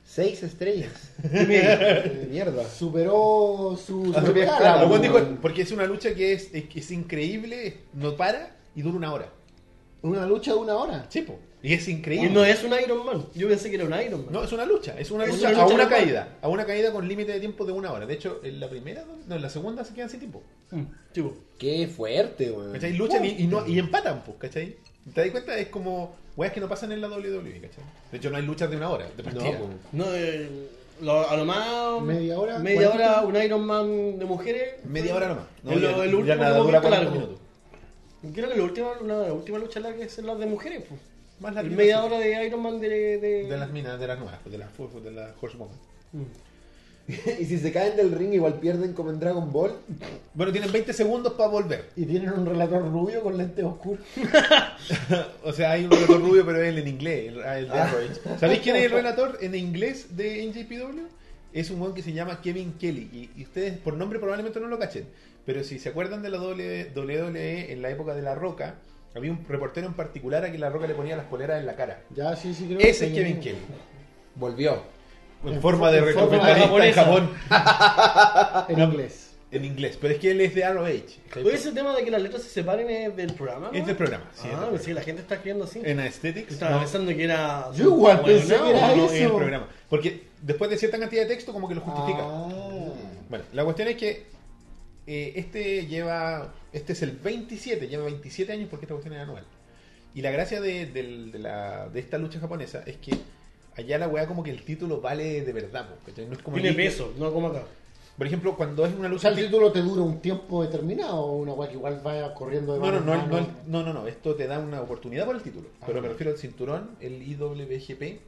Seis estrellas. Eh, Mierda.
Superó su.
La
su
propia
cara,
escala,
Lo
weón.
cual dijo, porque es una lucha que es, es, es increíble, no para y dura una hora.
Una lucha de una hora.
Chipo. Y es
Y
increíble.
no es un Iron Man, yo pensé que era un Iron Man.
No, es una lucha, es una
Es
lucha,
una
a
lucha
una
normal.
caída, a una caída con límite de tiempo de una hora. De hecho, en la primera, no, en la segunda se quedan sin tiempo.
Mm, tipo,
Qué fuerte, weón.
¿Cachai? Luchan y, y no, y empatan, pues, ¿cachai? ¿Te das cuenta? Es como weas que no pasan en la WWE, ¿cachai? De hecho, no hay luchas de una hora, de
No,
partida.
weón.
no, eh, lo- a lo más...
Media hora,
Media
cuarenta.
hora, un Iron Man de mujeres.
Media hora nomás. No,
el,
ya-
el
ya
último
nada,
momento
dura 40
largo.
minutos.
Creo que la última, una, la última lucha larga es la de mujeres. Pues.
Más la
El
primera,
media
sí.
hora de Iron Man de. de-
De las minas, de las nuevas, pues, de las Force, de las Horsewoman.
Mm.
Y si se caen del ring, igual pierden como en Dragon Ball.
Bueno, tienen 20 segundos para volver.
Y tienen un relator rubio con lentes oscuros.
O sea, hay un relator rubio, pero es el en inglés, el, ah, el de Arrowhead. ¿Sabéis quién es el relator en inglés de NJPW? Es un weón que se llama Kevin Kelly. Y, y ustedes por nombre probablemente no lo cachen. Pero si se acuerdan de la WWE E en la época de La Roca, había un reportero en particular a quien La Roca le ponía las poleras en la cara.
Ya, sí, sí, creo
Ese
sí.
es Kevin Kelly.
Volvió.
En forma de
en forma
recomendar en
japonesa.
Japón
en inglés.
en inglés. Pero es que él es de ROH.
Oye, ese tema de que las letras se separen es del programa. ¿no?
pues. Es del programa. sí, es del
Ah,
programa.
sí, la gente está escribiendo así.
En Aesthetics.
Estaba
no.
pensando que era.
Yo igual pensé
Bueno,
que era
No, no,
eso.
en el programa. Porque después de cierta cantidad de texto, como que lo justifica.
Ah.
Bueno, la cuestión es que eh, este lleva. Este es el 27, lleva 27 años porque esta cuestión es anual. Y la gracia de, del- de la- de esta lucha japonesa es que allá la weá, como que el título vale de verdad. po, ¿cachai? No es como
Tiene
el-
peso, no como acá.
Por ejemplo, cuando es una
O
lucha.
sea, el título te dura un tiempo determinado o una weá que igual vaya corriendo de
No, no,
mano
no,
en
no,
mano?
no, no, no, esto te da una oportunidad por el título.
Ah,
pero me
ok.
refiero al cinturón, el IWGP,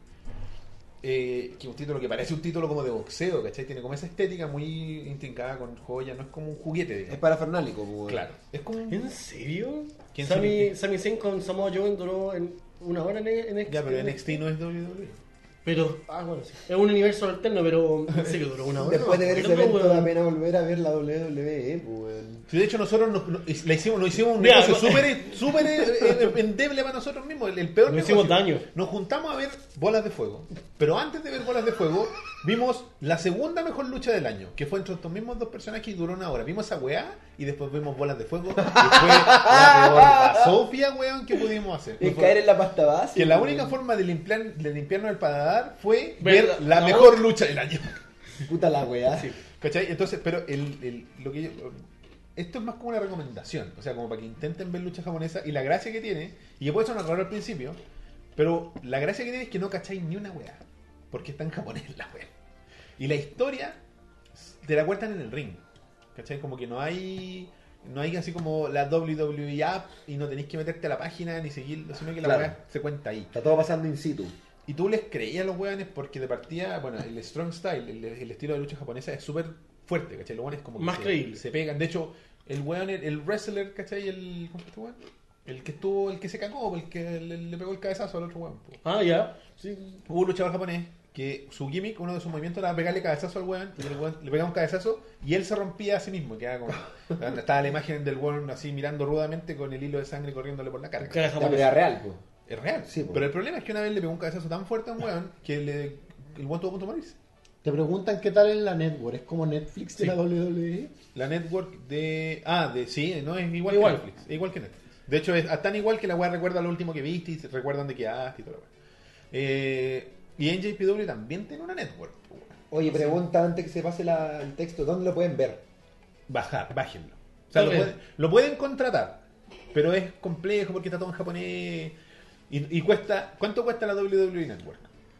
eh, que es un título que parece un título como de boxeo, ¿cachai? Tiene como esa estética muy intrincada con joyas, no es como un juguete,
Es
digamos.
para Fernálico, pues, weón.
Claro, es como un...
¿En serio?
¿Quién
Sami
sabe?
Sami Zayn con Samoa Joe duró en una hora en, en NXT.
Ya, pero NXT no es E. WWE.
Pero, ah, bueno, sí. Es un universo alterno, pero sé que duró una hora.
Después de ver
Pero,
ese evento,
weón,
da pena volver a ver la WWE, pues, weón.
Sí, de hecho, nosotros nos, nos- le hicimos, nos hicimos un
Mira,
negocio
no-
súper súper, eh, endeble para nosotros mismos, el, el peor
Nos
negocio.
hicimos daño.
Nos juntamos a ver Bolas de Fuego, pero antes de ver Bolas de Fuego, vimos la segunda mejor lucha del año, que fue entre estos mismos dos personajes y duró una hora. Vimos esa weá y después vimos Bolas de Fuego, y fue la peor basofia, weón, que pudimos hacer.
Es
Fue-
caer en la pasta base.
Que la
weón.
única forma de, limpiar, de limpiarnos el paladar fue ver,
Ver
la
la- la
mejor lucha del año.
Puta la weá.
Sí.
¿Cachai? Entonces, pero el, el- lo que yo- esto es más como una recomendación, o sea, como para que intenten ver lucha japonesa y la gracia que tiene, y que puede sonar raro al principio, pero la gracia que tiene es que no cacháis ni una weá, porque está en japonés la weá. Y la historia te la cuentan en el ring, ¿cachai? Como que no hay no hay así como la WWE app y no tenéis que meterte a la página ni seguirlo, sino que la
Claro.
weá se cuenta ahí.
Está todo pasando in situ.
Y tú les creías a los weones porque de partida, bueno, el strong style, el, el estilo de lucha japonesa es súper fuerte, ¿cachai? Los weones como que
Más
se,
creíble.
se pegan. De hecho, el weón, el, el wrestler, ¿cachai? El, ¿Cómo se llama este weón? El que estuvo, el que se cagó, el que le, le pegó el cabezazo al otro weón. po.
Ah, ya. Sí.
Hubo un luchador japonés que su gimmick, uno de sus movimientos era pegarle cabezazo al weón, y el weón le pegaba un cabezazo y él se rompía a sí mismo. Quedaba como, estaba la imagen del weón así mirando rudamente con el hilo de sangre corriéndole por la cara. ¿cachai?
Cara
La
japonesa.
pelea real, pues.
Es real.
Sí, po.
pero el problema es que una vez le pegó un cabezazo tan fuerte a un weón que le, el weón tuvo a punto de morirse.
Te preguntan qué tal es la network. ¿Es como Netflix de
Sí.
la E. WWE?
La network de. Ah, de sí, no, es igual,
Igual.
que Netflix. Es igual que Netflix. De hecho, es tan igual que la weá recuerda lo último que viste y se recuerdan de que quedaste y toda la weá. Eh, y NJPW también tiene una network. po, weón.
Oye, pregunta antes que se pase la- el texto, ¿dónde lo pueden ver?
Bajar, bájenlo. O sea,
Está
lo
bien.
pueden, lo pueden contratar, pero es complejo porque está todo en japonés. Y, y cuesta. ¿Cuánto cuesta la WWE Network?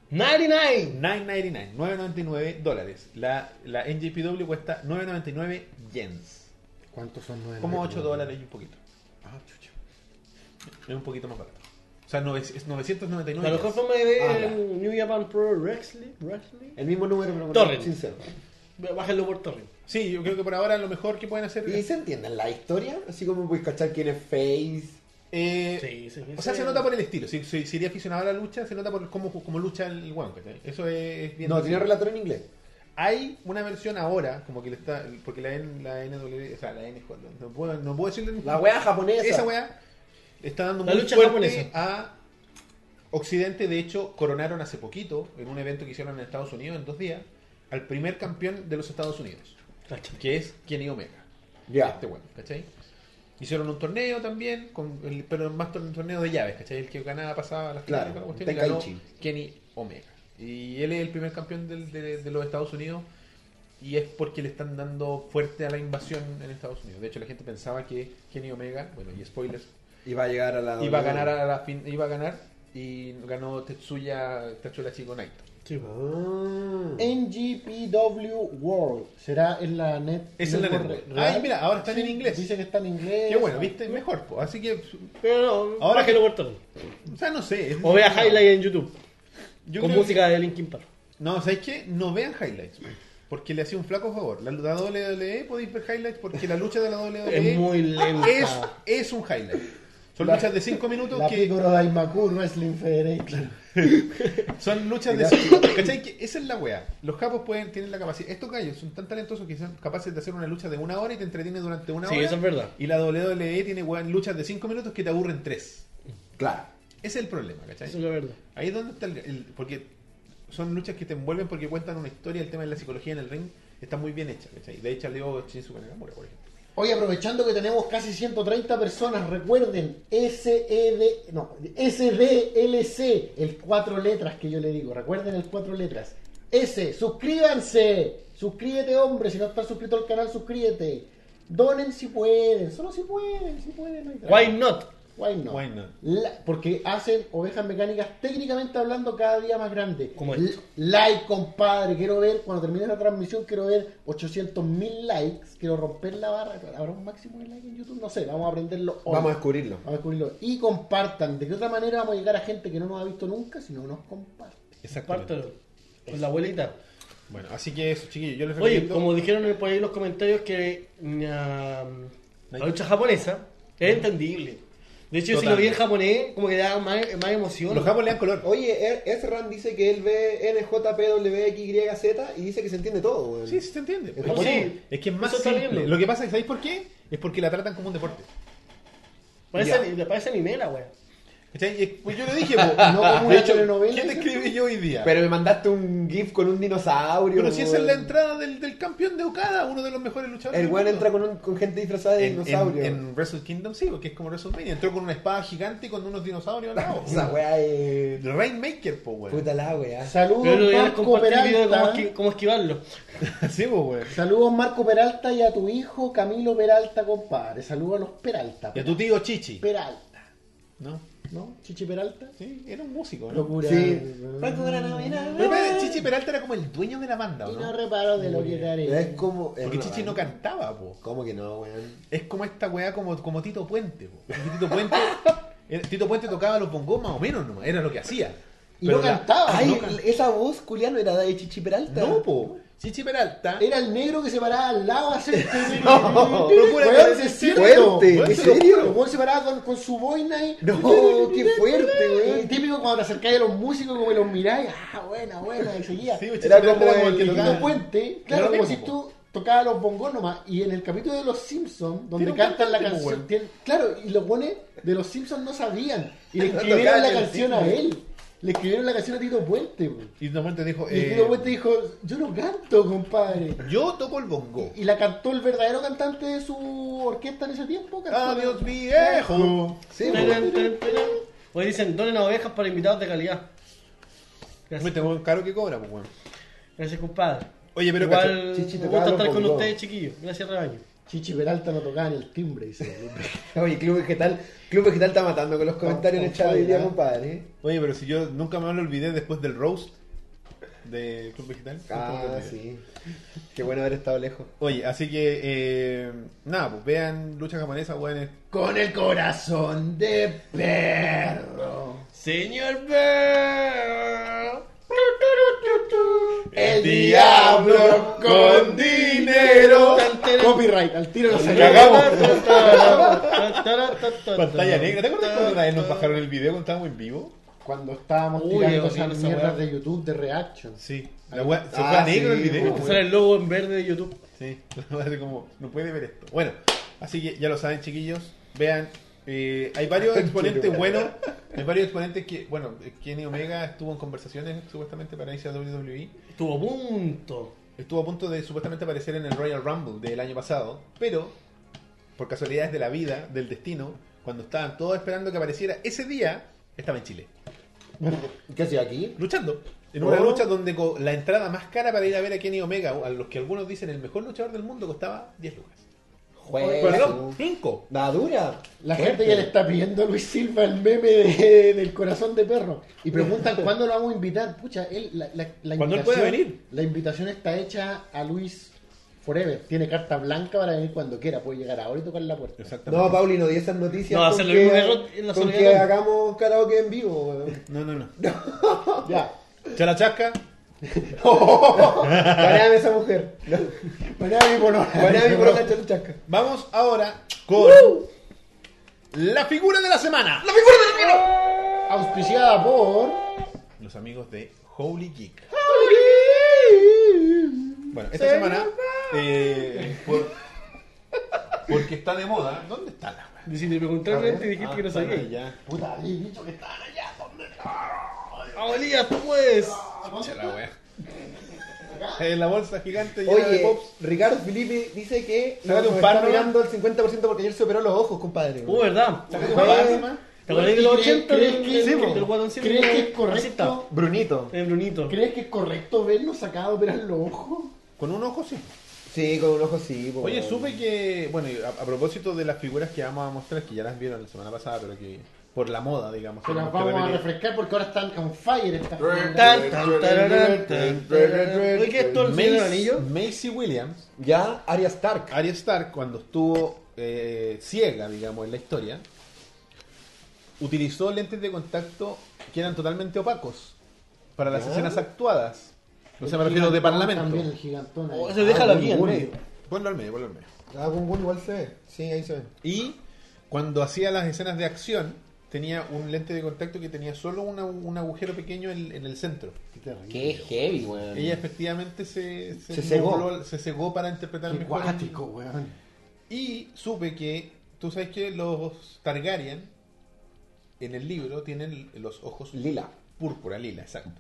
99.
9.99, 9.99 dólares. La, la NJPW cuesta 9.99 yens.
¿Cuántos son nueve?
Como 8 dólares y un poquito. Es un poquito más barato. O sea, nove- es 999
La mejor forma de ver
Ah, ya.
el New Japan Pro Wrestling. Wrestling.
El mismo número, pero con
Torrent.
el sincero.
Bájenlo por torre.
Sí, yo creo que por ahora lo mejor que pueden hacer
¿Y
es...
se entienden la historia? Así como puedes cachar quién es Face.
eh,
Sí, sí, sí.
o sea, se nota por el estilo. Si, si, si eres aficionado a la lucha, se nota por cómo, cómo lucha el guan. ¿cachai? Eso es, es bien...
No, tiene relator en inglés.
Hay una versión ahora, como que le está... Porque la, N- la NW... O sea, la N... No puedo, no puedo decirle...
La wea japonesa.
Esa weá está dando
La
muy
lucha
fuerte
japonesa.
a Occidente. De hecho, coronaron hace poquito, en un evento que hicieron en Estados Unidos, en dos días, al primer campeón de los Estados Unidos,
Cáchate.
que es Kenny Omega.
Ya.
Este weón, ¿cachai? Hicieron un torneo también, con el- pero más tor- un torneo de llaves, ¿cachai? El que ganaba pasaba a las
Claro,
finales, toda la cuestión, y ganó
Tenkaichi.
Kenny Omega. Y él es el primer campeón del- de, de los Estados Unidos y es porque le están dando fuerte a la invasión en Estados Unidos. De hecho, la gente pensaba que Kenny Omega, bueno, y spoilers,
Iba a llegar a la. E.
iba a ganar a la fin, iba a ganar y ganó Tetsuya Tetsuya Chico Naito.
Sí, po.
Ah.
NGPW World. ¿Será en la net?
Es en la
network
network.
real?
Ay, mira, ahora están en inglés.
Dice que está en inglés.
Qué bueno, viste, mejor, po. así que
Pero no,
Ahora-
bájenlo por torre.
o sea, no sé. es-
O vea highlight en YouTube.
Yo
con
creo
música de Linkin Park.
No, ¿sabéis qué? No vean highlights. pues, Porque le hacía un flaco favor. La, la WWE podéis ver highlights porque la lucha de la WWE
Es muy lenta.
es, es un highlight. Son
La-
luchas de 5 minutos
La
que
Picoro Daimaku Wrestling Federation.
son luchas de 5 minutos. ¿Cachai? Que esa es la wea. Los capos pueden, tienen la capacidad. Estos gallos son tan talentosos que son capaces de hacer una lucha de una hora y te entretienen durante una
Sí,
hora.
eso es verdad.
Y la WWE tiene weón, luchas de 5 minutos que te aburren 3.
Claro.
Ese es el problema, ¿cachai?
Eso es la verdad.
Ahí es donde está el, el- Porque son luchas que te envuelven porque cuentan una historia, el tema de la psicología en el ring está muy bien hecha, ¿cachai? De hecho, leo Shinsuke Nakamura, por ejemplo.
Hoy aprovechando que tenemos casi 130 personas, recuerden SED, no, SDLC, el cuatro letras que yo le digo, recuerden el cuatro letras. S, suscríbanse, suscríbete hombre, si no estás suscrito al canal, suscríbete. Donen si pueden, solo si pueden, si pueden. no hay drama.
Why not?
Why not?
Why not?
La- porque hacen ovejas mecánicas técnicamente hablando cada día más grandes.
Como
L-
esto.
Like, compadre. Quiero ver, cuando termine la transmisión, quiero ver 800 mil likes. Quiero romper la barra. ¿Habrá un máximo de likes en YouTube? No sé, vamos a aprenderlo hoy.
Vamos a descubrirlo.
Vamos a descubrirlo. Y compartan. ¿De qué otra manera vamos a llegar a gente que no nos ha visto nunca si no nos comparte?
Exactamente.
Pártelo. Con la abuelita.
Bueno, así que eso, chiquillos, yo les
Oye,
recomiendo.
como dijeron por ahí en los comentarios que na- la lucha japonesa es entendible. De hecho, si lo vi en japonés, como que da más, más emoción.
Los japoneses le dan color. Oh,
Oye, Er- Ezran dice que él ve NJPWXYZ y dice que se entiende todo, weón.
Sí, sí se entiende.
El
Es que-
japonés.
Es que es más
Eso está
simple.
bien,
Lo que pasa es que, ¿sabéis por qué? Es porque la tratan como un deporte.
Parece,
Ya.
ani- parece anime la wea.
¿Cachai? Y es- Pues yo lo dije, po.
No como una
De hecho,
telenovela,
¿Quién
¿sí?
escribe yo hoy día?
Pero me mandaste un GIF con un dinosaurio.
Pero si esa es la
weón.
entrada del, del campeón de Okada, uno de los mejores luchadores.
El
del
weón
mundo.
entra con, un- con gente disfrazada de
en,
dinosaurio.
en- en Wrestle Kingdom, sí, porque es como WrestleMania. Entró con una espada gigante y con unos dinosaurios al lado.
Esa weá es.
Rainmaker, po, weón.
Puta la
Ah,
weá.
Pero
Saludos,
deberían
Marco
compartir el video de cómo,
Peralta.
esqui- cómo esquivarlo.
Sí, po, weón.
Saludos, Marco Peralta, y a tu hijo Camilo Peralta, compadre. Saludos a los Peralta.
Y a tu tío Chichi.
Peralta.
¿No?
¿No? Chichi Peralta.
Sí, era un músico, ¿no?
Locura.
Sí.
Franco Granado.
Pero, pero Chichi Peralta era como el dueño de la banda, ¿o
Y no
¿no?
reparo de lo que te haré.
Es como. es
Porque
una
Chichi no
banda.
cantaba, po.
¿Cómo que no, weón?
Es como esta weá como, como Tito Puente, po. Porque Tito Puente, era- Tito Puente tocaba los bongos más o menos nomás, era lo que hacía.
Y
Pero
no
la-
cantaba.
Ay,
no cantaba.
esa voz, Juliano, era de Chichi Peralta.
Ah, No, po. Chichi Peralta
Era el negro que se paraba al lado a hacer.
No,
procura
Weón,
parecer
es cierto.
fuerte,
Weón,
¿en
se lo
serio?
juro, weón se paraba con, con su boina y.
No, qué fuerte,
Y
weón.
típico cuando te acercáis a los músicos, como que los miráis, ah, buena, buena, y seguía.
Sí,
era,
Chichi Peralta
como
era como
el,
el que
el
tocaba.
puente,
Era
claro,
lo
como si
mismo,
tú tocabas los bongos nomás. Y en el capítulo de Los Simpsons, donde
Tiene un
cantan la
cantante,
canción,
weón.
tiene- claro, y los pones de Los Simpsons no sabían. Y le
No
escribieron
tocaban
la
el
canción a
ritmo.
él. Le escribieron la canción a Tito Puente, weón.
y Tito Puente dijo,
Y el
eh,
Tito Puente dijo, yo no canto, compadre.
yo toco el bongo.
Y la cantó el verdadero cantante de su orquesta en ese tiempo. cantó la-
Adiós viejo.
Sí, weón.
Tarán, tarán, tarán. Hoy dicen, donen a ovejas para invitados de calidad.
Me
Gracias,
tengo un caro que cobra, pues, weón.
Gracias compadre.
Oye, pero cacho-
Igual
Chichi
me
tocaba
gusta
los
estar con
bongos.
ustedes, chiquillos. Gracias, rebaño.
Chichi Peralta no tocaba ni el timbre, dice.
Oye, Club Vegetal, Club Vegetal está matando con los comentarios en el chat hoy día, compadre. ¿eh?
Oye, pero si yo nunca me lo olvidé después del roast de Club Vegetal. Nunca me lo
Ah,
olvidé.
sí. Qué bueno haber estado lejos.
Oye, así que, eh, nada, pues vean Lucha Japonesa, weón. es-
Con el corazón de perro.
Señor Bell.
El
diablo con dinero.
Copyright, al tiro lo sacamos.
Cagamos. Pantalla
Pantalla
negra, ¿te acuerdas cuando una vez nos bajaron el video cuando estábamos en vivo?
Cuando estábamos
Uy,
tirando
horrible
esas
esa
mierdas
weá.
de YouTube de reactions.
Sí. La weá- se
Ah,
fue a negro
sí,
el video.
pues.
weón.
el logo en verde de YouTube.
Sí, la weá de como, no puede ver esto. Bueno, así que ya lo saben, chiquillos. Vean, eh, hay varios exponentes buenos. Hay varios exponentes que, bueno, Kenny Omega estuvo en conversaciones supuestamente para irse a WWE.
Estuvo a punto.
Estuvo a punto de supuestamente aparecer en el Royal Rumble del año pasado, pero por casualidades de la vida, del destino, cuando estaban todos esperando que apareciera ese día, estaba en Chile,
¿Qué hacía aquí?
luchando. En una
Oh.
lucha donde co- la entrada más cara para ir a ver a Kenny Omega, a los que algunos dicen el mejor luchador del mundo, costaba 10 lucas.
Juega.
Perdón, 5.
La dura.
La
Fuerte.
gente ya le está pidiendo a Luis Silva el meme de- del corazón de perro. Y preguntan cuándo lo vamos a invitar. Pucha, él, la, la, la
Cuando él
invitación-
pueda venir.
La invitación está hecha a Luis Forever. Tiene carta blanca para venir cuando quiera. Puede llegar ahora y tocar la puerta.
Exactamente.
No, Pauli, no di esas noticias.
No,
con
hacer lo
que-
mismo que Rod en la
Con
soledad.
que hagamos karaoke en vivo, weón.
No, no, no.
Ya.
Chala chasca.
Paneame esa mujer. No.
Mañana mi polola.
Paneame por una chaluchasca.
Vamos ahora con la figura de la semana.
Auspiciada por.
Los amigos de Holy Geek. Bueno, esta semana, eh, por- porque está de moda, ¿dónde está la weá?
Si te preguntaron antes, dijiste
Ah,
que no sabía.
ya.
Puta, habéis dicho que estaban allá. ¿Dónde?
Ah, Abuelita, tú puedes.
Pucha la wea. En la bolsa gigante llena de
Oye,
pops.
Ricardo Felipe dice que
Sácate un
nos
par,
está
¿no?
mirando al 50% porque ayer se operó los ojos, compadre.
Uh, ¿verdad? Eh,
Sácate
Oye.
una lástima.
¿Te acuerdas de los
¿Crees-
80?
crees
del-
que-
sí, po,
crees-
del guatoncito
crees que es
racista.
correcto?
Brunito.
El eh, Brunito.
¿Crees que es correcto vernos sacado a operar los ojos?
Con un ojo sí.
Sí, con un ojo sí. po.
Oye, supe que, bueno, y a, a propósito de las figuras que vamos a mostrar, que ya las vieron la semana pasada, pero que por la moda, digamos,
Se
tenemos
las
que
vamos a
repetir.
refrescar porque ahora están on fire estas
Tan, tan, tararán, tan, tararán. Oye, ¿qué es esto? ¿El Señor del
Macy,
Anillo?
Macy Williams,
Ya, Arya Stark.
Arya Stark, cuando estuvo eh, ciega, digamos, en la historia, utilizó lentes de contacto que eran totalmente opacos para las
¿Ya?
escenas actuadas. O sea, me refiero de parlamento.
También el gigantón. ahí.
Oh, eso déjalo
Ah,
aquí, en
Bulbul.
medio.
Ponlo al medio, ponlo al medio.
Dragon Ball Ah, igual se ve. Sí, ahí se ve.
Y cuando hacía las escenas de acción, tenía un lente de contacto que tenía solo una- un agujero pequeño en, en el centro.
Qué terrible.
Qué heavy, weón.
Ella efectivamente se,
Se cegó.
nubló- se cegó para interpretar
Qué
mejor.
cuático, weón.
Y supe que, tú sabes que los Targaryen en el libro tienen los ojos
Lila.
púrpura, lila, exacto.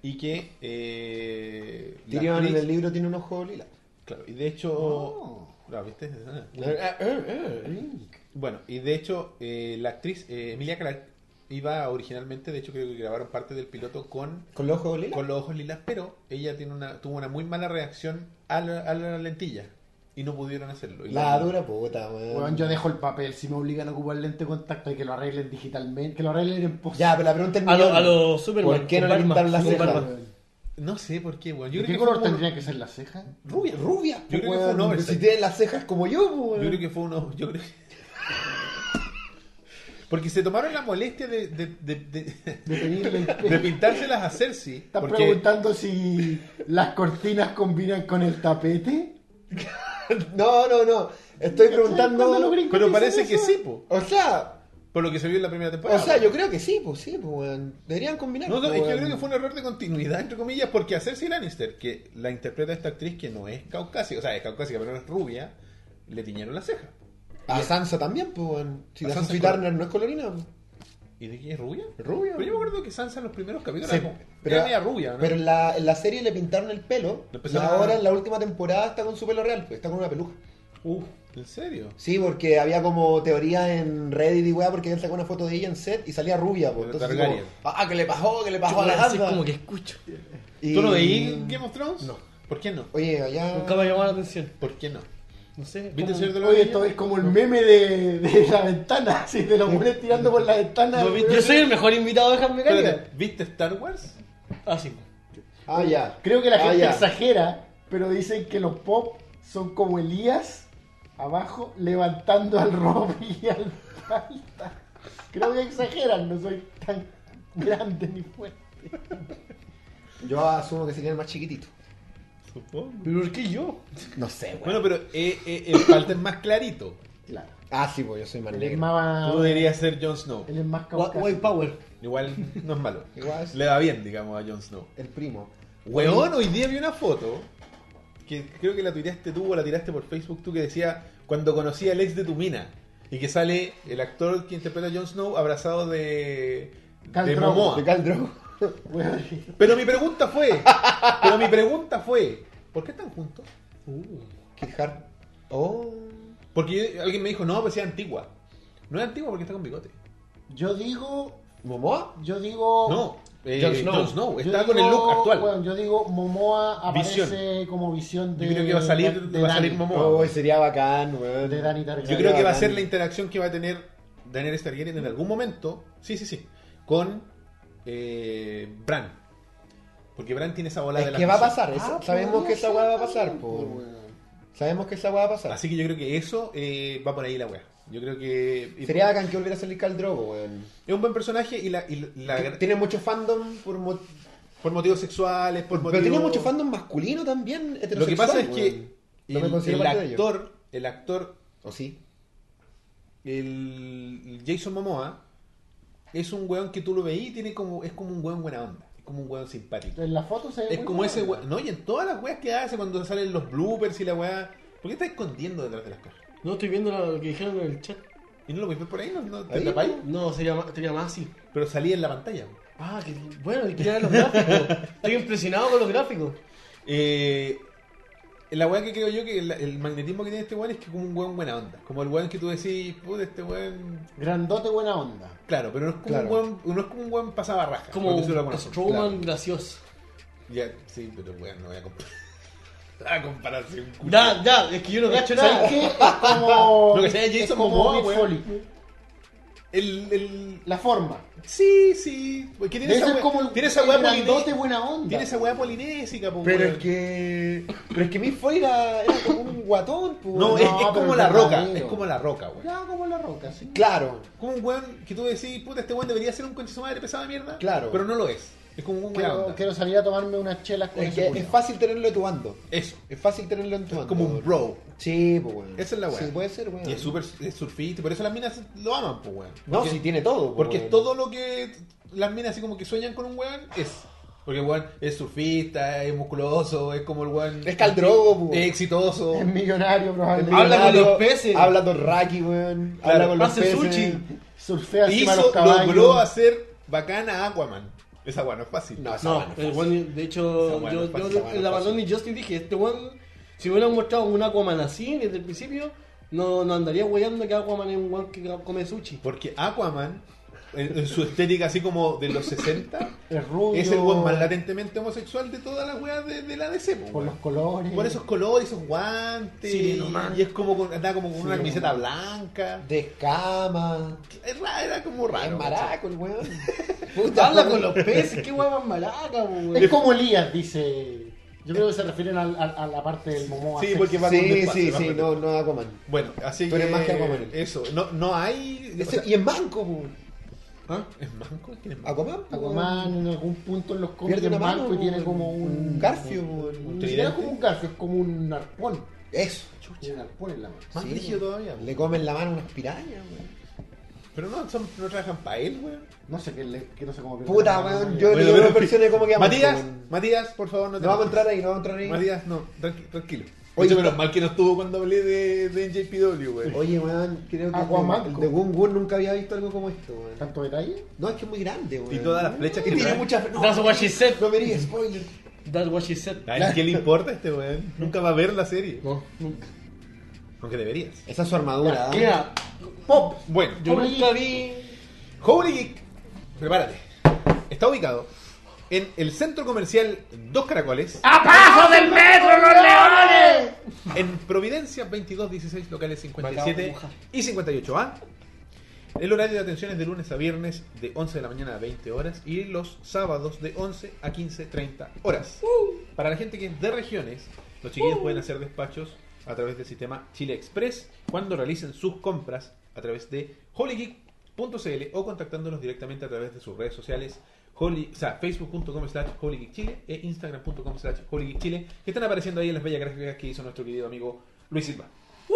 Y que. Eh, la
Tyrion en
actriz-
el libro tiene un ojo lila.
Claro, y de hecho.
Oh.
Claro, ¿viste? Ah.
Eh,
Link.
Bueno, y de hecho, eh, la actriz eh, Emilia Clarke iba originalmente, de hecho, creo que grabaron parte del piloto con,
¿Con los ojos lila?
con los ojos lilas, pero ella tiene una, tuvo una muy mala reacción a la, a la lentilla y no pudieron hacerlo. Y
La dura puta, weón.
Weón, yo dejo el papel. Si me obligan a ocupar lente de contacto y que lo arreglen digitalmente, que lo arreglen en post.
Ya, pero la pregunta es
A lo,
millón.
a lo Superman.
¿Por qué no
con
le
barba,
pintaron las
con
cejas?
barba.
Weón.
No sé por qué, weón. Yo creo
¿De ¿Qué
que fue
color
como-
tendría que ser la ceja?
Rubia, rubia.
Yo creo que
weón.
fue un
Pero
oversight.
Si tienen las cejas como yo, weón.
Yo creo que fue uno. Yo creo que- Porque se tomaron la molestia de, de, de, de-
De tenerle el pelo.
de pintárselas a Cersei.
¿Estás
Porque
preguntando si las cortinas combinan con el tapete?
No, no, no. Estoy
¿Cuándo los
preguntando.
gringos
Pero
dicen
parece que
eso?
sí, po.
O sea,
Por lo que se vio en la primera temporada.
o sea, yo creo que sí, pues sí, pues weón. Deberían combinar.
No, no,
pues,
es que yo
weón.
creo que fue un error de continuidad, entre comillas, porque a Cersei Lannister, que la interpreta esta actriz que no es caucásica, o sea, es caucásica, pero no es rubia, le tiñeron la ceja.
A Sansa también, pues weón. Si
A
la
Sansa
Sansa
es
Turner no es colorina, pues.
¿Y de qué es rubia? Pero
Rubia,
yo me
weón.
acuerdo que Sansa en los primeros capítulos
Sí,
era, como-
pero-
era media rubia, ¿no?
Pero en la, en la serie le pintaron el pelo.
Le
Y
empezaron a-
ahora en la última temporada está con su pelo real, pues está con una peluca.
Uf, ¿en serio?
Sí, porque había como teoría en Reddit y weá, porque él sacó una foto de ella en set y salía rubia, pues.
Pero
Entonces,
Targaryen.
como, ah, que le pasó, que le
Yo
pasó a la
así
gata.
como que escucho.
Y-
¿Tú no veías Game of Thrones?
No.
¿Por qué no?
Oye, allá.
Nunca me llamó la atención.
¿Por qué no?
No sé.
¿Viste el
cómo-
Señor de los
Oye,
Anillos?
esto es como el meme de, de la ventana, así de los mujeres tirando por la ventana.
Yo, vi- yo soy el mejor invitado de Jaime Mecánica.
Espérate, ¿viste Star Wars?
Ah, sí.
Ah, ya.
Creo que la
Ah,
gente
ya.
exagera, pero dicen que los pop son como Elías abajo levantando al Rob y al Falta. Creo que exageran, no soy tan grande ni fuerte.
Yo asumo que serían más chiquititos.
Supongo.
Pero ¿por qué yo?
No sé, weón.
Bueno, pero eh, eh, el Falta es más clarito.
Claro.
Ah, sí, pues yo soy más
Él es
negro.
más.
Tú deberías ser Jon Snow.
Él es más
Wa-
caucásico.
White Power.
Igual no es malo.
Igual es-
Le va bien, digamos, a Jon Snow.
El primo.
Weón, hoy día vi una foto que creo que la tiraste tú o la tiraste por Facebook tú que decía cuando conocí al ex de tu mina. Y que sale el actor que interpreta a Jon Snow abrazado de.
Khal
de
Drogo.
Momoa.
De Khal Drogo.
Weón,
Pero mi pregunta fue. pero mi pregunta fue. ¿Por qué están juntos?
Kit Harington. Oh.
Porque yo- alguien me dijo, no, pues es antigua. No es antigua porque está con bigote.
Yo digo.
¿Momoa?
Yo digo.
No, eh,
Jon
Jon
Snow.
Snow.
yo
Está
digo-
con el look actual.
weón, yo digo, Momoa aparece
Visión.
como visión de.
Yo creo que va a salir-
de
va a
Dany.
salir Momoa.
Oh, sería bacán, weón.
De Dani Targaryen.
Yo creo que va a ser
Dani.
la interacción que va a tener Daniel Stargaryen en algún momento. Sí, sí, sí. Con eh, Bran. Porque Bran tiene esa bola de
Es
la
que va a
cosa.
pasar. eso-
Ah,
sabemos que
podría
esa
ser
weá va a
también,
pasar,
po,
po.
weón.
Sabemos que esa weá va a pasar.
Así que yo creo que eso eh, va por ahí la wea. Yo creo que. y-
Sería bacán que volviera a salir Khal Drogo, weón.
Es un buen personaje y la. y la-
Tiene mucho fandom por mo-
por motivos sexuales, por motivos.
Pero tiene mucho fandom masculino también, heterosexual,
Lo que pasa es
weón.
que.
No me
el-
considero
el
parte de ello.
actor. El actor
¿O sí?
el Jason Momoa es un weón que tú lo veís y tiene como, es como un weón buena onda, es como un weón simpático.
En la foto se ve
Es
muy
como ese
buena.
weón, no, y en todas las weas que hace cuando salen los bloopers y la wea, ¿por qué está escondiendo detrás de las cajas?
No estoy viendo lo que dijeron en el chat.
Y no lo puedes ver por ahí, no, no te
Ahí,
tapáis,
No, sería más, sería más así.
pero salía en la pantalla. weón.
Ah, que, bueno, hay que ir a los gráficos. Estoy impresionado con los gráficos.
Eh, la weá que creo yo que el, el magnetismo que tiene este weón es que como un weón buena onda. Como el weón que tú decís, puta, este weón.
Grandote buena onda.
Claro, pero no es como
Claro.
un weón, no es como un weón pasabarraja.
Como
porque eso lo
un
conozco.
Strowman gracioso.
Ya, sí, pero weón, no voy a comparar. La comparación, culo.
Ya, ya, es que yo no cacho nada.
¿Sabes qué? Es como.
Lo que sea de Jason
es como
Momoa,
Mick
weón.
Foley.
El, el.
La forma.
Sí, sí. Porque tiene
Debe
esa weá-
ser como el
tiene esa weá
el grandote
polinésica.
buena onda.
Tiene esa weá polinésica, po,
Pero
weón.
es que. Pero es que mi Foley era, era como un guatón, pues.
No, es, es
No, pero
como
el
la roca.
verdadero.
Es como la roca, weón.
Ya como la roca, sí.
Claro.
Como un weón que tú decís, puta, este weón debería ser un conche su madre pesado de mierda.
Claro.
Pero no lo es. Es como un weón buena
Quiero,
onda.
quiero salir a tomarme unas chelas con
Es,
ese
que es
culiao.
fácil tenerlo en tu bando.
Eso.
Es fácil tenerlo en tu bando.
Como un bro.
Sí, pues, weón.
Esa es la weá.
Sí, puede ser, weón.
Y es súper es surfista. Por eso las minas lo aman, pues, weón.
No,
Porque-
si tiene todo. pues,
Porque
weón.
es todo lo que las minas así como que sueñan con un weón es. Porque el weón es surfista, es musculoso, es como el weón.
Es caldrogo,
Es
pues.
exitoso.
Es millonario probablemente.
Habla con
Millonario,
los peces.
Habla con Raki, weón. habla con los
hace
peces.
sushi.
Surfea encima
Ah.
de
Hizo,
los caballos.
logró hacer bacana a Aquaman. Esa weón no es fácil.
No, esa
No,
weá no es
el
fácil.
weón, de
Esa weá
hecho,
no
yo,
es fácil,
yo
esa weá
en
no
la
es
abandon de Justin dije, este weón, si me hubieran mostrado un Aquaman así desde el principio, no, no andaría weyando que Aquaman es un weón que come sushi.
Porque Aquaman, en, en su estética así como de los 60,
Es rubio.
es el weón más latentemente homosexual de todas las weas de, de la DC, po,
Por
weón.
los colores.
Por esos colores, esos guantes.
Sirenoman.
y es como con, andaba como con una
Sirenoman.
camiseta blanca.
De escama.
Es ra- Era como raro.
Es maraco el weón.
Habla con los peces, qué weón más malaca,
Es
weón.
como Elías, dice. Yo creo que se refieren al- al- a, la parte del Momoa.
Sí,
sexy.
porque va con
Sí,
despacio,
sí,
va
sí,
con
no, no Aquaman.
Bueno, así
Tú
que.
eres más que Aquaman.
Eso, no, no hay. o
Ese-
sea,
y es manco, pues.
¿Ah? ¿Es manco? ¿Quién es manco?
Aquaman, pues,
Aquaman en algún punto en los cómics
Pierde
es
una mano,
manco y tiene
un-
como un,
un garfio, un-
un,
un
ni siquiera
tridente.
como un garfio, es como un arpón.
weón. Eso.
Tiene un arpón en la mano.
Más
Sí, pues.
rígido
weón.
todavía. pues.
Le comen la mano unas pirañas, weón.
Pero no, son, no trabajan para él, weón.
No sé qué le, que no sé cómo pierde
Puta,
la mano,
weón,
ya.
yo-
Bueno,
leo
pero-
las versiones como que aman,
Matías,
weón.
Matías, por favor, no te
No vamos a entrar ahí, no vamos a entrar ahí.
Matías, no, tranqui- tranquilo.
Oye,
Oye, menos mal que no estuvo cuando hablé de, de NJPW, weón.
Oye, weón, creo que
Aquaman.
el de Gun Gun nunca había visto algo como esto, weón.
¿Tanto detalle?
No, es que es muy grande, weón.
Y todas las flechas que
Y tiene
trae.
muchas fle-
That's what she said.
No, no vería spoiler.
That's what she said.
¿A él qué le importa a este weón? Nunca va a ver la serie.
No, nunca.
Aunque deberías.
Esa es su armadura. ¿eh?
Mira,
Pop. Bueno,
yo
Holy
nunca vi...
Holy Geek, prepárate. Está ubicado en el centro comercial Dos Caracoles,
¡Abajo del metro, los leones!
en Providencia 2216, locales 57 y 58A. El horario de atención es de lunes a viernes de 11 de la mañana a 20 horas y los sábados de 11 a 15.30 horas. Para la gente que es de regiones, los chiquillos pueden hacer despachos a través del sistema Chile Express cuando realicen sus compras a través de holygeek.cl o contactándonos directamente a través de sus redes sociales. Holy, o sea, facebook.com slash holygeekchile e instagram.com slash holygeekchile que están apareciendo ahí en las bellas gráficas que hizo nuestro querido amigo Luis Silva. Uh.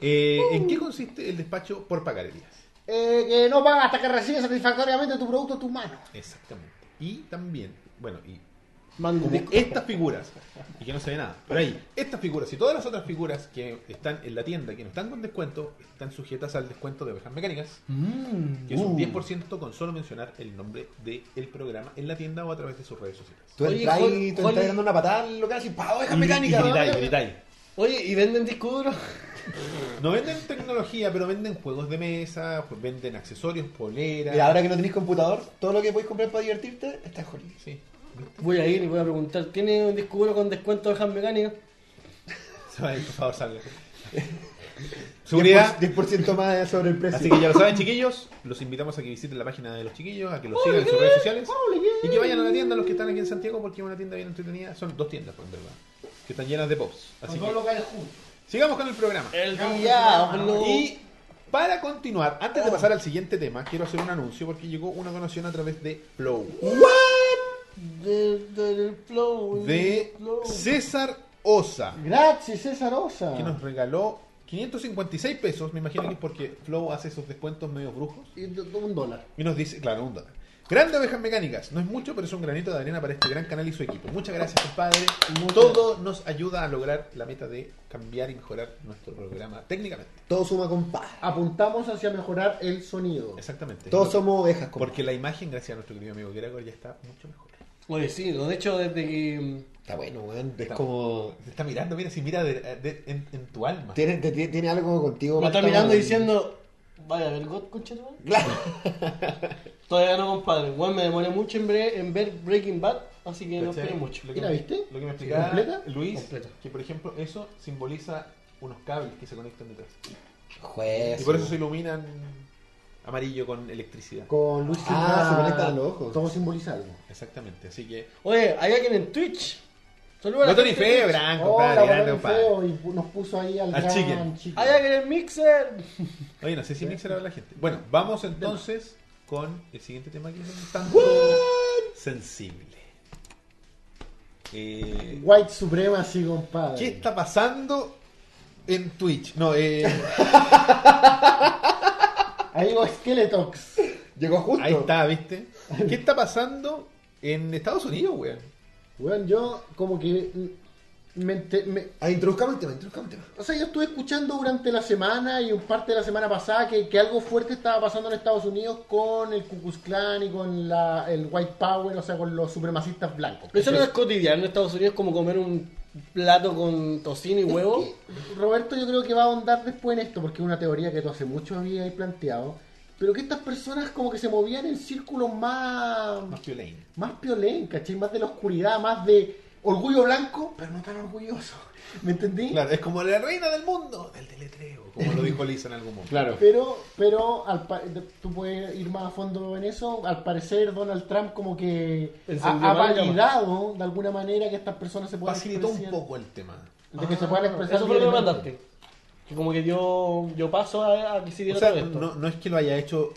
Eh, ¿En qué consiste el despacho por pagarerías?
Eh, que no paga hasta que recibes satisfactoriamente tu producto en tus manos.
Exactamente. Y también, bueno, y
Mando
como
un disco.
estas figuras, y que no se ve nada, pero ahí, estas figuras y todas las otras figuras que están en la tienda, que no están con descuento, están sujetas al descuento de ovejas mecánicas,
Mm.
que es
Uh.
un 10% con solo mencionar el nombre del programa en la tienda o a través de sus redes sociales.
Tú
Oye,
entras ahí,
Hol-
tú entras
Holly-
dando una patada al local así, pa, oveja
Y-
mecánica.
y gritáis,
weón.
gritáis.
Oye, ¿y venden disco duro?
No venden tecnología, pero venden juegos de mesa, pues venden accesorios, poleras.
Mira, ahora que no tenés computador, todo lo que podés comprar para divertirte está en Holy.
Sí.
Voy a ir y voy a preguntar, ¿tiene un disco duro con descuento de hand mecánica?
Ay, Por favor, salga. Seguridad.
10% más sobre el precio.
Así que ya lo saben, chiquillos. Los invitamos a que visiten la página de los chiquillos, a que los sigan en sus redes sociales y que vayan a la tienda los que están aquí en Santiago porque es una tienda bien entretenida. Son dos tiendas, pues, en verdad, que están llenas de pops. Así que
locales juntos.
sigamos con el programa.
El diablo.
Y para continuar, antes de pasar al siguiente tema, quiero hacer un anuncio porque llegó una donación a través de Flow
Del, del flow.
de
del flow.
César Osa,
Gracias, César Osa.
que nos regaló 556 pesos. Me imagino que es porque Flow hace esos descuentos medio brujos.
Y do- do- Un dólar.
Y nos dice, claro, un dólar. Grande Ovejas Mecánicas. No es mucho, pero es un granito de arena para este gran canal y su equipo. Muchas gracias, compadre. Todo nos ayuda a lograr la meta de cambiar y mejorar nuestro programa técnicamente.
Todo suma compás.
Apuntamos hacia mejorar el sonido.
Exactamente.
Todos somos ovejas, compadre.
Porque la imagen, gracias a nuestro querido amigo Gregor, ya está mucho mejor.
Oye, sí, no, de hecho, desde que. mm,
Está bueno, weón. Es
Está-
como.
Te está mirando, mira, si mira de- de- en, en tu alma.
Tiene, te- tiene- tiene algo contigo.
Me está
Marta,
mirando
weón.
diciendo. Vaya, a ver, God, concha tu madre.
Claro.
Todavía no, compadre. Bueno, me demoré mucho en ver, en ver Breaking Bad, así que no espero mucho.
Lo
¿Y la
me-
viste?
Lo que me explicaba
¿Completa?
Luis,
Completa.
que por ejemplo, eso simboliza unos cables que se conectan detrás.
Juez.
Y por eso se iluminan amarillo con electricidad.
Con luz
Ah,
silbada,
se conectan los ojos.
Todo simboliza algo.
Exactamente, así que.
Oye, hay alguien en Twitch. Saludos a
No
la
Tony
gente de
Feo,
Twitch.
gran
Hola,
compadre, gran
Barón
compadre.
Feo, y pu- nos puso ahí al,
Al
gran
chicken.
chicken.
Hay alguien en Mixer.
Oye, no sé si Mixer habla la gente. Bueno, vamos entonces con el siguiente tema que es un tanto sensible. Eh,
White Supremacy, compadre.
¿Qué está pasando en Twitch? No, eh,
Ahí va Skeletox.
Llegó justo.
ahí está, ¿viste? ¿Qué está pasando en Estados Unidos, weón?
Weón, yo como que mm, me, ente- me-
Ah, introduzcamos el tema, introduzcamos el tema.
O sea, yo estuve escuchando durante la semana y un parte de la semana pasada que, que algo fuerte estaba pasando en Estados Unidos con el Ku Klux Klan y con la, el White Power, o sea, con los supremacistas blancos.
Eso no es cotidiano en Estados Unidos como comer un plato con tocino y huevo.
Roberto yo creo que va a ahondar después en esto, porque es una teoría que tú hace mucho habías planteado, pero que estas personas como que se movían en círculos más...
Más piolín.
más piolén, ¿cachai? Más de la oscuridad, más de orgullo blanco, pero no tan orgulloso. ¿Me entendí?
Claro, es como la reina del mundo del teletreo, como lo dijo Lisa en algún momento.
Claro.
Pero, pero al pa- tú puedes ir más a fondo en eso. Al parecer, Donald Trump como que ha,
Encendió
ha
más la
validado de alguna manera que estas personas se puedan
Facilitó un
expresar-
poco el tema.
de que se puedan expresar.
Ah, Eso fue lo que me
libremente.
mandaste. Que como que dio, yo paso a, a que se diera
O sea,
todo esto.
no, no es que lo haya hecho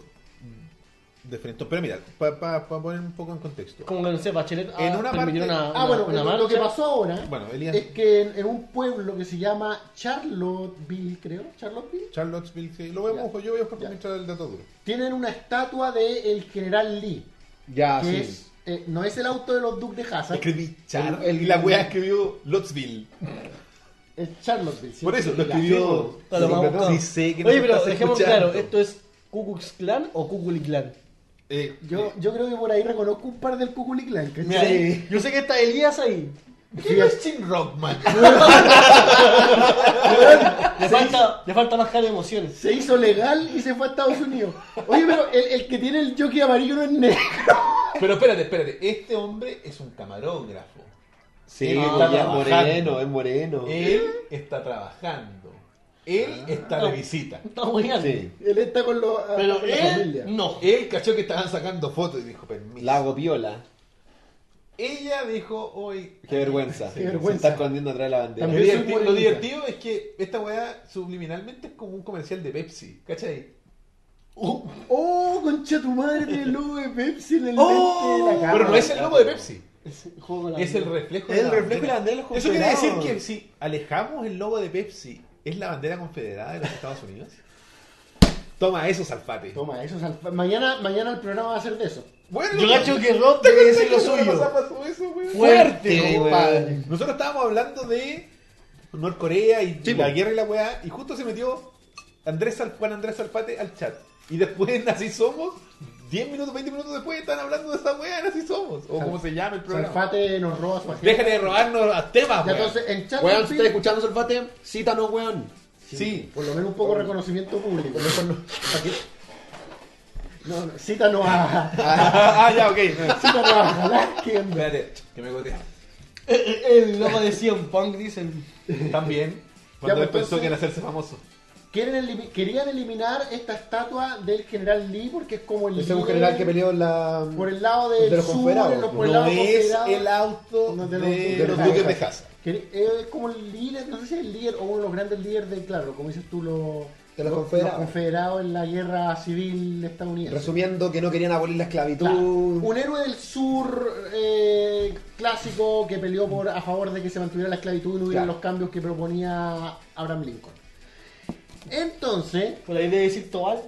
de frente. Pero mira, para poner un poco en contexto.
Como que no sé, Bachelet
En
ah,
una
permitió
parte-
una, una-
Ah, bueno,
una
lo- lo
marcha.
que pasó ahora
Bueno, Elías,
es que en, en un pueblo que se llama Charlottesville, creo, Charlottesville,
Charlottesville, sí, lo vemos, yo voy a buscar
Ya.
mientras el dato duro.
tienen una estatua de el general Lee,
Ah,
Ya,
que
sí.
es, eh, no es el auto de los Dukes de Hazard,
Escribí Char
El- el-
y la wea escribió Lottsville.
es Charlottesville. ¿sí?
Por eso, lo
Ya.
escribió.
Está lo más
Sí,
buscado.
sí sé que
Oye,
nos
pero
estás
dejemos
escuchando.
claro, ¿esto es Ku Klux Klan o Ku Klux Klan?
Eh,
Yo, yo creo que por ahí reconozco un par del Cuculi Clan, ¿cachai?
Mira, Yo sé que está Elías ahí.
¿Quién es Jim Rockman?
Le falta, le falta bajar emociones.
Se hizo legal y se fue a Estados Unidos. Oye, pero el, el que tiene el jockey amarillo no es negro.
pero espérate, espérate. Este hombre es un camarógrafo.
Sí,
Él
pues
está
ya es
trabajando.
moreno, es moreno.
Él está trabajando. Él está de visita.
Está jugando.
Sí.
Él está con los. ah,
Pero
con la
él
familia.
no.
Él cachó que estaban sacando fotos y dijo, permiso.
Lago Viola.
Ella dijo, hoy...
Qué vergüenza.
Sí.
Qué
Se está
vergüenza.
escondiendo atrás de la bandera.
Lo
También soy
diverti-
morenita.
lo divertido es que esta weá subliminalmente es como un comercial de Pepsi, ¿cachai?
Oh, oh, concha tu madre, tiene el logo de Pepsi en el lente de la
Oh.
cámara.
Pero no es el logo de Pepsi,
Juego con la
Ah, es el reflejo de
El
la
reflejo
bandera.
de la bandera de los
Eso quiere decir
confederados.
que si alejamos el logo de Pepsi, ¿es la bandera confederada de los Estados Unidos? Toma eso, Salfate.
Toma, eso es alfa- Mañana, mañana el programa va a ser de eso.
Bueno,
Yo
¿te
cacho que
acuerdas
Rob debe decir lo
que la
suyo.
pasada pasó eso, weón?
Fuerte,
weón.
Nosotros estábamos hablando de Norcorea y
Sí,
la
po.
guerra y la weá, y justo se metió Andrés Sal- Juan Andrés Salpate al chat. Y después en Así Somos, 10 minutos, 20 minutos después, están hablando de esa weá en Así Somos, o como se llama el programa.
Salfate nos roba su agenda.
Déjate de robarnos a temas,
Ya,
weón.
entonces, eh, en chat.
Weón, si estás escuchando, Solfate, cítanos, weón.
Sí.
Por lo menos un poco de reconocimiento público. Mejor no. ¿Para qué? No, no, cítanos a.
ah, ya, ok.
Cítanos a jalar, que en verdad-
Espérate, que me gotea.
El, el loco de Cien Punk dicen.
También,
Ya,
cuando
pues,
él pensó
entonces-
que era hacerse famoso.
Quieren elimi- querían eliminar esta estatua del general Lee porque es como el
Ese es un
líder
general que peleó en la...
por el lado
de
del
los
sur,
confederados.
los- por el
No
lado
es
confederado.
el auto
No,
de,
de los duques de
los
Hazard.
duques de Hazard.
Que Es como el líder, no sé si es el líder o uno de los grandes líderes de, claro, como dices tú, los,
De los
los-
confederados.
los confederados en la guerra civil estadounidense.
Resumiendo que no querían abolir la
Claro,
esclavitud.
un héroe del sur eh, clásico que peleó por a favor de que se mantuviera la esclavitud y no hubiera
Claro.
los cambios que proponía Abraham Lincoln. Entonces,
Por ahí debe decir Tobal.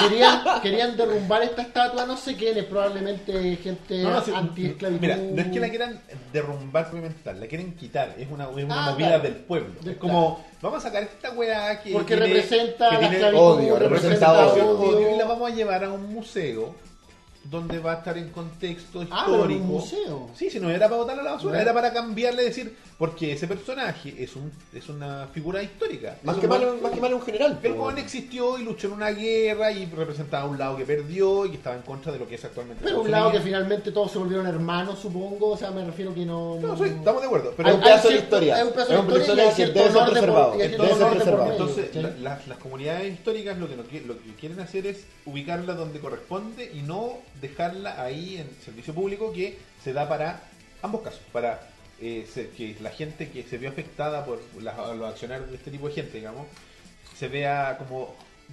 Querían, querían derrumbar esta estatua, no sé quiénes, probablemente gente
No, no, sí,
anti-esclavitud.
Mira, no es que la quieran derrumbar propiamente tal, la quieren quitar. Es una, es una
Ah,
movida
claro.
del pueblo.
Del-
es como, vamos a sacar esta weá que.
Porque
tiene-
representa
que
la
tiene
esclavitud,
odio, representa
odio,
odio.
y la vamos a llevar a un museo donde va a estar en contexto histórico.
Ah, pero en un museo.
Sí, si no era para botarla a la basura,
Bueno.
era para cambiarle, decir, porque ese personaje es un es una figura histórica.
Más
Es
que,
un
malo,
man-
más que malo un general.
El
po,
joven
weón.
existió y luchó en una guerra y representaba a un lado que perdió y que estaba en contra de lo que es actualmente.
Pero un
Estados
lado que
Unidos.
finalmente todos se volvieron hermanos, supongo. O sea, me refiero que no.
No, sí, estamos de acuerdo. Pero
Hay un pedazo de
cierto-
historia.
hay un pedazo
Es
de
un personaje
historia y hay
que
cierto
debe ser
honor de por-
preservado,
y hay cierto
debe ser
honor de por
preservado.
medio,
Entonces,
¿cachai?
la- las, las comunidades históricas lo que, no qui- lo que quieren hacer es ubicarla donde corresponde y no dejarla ahí en servicio público que se da para ambos casos, para eh, se- que la gente que se vio afectada por las- los accionar de este tipo de gente, digamos, se vea como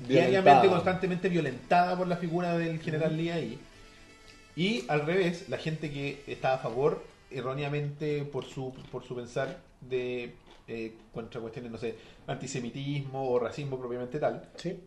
diariamente,
Violentada.
constantemente violentada por la figura del general Lee ahí. Y al revés, la gente que está a favor, erróneamente, por su, por su pensar de eh, contra cuestiones, no sé, antisemitismo o racismo propiamente tal,
Sí.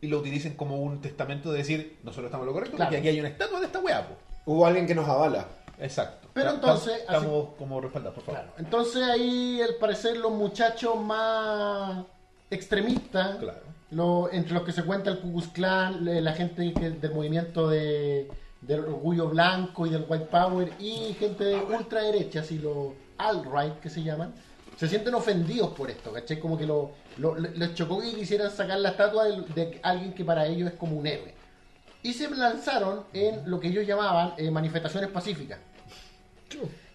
y lo utilicen como un testamento de decir, nosotros estamos en lo correcto,
Claro.
porque aquí hay una estatua de esta weá, po".
Hubo alguien que nos avala.
Exacto.
Pero
Ta-
entonces,
ta- Estamos como respaldados, por favor.
Claro. Entonces ahí, al parecer, los muchachos más extremistas,
Claro.
lo- entre los que se cuenta el Ku Klux Klan, le- la gente que- del movimiento de, del orgullo blanco y del white power, y gente de ultraderecha, así los alt-right que se llaman, se sienten ofendidos por esto, ¿cachai? Como que lo, lo- les chocó que quisieran sacar la estatua del- de, alguien que para ellos es como un héroe. Y se lanzaron en lo que ellos llamaban eh, manifestaciones pacíficas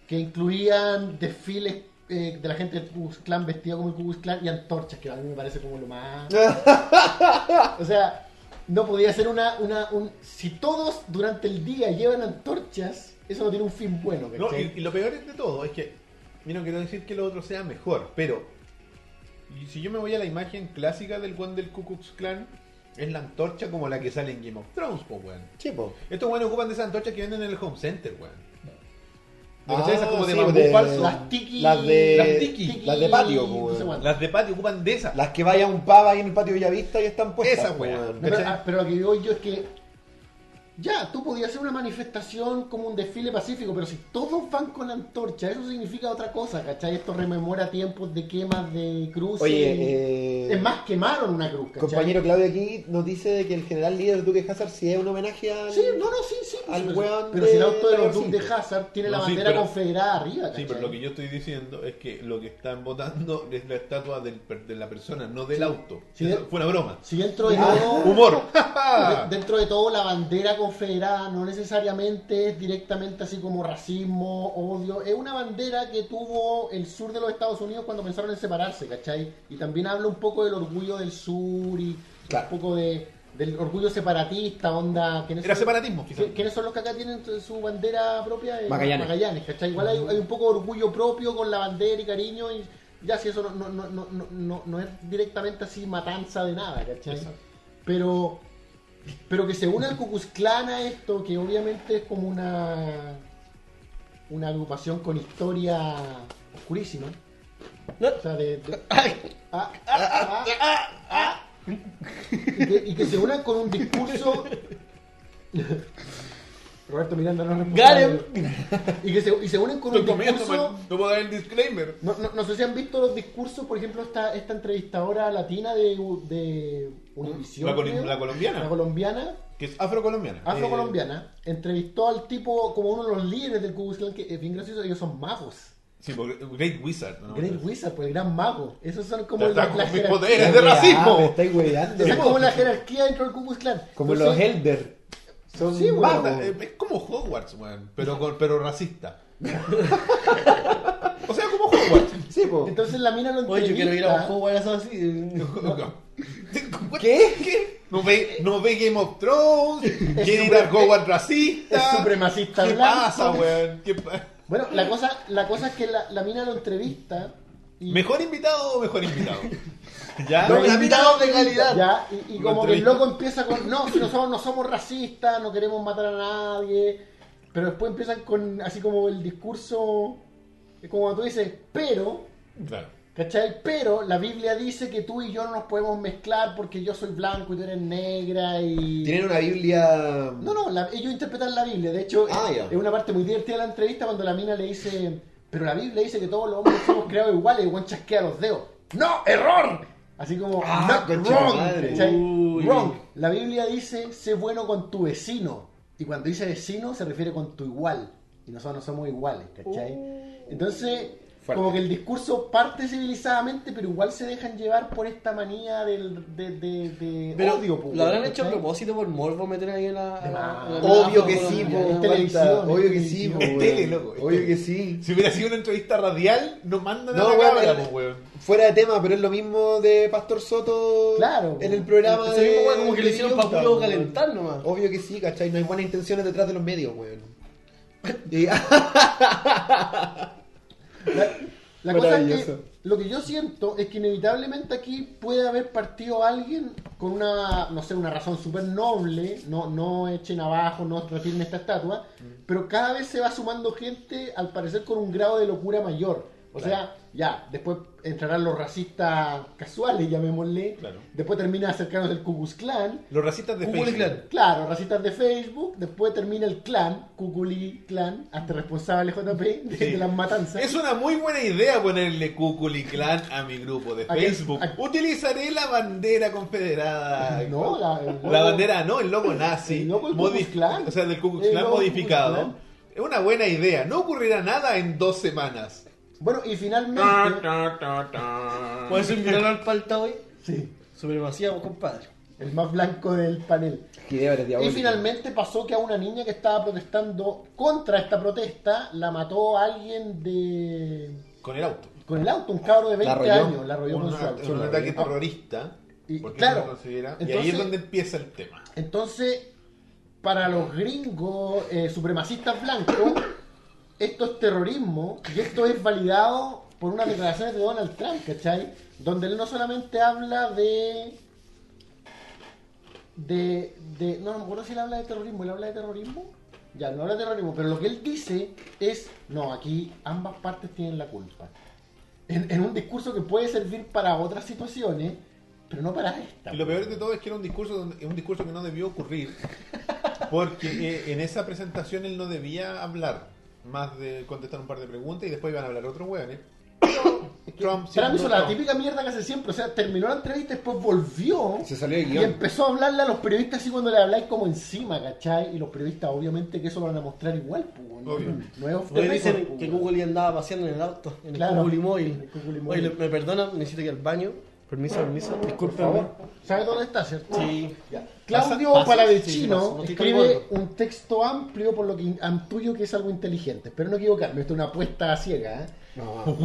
que incluían desfiles eh, de la gente del Ku Klux Klan vestida como el Ku Klux Klan y antorchas, que a mí me parece como lo más... o sea, no podía ser una... una un... Si todos durante el día llevan antorchas, eso no tiene un fin bueno.
No,
¿cachai?
y, y lo peor de todo es que, mira, no quiero decir que lo otro sea mejor, pero y si yo me voy a la imagen clásica del one del Ku Klux Klan, es la antorcha como la que sale en Game of Thrones, po, weón.
Chipo.
Estos weones ocupan de esa antorcha que venden en el Home Center, weón. ¿No
Ah,
cachai? Esas como de
sí,
bambú
de-
falso.
Las tiki...
Las de-
Las tiki.
las de patio,
no
pues,
sé cuánto.
Las de patio ocupan de esas.
Las que vaya un pava ahí en el patio Villavista y están puestas.
Esa
po,
weá.
weón.
No, pero,
¿Cachai?
ah, pero lo que digo yo es que ya, tú podías hacer una manifestación como un desfile pacífico, pero si todos van con la antorcha, eso significa otra cosa, ¿cachai? Esto rememora tiempos de quemas de cruces.
Oye, eh,
es más, quemaron una cruz, ¿cachai?
compañero Claudio aquí nos dice de que el general líder de Duque Hazard sí es un homenaje al.
Sí, no, no, sí, sí. pues,
Al
pero-
weón
pero
de
si el auto de los
Taylor
Duke de
Swift.
Hazard tiene la
No, sí,
bandera
pero-
confederada arriba, ¿cachai?
Sí, pero lo que yo estoy diciendo es que lo que están votando es la estatua del per- de la persona, no del auto.
Sí,
Eso
de-
Fue una broma.
Si dentro de
Ah.
todo...
Humor. Ah.
De- Dentro de todo, la bandera confederada no necesariamente es directamente así como racismo, odio. Es una bandera que tuvo el sur de los Estados Unidos cuando pensaron en separarse, ¿cachai? Y también habla un poco del orgullo del sur y
Claro.
un poco de, del orgullo separatista, onda. ¿quiénes
Era
son-
separatismo, quizás.
qui- ¿Quiénes son los que acá tienen su bandera propia? Eh,
Magallanes.
¿cachai? Igual hay, hay un poco de orgullo propio con la bandera y cariño y ya si eso no, no, no, no, no- no, no es directamente así matanza de nada, ¿cachai?
Exacto.
Pero, pero que se una el Ku Klux Klan a esto, que obviamente es como una, una agrupación con historia oscurísima.
No.
O sea, de- de- Ah, ah, ah, ah, ah. Y, que, y que se unan con un discurso. Roberto Miranda no responde.
Garen.
Y que se, y se unen con
Estoy
un
comiendo,
discurso.
man. No puedo dar el disclaimer.
No, no, no sé si han visto los discursos, por ejemplo, esta, esta entrevistadora latina de, U- de Univision.
Mm, La, col-
creo.
la colombiana, Eh.
La colombiana,
que es afrocolombiana.
afrocolombiana, entrevistó al tipo como uno de los líderes del Ku Klux Klan, que es bien gracioso, ellos son magos.
Eh, sí, porque Great Wizard. ¿no?
Great Wizard, pues el gran mago. Esos son como
Ya
la-
está
la
con mis
jerar-
poderes de racismo.
Me estáis hueveando.
Esa es como la jerarquía dentro del Ku Klux Klan.
pues. Como los
Entonces,
Elder. Son
Sí, weón.
magos.
Basta, eh, Es como Hogwarts, weón, pero, con- pero racista. o sea, como Hogwarts.
Sí, po.
Entonces la mina lo
Oye,
entrevista.
yo quiero ir
Ah.
a un juego de eso así.
¿Qué?
No ve, no ve Game of Thrones, quiere ir
super-
a Hogwarts racista.
es supremacista
¿Qué
blanco.
pasa, weón? ¿Qué pa-
Bueno, la cosa, la cosa es que la, la mina lo entrevista. Y
¿Mejor invitado o mejor invitado? ¿Ya?
Los
invitados de calidad.
Ya, y, y
Lo
como que el
entrevista.
loco empieza con, no, si nosotros no somos racistas, no queremos matar a nadie. Pero después empiezan con, así como el discurso, como tú dices, pero,
Claro.
¿Cachai? Pero la Biblia dice que tú y yo no nos podemos mezclar porque yo soy blanco y tú eres negra y...
Tienen una Biblia.
No, no, la- ellos interpretan la Biblia. De hecho,
Ah,
es,
ya.
es una parte muy divertida de la entrevista cuando la mina le dice, pero la Biblia dice que todos los hombres somos creados iguales y Juan chasquea los dedos. ¡No! ¡Error! Así como,
Ah,
"Not
concha
wrong.
madre.
¿cachai?
Uy.
Wrong. La Biblia dice, sé bueno con tu vecino. Y cuando dice vecino, se refiere con tu igual. Y nosotros no somos iguales, ¿cachai? Entonces,
Fuerte.
como que el discurso parte civilizadamente, pero igual se dejan llevar por esta manía del, de, de, de
Pero
odio. po,
lo habrán
¿cachai?
hecho a propósito por morbo meter ahí en la. la- la-
Obvio
la-
que
la-
sí,
la-
po,
es
Marta,
televisión,
Obvio
es
que sí, po,
televisión.
Es
weón.
tele, loco, es
Obvio
tele.
que sí.
Si hubiera sido una entrevista radial, nos mandan
No,
a la
weón,
cámara,
pero-
pues, weón.
Fuera de tema, pero es lo mismo de Pastor Soto
Claro,
en el
po.
programa
Ese
de.
mismo weón como que lo
de
hicieron
Villuta,
para puro
po,
calentar nomás.
weón. Obvio que sí, ¿cachai? No hay buenas intenciones detrás de los medios, weón. Y-
La cosa es que
Maravilloso.
lo que yo siento es que inevitablemente aquí puede haber partido alguien con una, no sé, una razón súper noble, no, no echen abajo, no retiren esta estatua,
Mm.
pero cada vez se va sumando gente, al parecer, con un grado de locura mayor. O sea, ya, después entrarán los racistas casuales, llamémosle,
Claro.
después termina acercarnos el Ku Klux Klan,
Los racistas de
Google
Facebook.
Clan.
Claro, racistas de Facebook, después termina el clan, Cuculi Clan, hasta responsable JP de,
Sí.
de las matanzas.
Es una muy buena idea ponerle Cuculi Clan a mi grupo de
¿A qué?
Facebook.
¿A-
Utilizaré la bandera confederada.
No, la- el logo-
La bandera, no, el logo nazi.
El logo del Ku Klux
modi-
Klan.
O sea, del Ku Klux
El
Klan
logo del
modificado.
Ku Klux
Es una buena idea. No ocurrirá nada en dos semanas.
Bueno, y finalmente.
Ah,
Por
Pues,
eso invitaron al palta hoy.
Sí,
Supremacía, pues, compadre.
el más blanco del panel.
Qué idea más
Y
diabólica.
finalmente pasó que a una niña que estaba protestando contra esta protesta la mató alguien de.
Con el auto.
con el auto, un cabro de 20
La arrolló.
años. La arrolló
Un,
con su
at-
auto. Ah,
un
La
ataque
arrolló.
terrorista.
Y,
porque
claro,
no lo considera. y ahí
entonces-
es donde empieza el tema.
Entonces, para los gringos eh, supremacistas blancos, esto es terrorismo y esto es validado por unas declaraciones de Donald Trump, ¿cachai? Donde él no solamente habla de... De, de- no, no me acuerdo si él habla de terrorismo, él habla de terrorismo. Ya, no habla de terrorismo, pero lo que él dice es, no, aquí ambas partes tienen la culpa. En, en un discurso que puede servir para otras situaciones, pero no para esta.
Y lo peor de todo es que era un discurso, donde- un discurso que no debió ocurrir. Porque eh, en esa presentación él no debía hablar más de contestar un par de preguntas y después iban a hablar otros hueones. Trump,
Trump
siempre
hizo la
Trump.
típica mierda que hace siempre, o sea, terminó la entrevista, después volvió
Se salió de
y
guión.
empezó a hablarle a los periodistas así cuando le habláis como encima, ¿cachai? Y los periodistas obviamente que eso lo van a mostrar igual, pues, no,
Obvio.
no es off the
Hoy
record,
dicen
pues,
que
weón.
Google andaba paseando en el auto, en
Claro,
el Google
en el
Móvil.
Google Móvil.
Oye, le- me perdona, necesito ir al baño. Permiso, permiso.
Por
Disculpen.
favor, ¿sabes dónde está, cierto?
Sí.
Ya.
Pasa-
Claudio
pasa- sí, pasa,
Palavecino
no te
escribe
estoy
un texto amplio por lo que intuyo que es algo inteligente. Espero no equivocarme, esto es una apuesta ciega. ¿eh?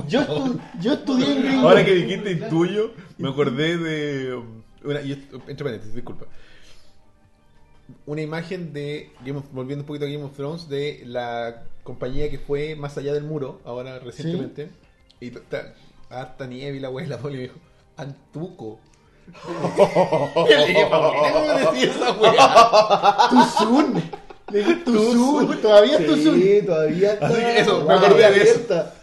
Yo, estu- yo estudié inglés.
Ahora que dijiste intuyo, me acordé de. um, una- y esto- entre paréntesis, disculpa. Una imagen de. Game of- volviendo un poquito a Game of Thrones, de la compañía que fue más allá del muro, ahora recientemente. Y ta- harta nieve y la abuela poli me dijo: Antuco. Y le dije, "¿Por qué no me decís esa weá?"
Tuzun. Le dije, Tuzun. Todavía es Tuzun.
Sí, todavía está.
Así que eso, me
Guau,
acordé de eso.
abierta.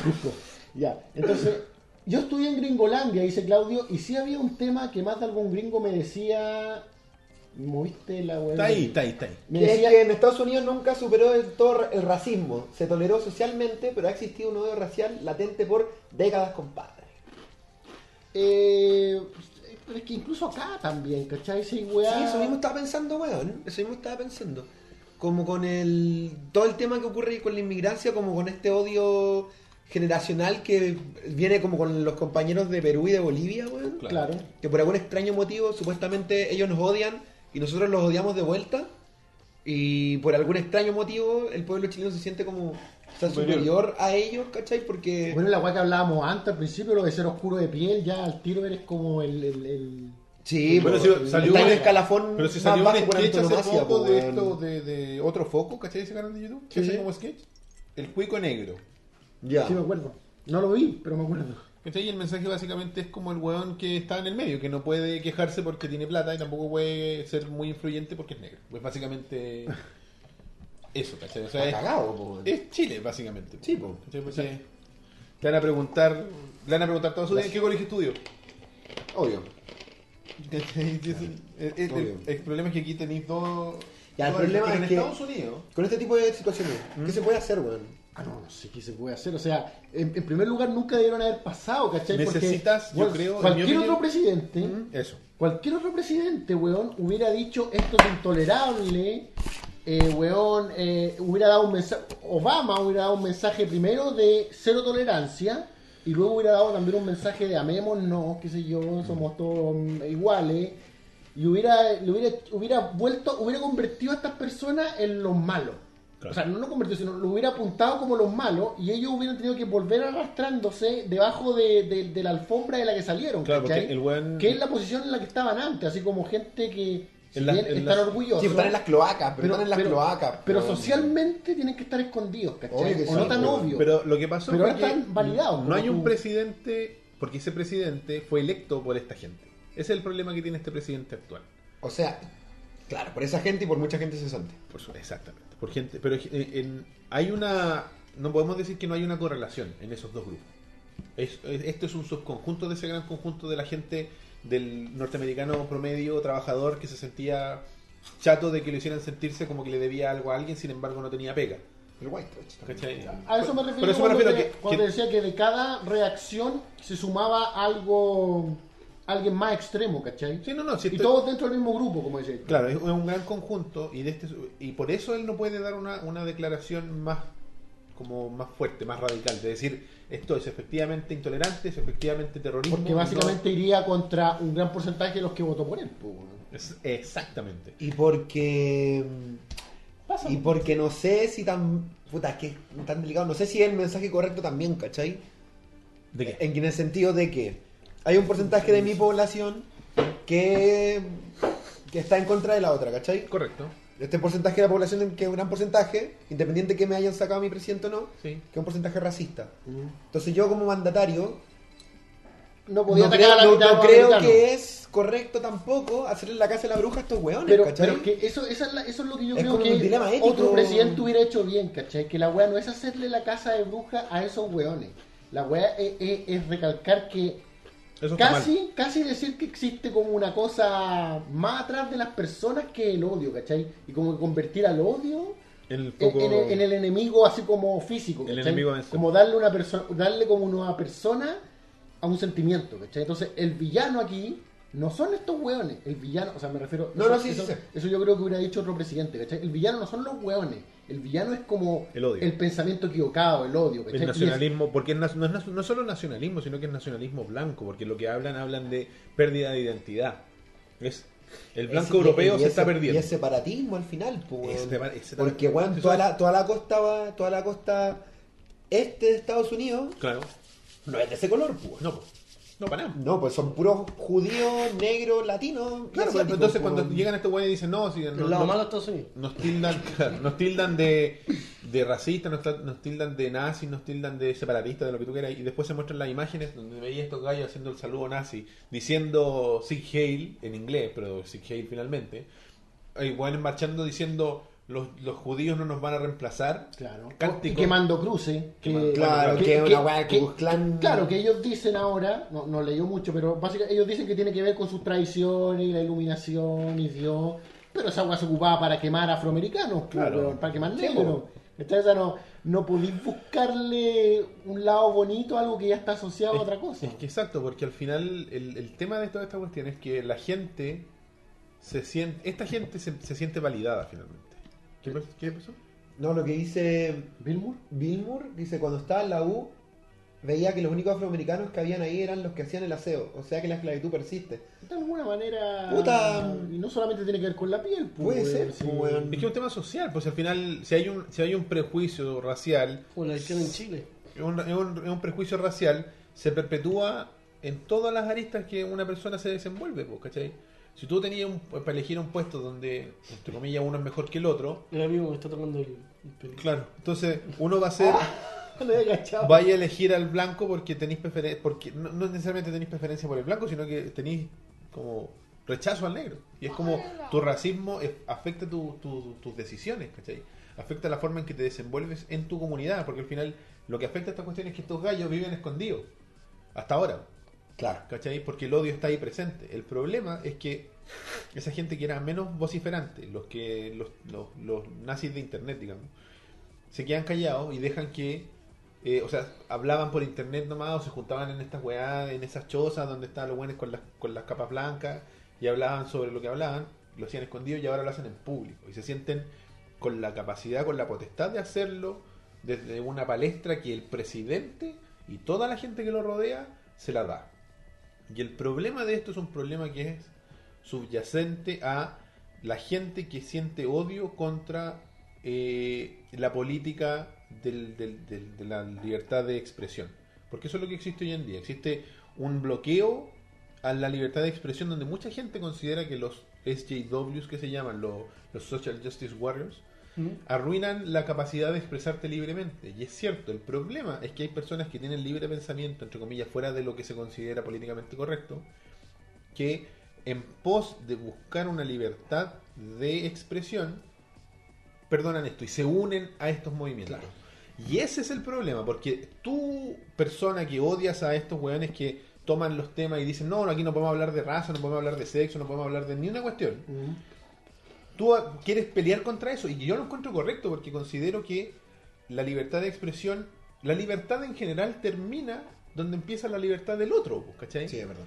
Truco. Ya, entonces, yo estudié en Gringolandia, dice Claudio, y sí había un tema que más de algún gringo me decía. ¿Moviste la web?
Está ahí, está ahí, está ahí.
Me
Es
decía.
que en Estados Unidos nunca superó del todo el racismo. Se toleró socialmente, pero ha existido un odio racial latente por décadas, compadre.
eh, pero es que incluso acá también, ¿cachai? Sí, weá.
Sí, eso mismo estaba pensando, weón. Eso mismo estaba pensando. Como con el. Todo el tema que ocurre con la inmigrancia, como con este odio generacional que viene como con los compañeros de Perú y de Bolivia, weón.
Claro.
Que por algún extraño motivo, supuestamente ellos nos odian y nosotros los odiamos de vuelta. Y por algún extraño motivo, el pueblo chileno se siente como. o sea, superior. a ellos, ¿cachai? Porque.
Bueno, la weá que hablábamos antes al principio, lo de ser oscuro de piel, ya al tiro eres como el. el, el-
sí,
Pero
po,
si salió
está en
un- e-
el escalafón.
Pero si
más
salió un
bajo por
sketch hace
antonomasia,
poco
po,
de
weón.
esto, de, de otro foco, ¿cachai ese canal de YouTube? ¿Cachai como sketch? El cuico negro.
Ya.
Sí, me acuerdo. No lo vi, pero me acuerdo.
¿Cachai? Y el mensaje básicamente es como el weón que está en el medio, que no puede quejarse porque tiene plata y tampoco puede ser muy influyente porque es negro. Pues básicamente eso, ¿cachai? O sea,
Está
es,
cagado, po, weón.
es Chile, básicamente.
Sí, po.
¿Cachai? Pues, eh, Te van a preguntar, le van a preguntar todo su vida, ¿en qué colegio estudió?
Obvio.
¿Cachai? Y eso- el- el-
Obvio.
El problema es que aquí tenéis dos.
Ya, el
dos-
problema
pero
es
en
que-
Estados Unidos.
Con este tipo de situaciones, ¿qué se puede hacer, weón?
Ah, no, no sé qué se puede hacer. O sea, en, en primer lugar, nunca debieron haber pasado, ¿cachai? Porque,
Necesitas, yo
weón,
creo, en mi
Cualquier
opinión-
otro presidente,
Eso.
cualquier otro presidente, weón, hubiera dicho esto es intolerable, eh, weón, eh, hubiera dado un mensaje. Obama hubiera dado un mensaje primero de cero tolerancia. Y luego hubiera dado también un mensaje de amémonos, qué sé yo, somos todos mm, iguales. Y hubiera, le hubiera, hubiera vuelto, hubiera convertido a estas personas en los malos. O sea, no lo convirtió, sino lo hubiera apuntado como los malos y ellos hubieran tenido que volver arrastrándose debajo de, de- de la alfombra de la que salieron.
Claro, porque
¿cachai?
el weón-
Que es la posición en la que estaban antes, así como gente que si
En la-
bien
en
están
la-
orgullosos.
Sí, pues, están en las cloacas, pero,
pero-
están en las
pero-
cloacas.
pero
weón.
socialmente tienen que estar escondidos, ¿cachai?
Obvio que
o
sí, pues.
no tan
pero-
obvio.
Pero lo que pasó
Pero
fue
ahora
que
están validados,
No
como
hay un
tú.
presidente, porque ese presidente fue electo por esta gente. Ese es el problema que tiene este presidente actual.
O sea, claro, por esa gente y por mucha gente cesante.
Por su- exactamente. Por gente, pero eh, en- hay una. No podemos decir que no hay una correlación en esos dos grupos. Es- es- esto es un subconjunto de ese gran conjunto de la gente del norteamericano promedio, trabajador, que se sentía chato de que lo hicieran sentirse como que le debía algo a alguien, sin embargo no tenía pega.
El white trash también.
¿Cachai?
A eso me
Pero-
refiero,
pero eso me
cuando,
refiero
te-
que-
cuando
que-
decía que de cada reacción se sumaba algo, alguien más extremo, ¿cachai?
Sí, no, no, sí,
y
estoy-
todos dentro del mismo grupo, como decía.
Claro, es un- es un gran conjunto y de este y por eso él no puede dar una, una declaración más como más fuerte, más radical, de decir esto es efectivamente intolerante, es efectivamente terrorismo.
Porque básicamente iría contra un gran porcentaje de los que votó por él. po, weón.
no- es- exactamente.
Y porque. Y porque no sé si tan. Puta, es que es tan delicado. No sé si es el mensaje correcto también, ¿cachai?
¿De qué?
En en el sentido de que hay un porcentaje de mi población que, que está en contra de la otra, ¿cachai?
Correcto.
Este porcentaje de la población, que es un gran porcentaje, independiente que me hayan sacado a mi presidente o no,
Sí.
que es un porcentaje racista. Entonces yo como mandatario
No podía
no
atacar
creo,
a la
no-
mitad de
no
los
creo
americanos.
que es correcto tampoco hacerle la casa de la bruja a estos hueones,
Pero,
¿cachai?
pero que eso, esa es la- eso es lo que yo
Es
creo
como un dilema
que
ético.
otro presidente hubiera hecho bien, ¿cachai? Que la weá no es hacerle la casa de bruja a esos weones. La weá es, es- es recalcar que
Eso está mal.
casi, casi decir que existe como una cosa más atrás de las personas que el odio, ¿cachai? Y como que convertir al odio
En el
en,
foco-
en el, en el enemigo así como físico,
El
¿cachai?
enemigo es-
como darle una persona, darle como una persona a un sentimiento, ¿cachai? Entonces el villano aquí no son estos hueones, el villano, o sea, me refiero,
No,
eso,
no, sí,
eso,
sí, sí.
eso yo creo que hubiera dicho otro presidente, ¿cachai? El villano no son los hueones, el villano es como
El odio.
pensamiento equivocado, el odio, ¿cachai?
El
Y es-
nacionalismo, porque es na- no es na- no solo nacionalismo, sino que es nacionalismo blanco, porque lo que hablan, hablan de pérdida de identidad. Es, el blanco
Es- y- e-
europeo
y
se
es-
está perdiendo.
Y es separatismo al final, pues.
Es
weón.
separ- es separ-
Porque, weón,
Eso
toda
es-
la, toda la costa va- toda la costa este de Estados Unidos
Claro.
no es de ese color, pues.
No, pues. no para nada.
No, pues son puros judíos, negros, latinos.
Claro, pero
asiáticos,
entonces
pues,
cuando
weón.
llegan estos güeyes y dicen, no, si no,
El lado
no-
malo de Estados Unidos.
nos tildan, claro, nos tildan de, de racistas, nos, tra- nos tildan de nazis, nos tildan de separatistas, de lo que tú quieras, y después se muestran las imágenes donde veía a estos gallos haciendo el saludo nazi, diciendo Sig Heil en inglés, pero Sig Heil finalmente, e igual marchando diciendo los, los judíos no nos van a reemplazar,
Claro.
Cántico.
Y quemando cruces. Que,
Quemando-
Claro, que es una weá Ku Klux Klan.
Claro, que ellos dicen ahora, no, no leí mucho, pero básicamente ellos dicen que tiene que ver con sus tradiciones y la iluminación y Dios. Pero esa weá se ocupaba para quemar afroamericanos,
Claro.
claro. para quemar
Sí,
negros. Entonces, esa no, no podéis buscarle un lado bonito a algo que ya está asociado a otra cosa. pues.
Es que exacto, porque al final el, el tema de toda esta cuestión es que la gente se siente, esta gente se, se siente validada finalmente. ¿Qué, pas- qué pasó?
No, lo que dice
¿Bill Moore?
Billmore, dice cuando estaba en la U, veía que los únicos afroamericanos que habían ahí eran los que hacían el aseo. O sea que la esclavitud persiste.
De alguna manera.
Puta.
Y no solamente tiene que ver con la piel,
Puede
pues,
ser,
sí.
pues, weón.
Es que es un tema social, pues al final, si hay un, si hay un prejuicio racial,
Como la hicieron en Chile.
es un, es un- es un prejuicio racial, se perpetúa en todas las aristas que una persona se desenvuelve, pues, ¿cachai? Si tú tenías un- para elegir un puesto donde, entre comillas, uno es mejor que el otro,
El amigo me está tocando el, el pelo.
claro, entonces uno va a ser,
Lo he cachado.
vaya a elegir al blanco porque tenéis preferen- porque no, no necesariamente tenéis preferencia por el blanco, sino que tenéis como rechazo al negro. Y es como tu racismo es- afecta tu- tu- tus decisiones, ¿cachai? Afecta la forma en que te desenvuelves en tu comunidad, porque al final lo que afecta a esta cuestión es que estos gallos viven escondidos. Hasta ahora.
Claro.
¿Cachai? Porque el odio está ahí presente. El problema es que esa gente que era menos vociferante, los que los, los, los nazis de internet, digamos, se quedan callados y dejan que, eh, o sea, hablaban por internet nomás o se juntaban en estas weá, en esas chozas donde estaban los buenos con las, con las capas blancas y hablaban sobre lo que hablaban, lo hacían escondido y ahora lo hacen en público y se sienten con la capacidad, con la potestad de hacerlo desde una palestra que el presidente y toda la gente que lo rodea se la da. Y el problema de esto es un problema que es subyacente a la gente que siente odio contra eh, la política del- del- del- de la libertad de expresión. Porque eso es lo que existe hoy en día. Existe un bloqueo a la libertad de expresión donde mucha gente considera que los SJWs que se llaman, los, los Social Justice Warriors, arruinan la capacidad de expresarte libremente. Y es cierto, el problema es que hay personas que tienen libre pensamiento, entre comillas, fuera de lo que se considera políticamente correcto, que en pos de buscar una libertad de expresión, perdonan esto y se unen a estos movimientos. Y ese es el problema, porque tú, persona que odias a estos weones que toman los temas y dicen, no, no, aquí no podemos hablar de raza, no podemos hablar de sexo, no podemos hablar de ni una cuestión
Mm.
tú a- quieres pelear contra eso. Y yo lo encuentro correcto porque considero que la libertad de expresión, la libertad en general termina donde empieza la libertad del otro, pues, ¿cachai?
Sí, es verdad.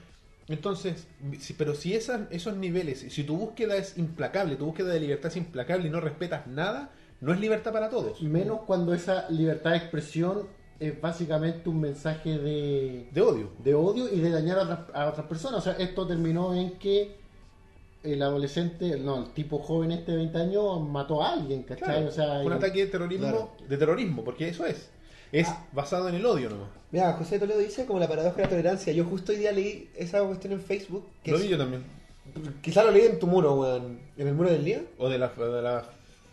Entonces, si- pero si esas, esos niveles, si tu búsqueda es implacable, tu búsqueda de libertad es implacable y no respetas nada, no es libertad para todos.
Menos cuando esa libertad de expresión es básicamente un mensaje de,
De odio.
de odio y de dañar a otras, a otras personas. O sea, esto terminó en que el adolescente, no, el tipo joven este de 20 años mató a alguien, ¿cachai?
Claro,
o sea,
un
y-
ataque de terrorismo, de terrorismo, porque eso es. Es
Ah.
basado en el odio nomás.
Mira, José Toledo dice como la paradoja de la tolerancia. Yo justo hoy día leí esa cuestión en Facebook. Que
Lo
es-
vi yo también.
Quizá lo leí en tu muro, weón. ¿En el muro del día?
O de la, de la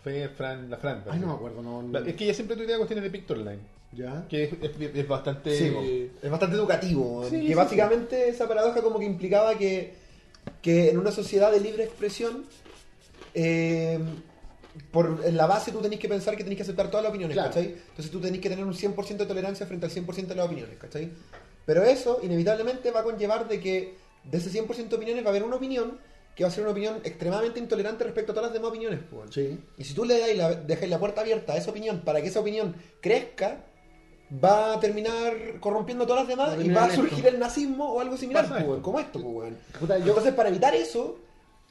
Fe Fran, la Fran.
Ay,
también.
no me acuerdo, no. no-
La- Es que ella siempre tuitea cuestiones de Pictoline.
¿Ya?
Que es, es- es bastante.
Sí, po. es bastante educativo.
Sí,
que
sí,
básicamente esa paradoja como que implicaba que, que en una sociedad de libre expresión, eh, por en la base tú tenés que pensar que tenés que aceptar todas las opiniones,
Claro.
¿cachai? Entonces tú tenés que tener un 100% de tolerancia frente al 100% de las opiniones, ¿cachai? Pero eso inevitablemente va a conllevar de que de ese 100% de opiniones va a haber una opinión que va a ser una opinión extremadamente intolerante respecto a todas las demás opiniones, po, weón.
Sí.
Y si tú le das la, dejas la puerta abierta a esa opinión para que esa opinión crezca, va a terminar corrompiendo a todas las demás
Va a
y va a
terminar
surgir el nazismo o algo similar,
Pasa
pues,
esto.
weón, como esto, pues, weón.
Puta, yo-
Entonces, para evitar eso,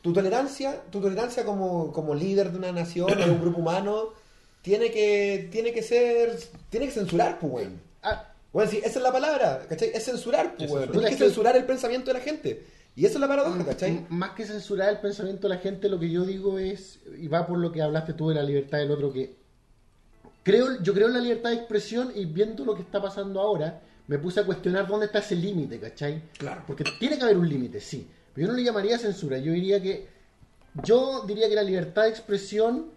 tu tolerancia, tu tolerancia como, como líder de una nación o de un grupo humano, tiene que, tiene que ser, tiene que censurar, pues, weón.
Ah,
Bueno, sí, esa es la palabra, ¿cachai? Es censurar, pues, weón.
censurar.
Tienes que censurar el pensamiento de la gente. Y eso es la paradoja,
m-
¿cachai?
Más que censurar el pensamiento de la gente, lo que yo digo es, y va por lo que hablaste tú de la libertad del otro, que creo, yo creo en la libertad de expresión y viendo lo que está pasando ahora, me puse a cuestionar dónde está ese límite, ¿cachai?
Claro.
Porque tiene que haber un límite, sí. Pero yo no le llamaría censura, yo diría que, yo diría que la libertad de expresión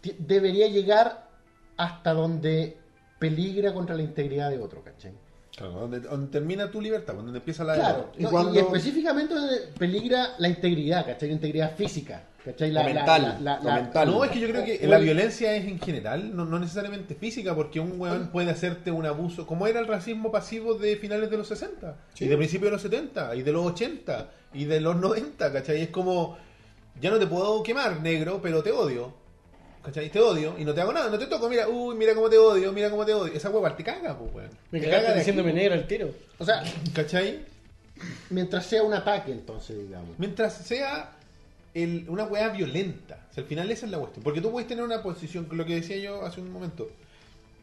ti- debería llegar hasta donde peligra contra la integridad de otro, ¿cachai?
Claro, donde, donde termina tu libertad, cuando empieza la.
Claro,
Y
no, y,
cuando-
y específicamente donde peligra la integridad, ¿cachay? La integridad física, ¿cachai? La,
O
la-
mental,
la- la-
o
la-
mental.
No, es que yo creo que
o-
la violencia es en general, no, no necesariamente física, porque un weón puede hacerte un abuso, como era el racismo pasivo de finales de los 60, y de principios de los 70, y de los 80, y de los 90, ¿cachai? Es como, ya no te puedo quemar, negro, pero te odio, ¿cachai? Te odio, y no te hago nada, no te toco, mira, uy, mira cómo te odio, mira cómo te odio. Esa hueva te caga, pues, weón.
Me
Te
cagaste
caga de
diciéndome
aquí,
negro al tiro.
O sea,
¿cachai?
mientras sea un ataque, entonces, digamos.
Mientras sea el- una weá violenta. O sea, al final esa es la cuestión. Porque tú puedes tener una posición, lo que decía yo hace un momento.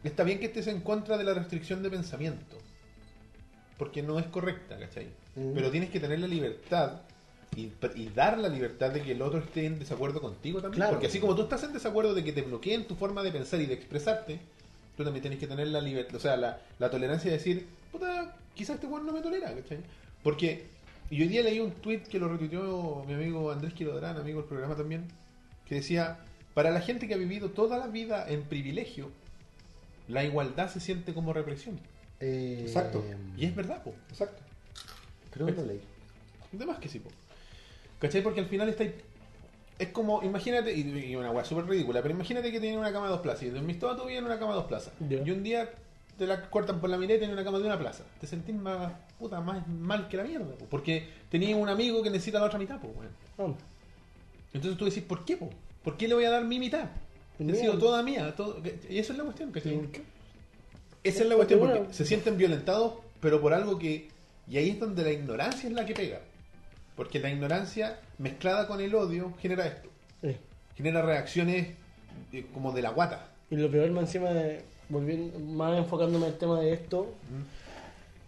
Está bien que estés en contra de la restricción de pensamiento. Porque no es correcta, ¿cachai? Pero tienes que tener la libertad y, y dar la libertad de que el otro esté en desacuerdo contigo también.
Claro.
Porque así como tú estás en desacuerdo de que te bloqueen tu forma de pensar y de expresarte, tú también tienes que tener la libertad, o sea, la, la tolerancia de decir, puta, quizás este weón no me tolera, ¿cachai? Porque y hoy día leí un tweet que lo retuiteó mi amigo Andrés Quilodrán, amigo del programa también, que decía, para la gente que ha vivido toda la vida en privilegio, la igualdad se siente como represión.
Eh,
Exacto.
Y es verdad, po.
Exacto.
Creo que lo leí.
De más que sí, po. ¿Cachai? Porque al final está ahí- Es como, imagínate, y, y una weá súper ridícula, pero imagínate que tienes una cama de dos plazas y dormís toda tu vida en una cama de dos plazas.
Ya.
Y un día te la cortan por la mineta en una cama de una plaza. Te sentís más, puta, más mal que la mierda, po, porque tenías un amigo que necesita la otra mitad, pues, weón.
Ah,
Entonces tú decís, ¿por qué, po? ¿Por qué le voy a dar mi mitad? Ha sido toda mía. todo- Y eso es la cuestión, ¿cachai? Esa es la cuestión, porque se sienten violentados, pero por algo que... Y ahí es donde la ignorancia es la que pega. Porque la ignorancia mezclada con el odio genera esto.
eh.
Genera reacciones eh, como de la guata.
Y lo peor, más encima, de, volviendo, más enfocándome al tema de esto,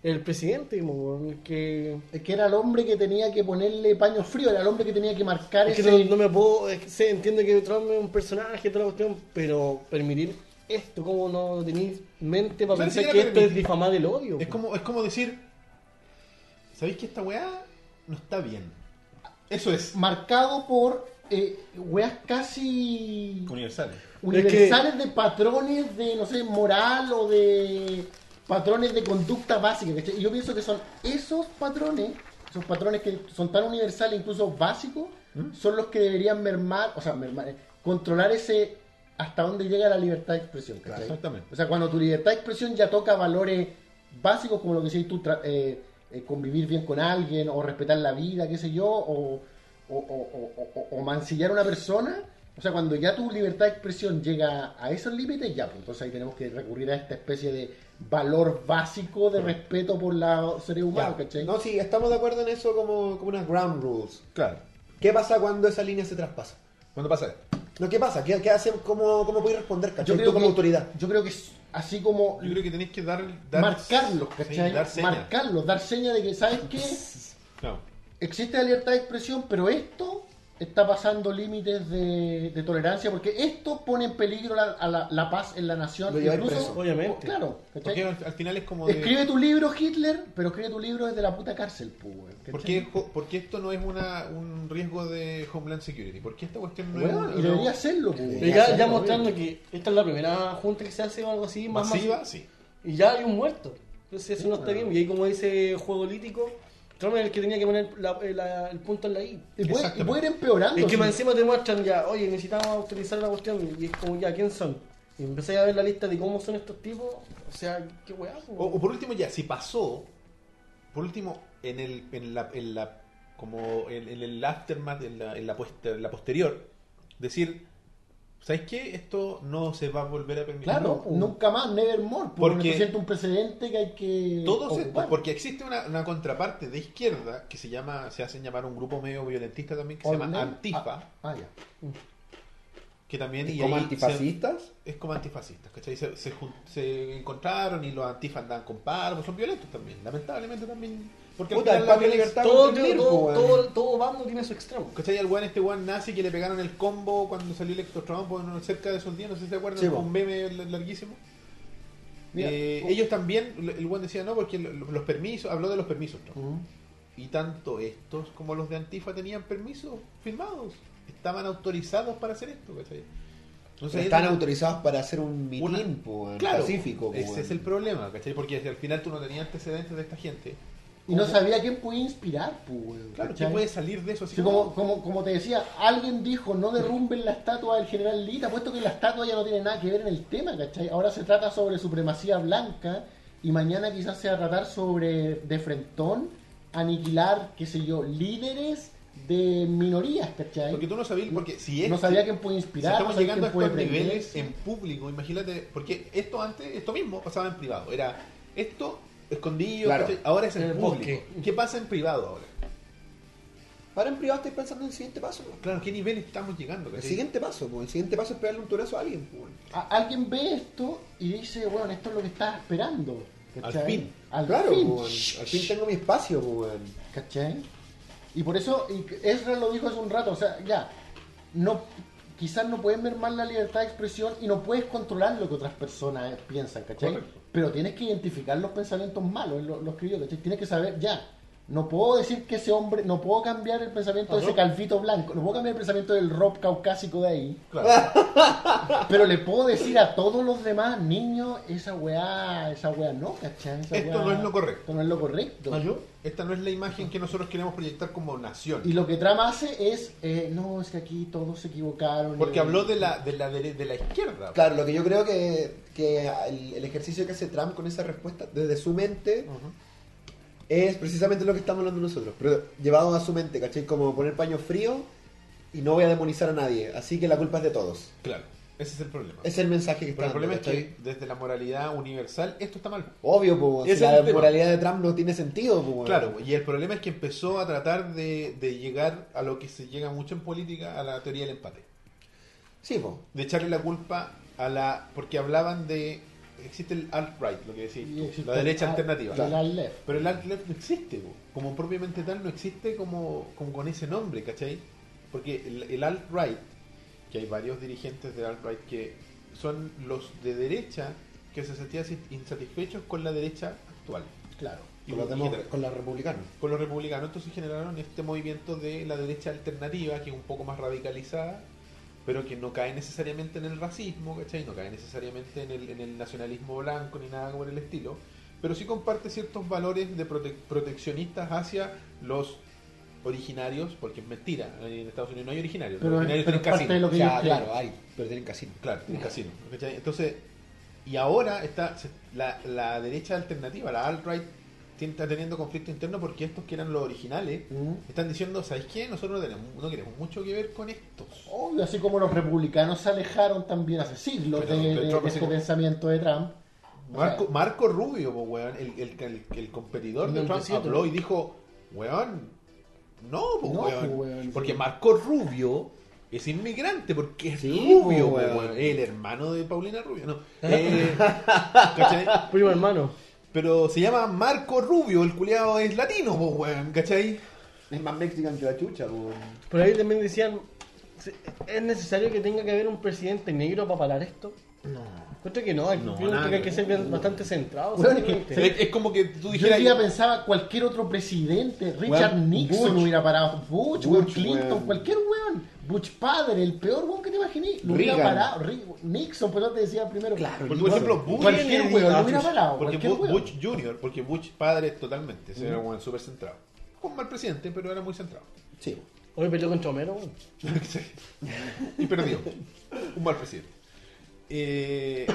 el presidente, como, weón, que.
Es que era el hombre que tenía que ponerle paño frío, era el hombre que tenía que marcar
Es que
ese...
no, no me puedo. es que sé, entiendo que Trump es un personaje, toda la cuestión, pero permitir esto, como no tenéis mente para
Claro,
pensar
sí,
que
ya
esto
permití.
es difamar el odio?
Es como, es como decir, ¿sabéis que esta weá no está bien? Eso es.
Marcado por eh, weas casi
Universal.
universales de patrones de, no sé, moral o de patrones de conducta básica. ¿cachai? Y yo pienso que son esos patrones, esos patrones que son tan universales, incluso básicos,
¿Mm?
son los que deberían mermar, o sea, mermar, eh, controlar ese hasta dónde llega la libertad de expresión. ¿cachai?
Claro, exactamente.
O sea, cuando tu libertad de expresión ya toca valores básicos como lo que decís tú, tra- eh, eh, convivir bien con alguien o respetar la vida, qué sé yo, o, o, o- o- o- o- o mancillar a una persona. O sea, cuando ya tu libertad de expresión llega a esos límites, ya, pues entonces ahí tenemos que recurrir a esta especie de valor básico de respeto por los seres humanos,
Ya.
¿cachai?
No, sí, estamos de acuerdo en eso como, como unas ground rules.
Claro.
¿Qué pasa cuando esa línea se traspasa?
¿Cuándo pasa esto?
No, ¿qué pasa? ¿Qué, qué hacen? ¿Cómo, cómo podéis responder, cachai? Tú como
que-
autoridad.
Yo creo que es así como
Yo creo que tenéis que dar... dar
marcarlos,
sí,
¿cachai?
dar señas.
marcarlos, dar señas de que, ¿sabes qué?
Claro.
existe la libertad de expresión, pero esto está pasando límites de, de tolerancia porque esto pone en peligro la, a la, la paz en la nación.
Lo lleváis preso.
Obviamente.
Claro, ¿cachai?
Porque al, al final es como... de-
Escribe tu libro, Hitler, pero escribe tu libro desde la puta cárcel, pues, weón, ¿cachai?
¿Por qué, jo- por qué esto no es una, un riesgo de Homeland Security? ¿Por qué esta cuestión no
Weón,
es
y
una-
debería hacerlo, pues, weón.
Pero ya, ya mostrando que esta es la primera junta que se hace o algo así, más
masiva? Sí.
Y ya hay un muerto. Entonces eso no está bien. Y ahí como dice juego lítico, Trump es el que tenía que poner la- eh, la- el punto en la I.
Y puede, y
Exactamente.
puede ir empeorando.
Es que
sí.
más encima te muestran ya, oye, necesitamos autorizar la cuestión. Y es como ya, ¿quién son? Y empecé a ver la lista de cómo son estos tipos. O sea, qué weá.
O,
po.
o por último ya, si pasó, por último, en el, en la, en la como en, en el aftermath, en la, en la, puesta- en la posterior, decir, ¿sabes qué? Esto no se va a volver a permitir.
Claro,
No,
nunca más, nevermore. Porque,
Porque-
siente un precedente que hay que.
Todos estos,
ocupar.
porque existe una, una contraparte de izquierda que se llama, se hacen llamar un grupo medio violentista también, que se llama
Online-
Antifa,
Ah, ah, ya.
que también y
¿Como
ahí se-
antifascistas?
es como antifascistas, ¿cachai? Se, se, jun- se encontraron y los antifas andaban con paros, son violentos también, lamentablemente también. Porque al
Puta,
final
el
la
patio de
violencia-
libertad
todo,
contra el
todo,
Mirko,
todo,
weón.
todo, bando tiene su extremo.
¿Cachai? Al weón, este weón nazi que le pegaron el combo cuando salió electo Trump bueno, cerca de esos días, no sé si se acuerdan,
Sí,
fue
po.
un meme lar- larguísimo.
Mira,
Eh,
uh.
ellos también, el- el weón decía no, porque lo- los permisos, habló de los permisos. Trump.
Ujú.
Y tanto estos como los de Antifa tenían permisos firmados, estaban autorizados para hacer esto, ¿cachai? Entonces,
Están
ahí-
autorizados para hacer un mitin
Una-
po, weón,
claro,
pacífico. po,
pues,
ese
weón.
es el problema, ¿cachai? Porque al final tú no tenías antecedentes de esta gente.
Y no sabía quién podía inspirar, pues, weón,
Claro, ¿qué
¿cachai?
puede salir de eso? Así
Sí,
como-
como, como, como te decía, alguien dijo no derrumben la estatua del general Lita, puesto que la estatua ya no tiene nada que ver en el tema, ¿cachai? Ahora se trata sobre supremacía blanca y mañana quizás sea tratar sobre de frentón, aniquilar, qué sé yo, líderes de minorías, ¿cachai?
Porque tú no sabías, porque si es
no sabía quién puede
Si
inspirar,
estamos
no sabía
llegando a
quién puede
estos
prender.
niveles em- en público, imagínate, porque esto antes, esto mismo pasaba en privado, era esto escondido,
Claro.
¿cachai? ahora es en
En el
público.
bosque.
¿Qué pasa en privado ahora?
Ahora en privado estáis pensando en el siguiente paso. weón.
Claro, ¿qué nivel estamos llegando?
El
cachai?
siguiente paso, po. el siguiente paso es pegarle un turazo a alguien. po, weón.
A- alguien ve esto y dice, bueno, esto es lo que estaba esperando, ¿cachai?
Al fin.
Al
Claro, pues,
fin.
po, weón. al fin tengo mi espacio. po, weón.
¿Cachai? Y por eso, y Ezra lo dijo hace un rato, o sea, ya, no, quizás no puedes mermar la libertad de expresión y no puedes controlar lo que otras personas eh, piensan, ¿cachai?
Correcto.
Pero tienes que identificar los pensamientos malos, lo- los que yo, ¿cachai? Tienes que saber, ya, No puedo decir que ese hombre, no puedo cambiar el pensamiento de ese calvito blanco, no puedo cambiar el pensamiento del rock caucásico de ahí. Pero le puedo decir a todos los demás, niños, esa weá, esa weá no, ¿cachai? Esa
Esto
weá-
no es lo correcto.
Esto no es lo correcto.
Esta no es la imagen que nosotros queremos proyectar como nación.
Y lo que Trump hace es, eh, no, es que aquí todos se equivocaron.
Porque
Eh,
habló de la, de la, dere- de la izquierda.
Claro, lo que yo creo que, que el, el ejercicio que hace Trump con esa respuesta desde su mente es precisamente lo que estamos hablando nosotros, pero llevado a su mente, ¿cachai? Como poner paño frío y no voy a demonizar a nadie, así que la culpa es de todos.
Claro, ese es el problema.
Es el mensaje que está
Pero el problema es
dando,
que desde la moralidad universal esto está mal.
¿cachai? Obvio, po, si
Ese es
la
el tema.
moralidad de Trump no tiene sentido, po, weón.
Claro, pues, y el problema es que empezó a tratar de, de llegar a lo que se llega mucho en política, a la teoría del empate.
Sí, po.
De echarle la culpa a la... Porque hablaban de... Existe el alt-right, lo que decís
y
tú,
existe
la derecha
el-
alternativa.
el alt-left.
Pero el alt-left no existe, po. como propiamente tal, no existe como, como con ese nombre, ¿cachai? Porque el, el alt-right, que hay varios dirigentes del alt-right que son los de derecha que se sentían si- insatisfechos con la derecha actual,
Claro.
Y
con, los
lo- y
demócratas,
tra-
con los republicanos.
con los republicanos. Entonces generaron este movimiento de la derecha alternativa, que es un poco más radicalizada, pero que no cae necesariamente en el racismo, ¿cachai? No cae necesariamente en el, en el nacionalismo blanco ni nada por el estilo, pero sí comparte ciertos valores de prote- proteccionistas hacia los originarios, porque es mentira, en Estados Unidos no hay originarios,
Pero,
los
pero
originarios
es parte
tienen casino.
de lo que
Ya,
yo...
Ah, claro,
Claro.
hay, pero tienen casino.
Claro, el casino. ¿cachai? Entonces, y ahora está se- la, la derecha alternativa, la alt-right, tien- está teniendo conflicto interno porque estos que eran los originales
Mm.
están diciendo, ¿sabéis qué? Nosotros no, tenemos, no queremos mucho que ver con estos.
Obvio, así como los republicanos se alejaron también hace siglos
Pero-
de,
pero
de-
Trump así
de este
como-
pensamiento de Trump. O sea,
Marco, Marco Rubio, po, weón, el, el, el- el competidor de
El
Trump
hombrecito.
habló y dijo, weón, no, po,
No, po,
weón.
weón,
Porque
sí.
Marco Rubio es inmigrante, porque es
Sí,
rubio, po,
po, weón.
weón. El hermano de Paulina Rubio, no. Eh, ¿cachai?
Primo hermano.
Pero se llama Marco Rubio, el culiado es latino, po, weón, ¿cachai?
Es más mexican que la chucha, po.
Por ahí también decían, ¿se- ¿es necesario que tenga que haber un presidente negro para parar esto? No. Encuentro que no, hay,
No,
creo
nada
que, hay
que
que ser bien- bastante centrado.
Bueno,
simplemente.
Es, es como que tú
Yo hoy
dijeras.
día pensaba cualquier otro presidente, Richard
Weón,
Nixon
Bush.
hubiera parado, Bush, weón,
Bush,
Clinton,
weón.
cualquier weón, Bush padre, el peor weón que te imaginé, lo hubiera
Reagan.
parado, Re- Nixon, pero te decía primero, claro,
Porque, por ejemplo, Bush.
cualquier
Kennedy,
weón lo
ah,
hubiera parado,
Porque
cualquier
Bu-
weón.
Bush Junior, porque Bush padre totalmente. Ese era un weón súper centrado. Un mal presidente, pero era muy centrado.
Sí, po.
Hoy peleó contra Homero, weón.
Sí. y perdió. Un mal presidente. Eh,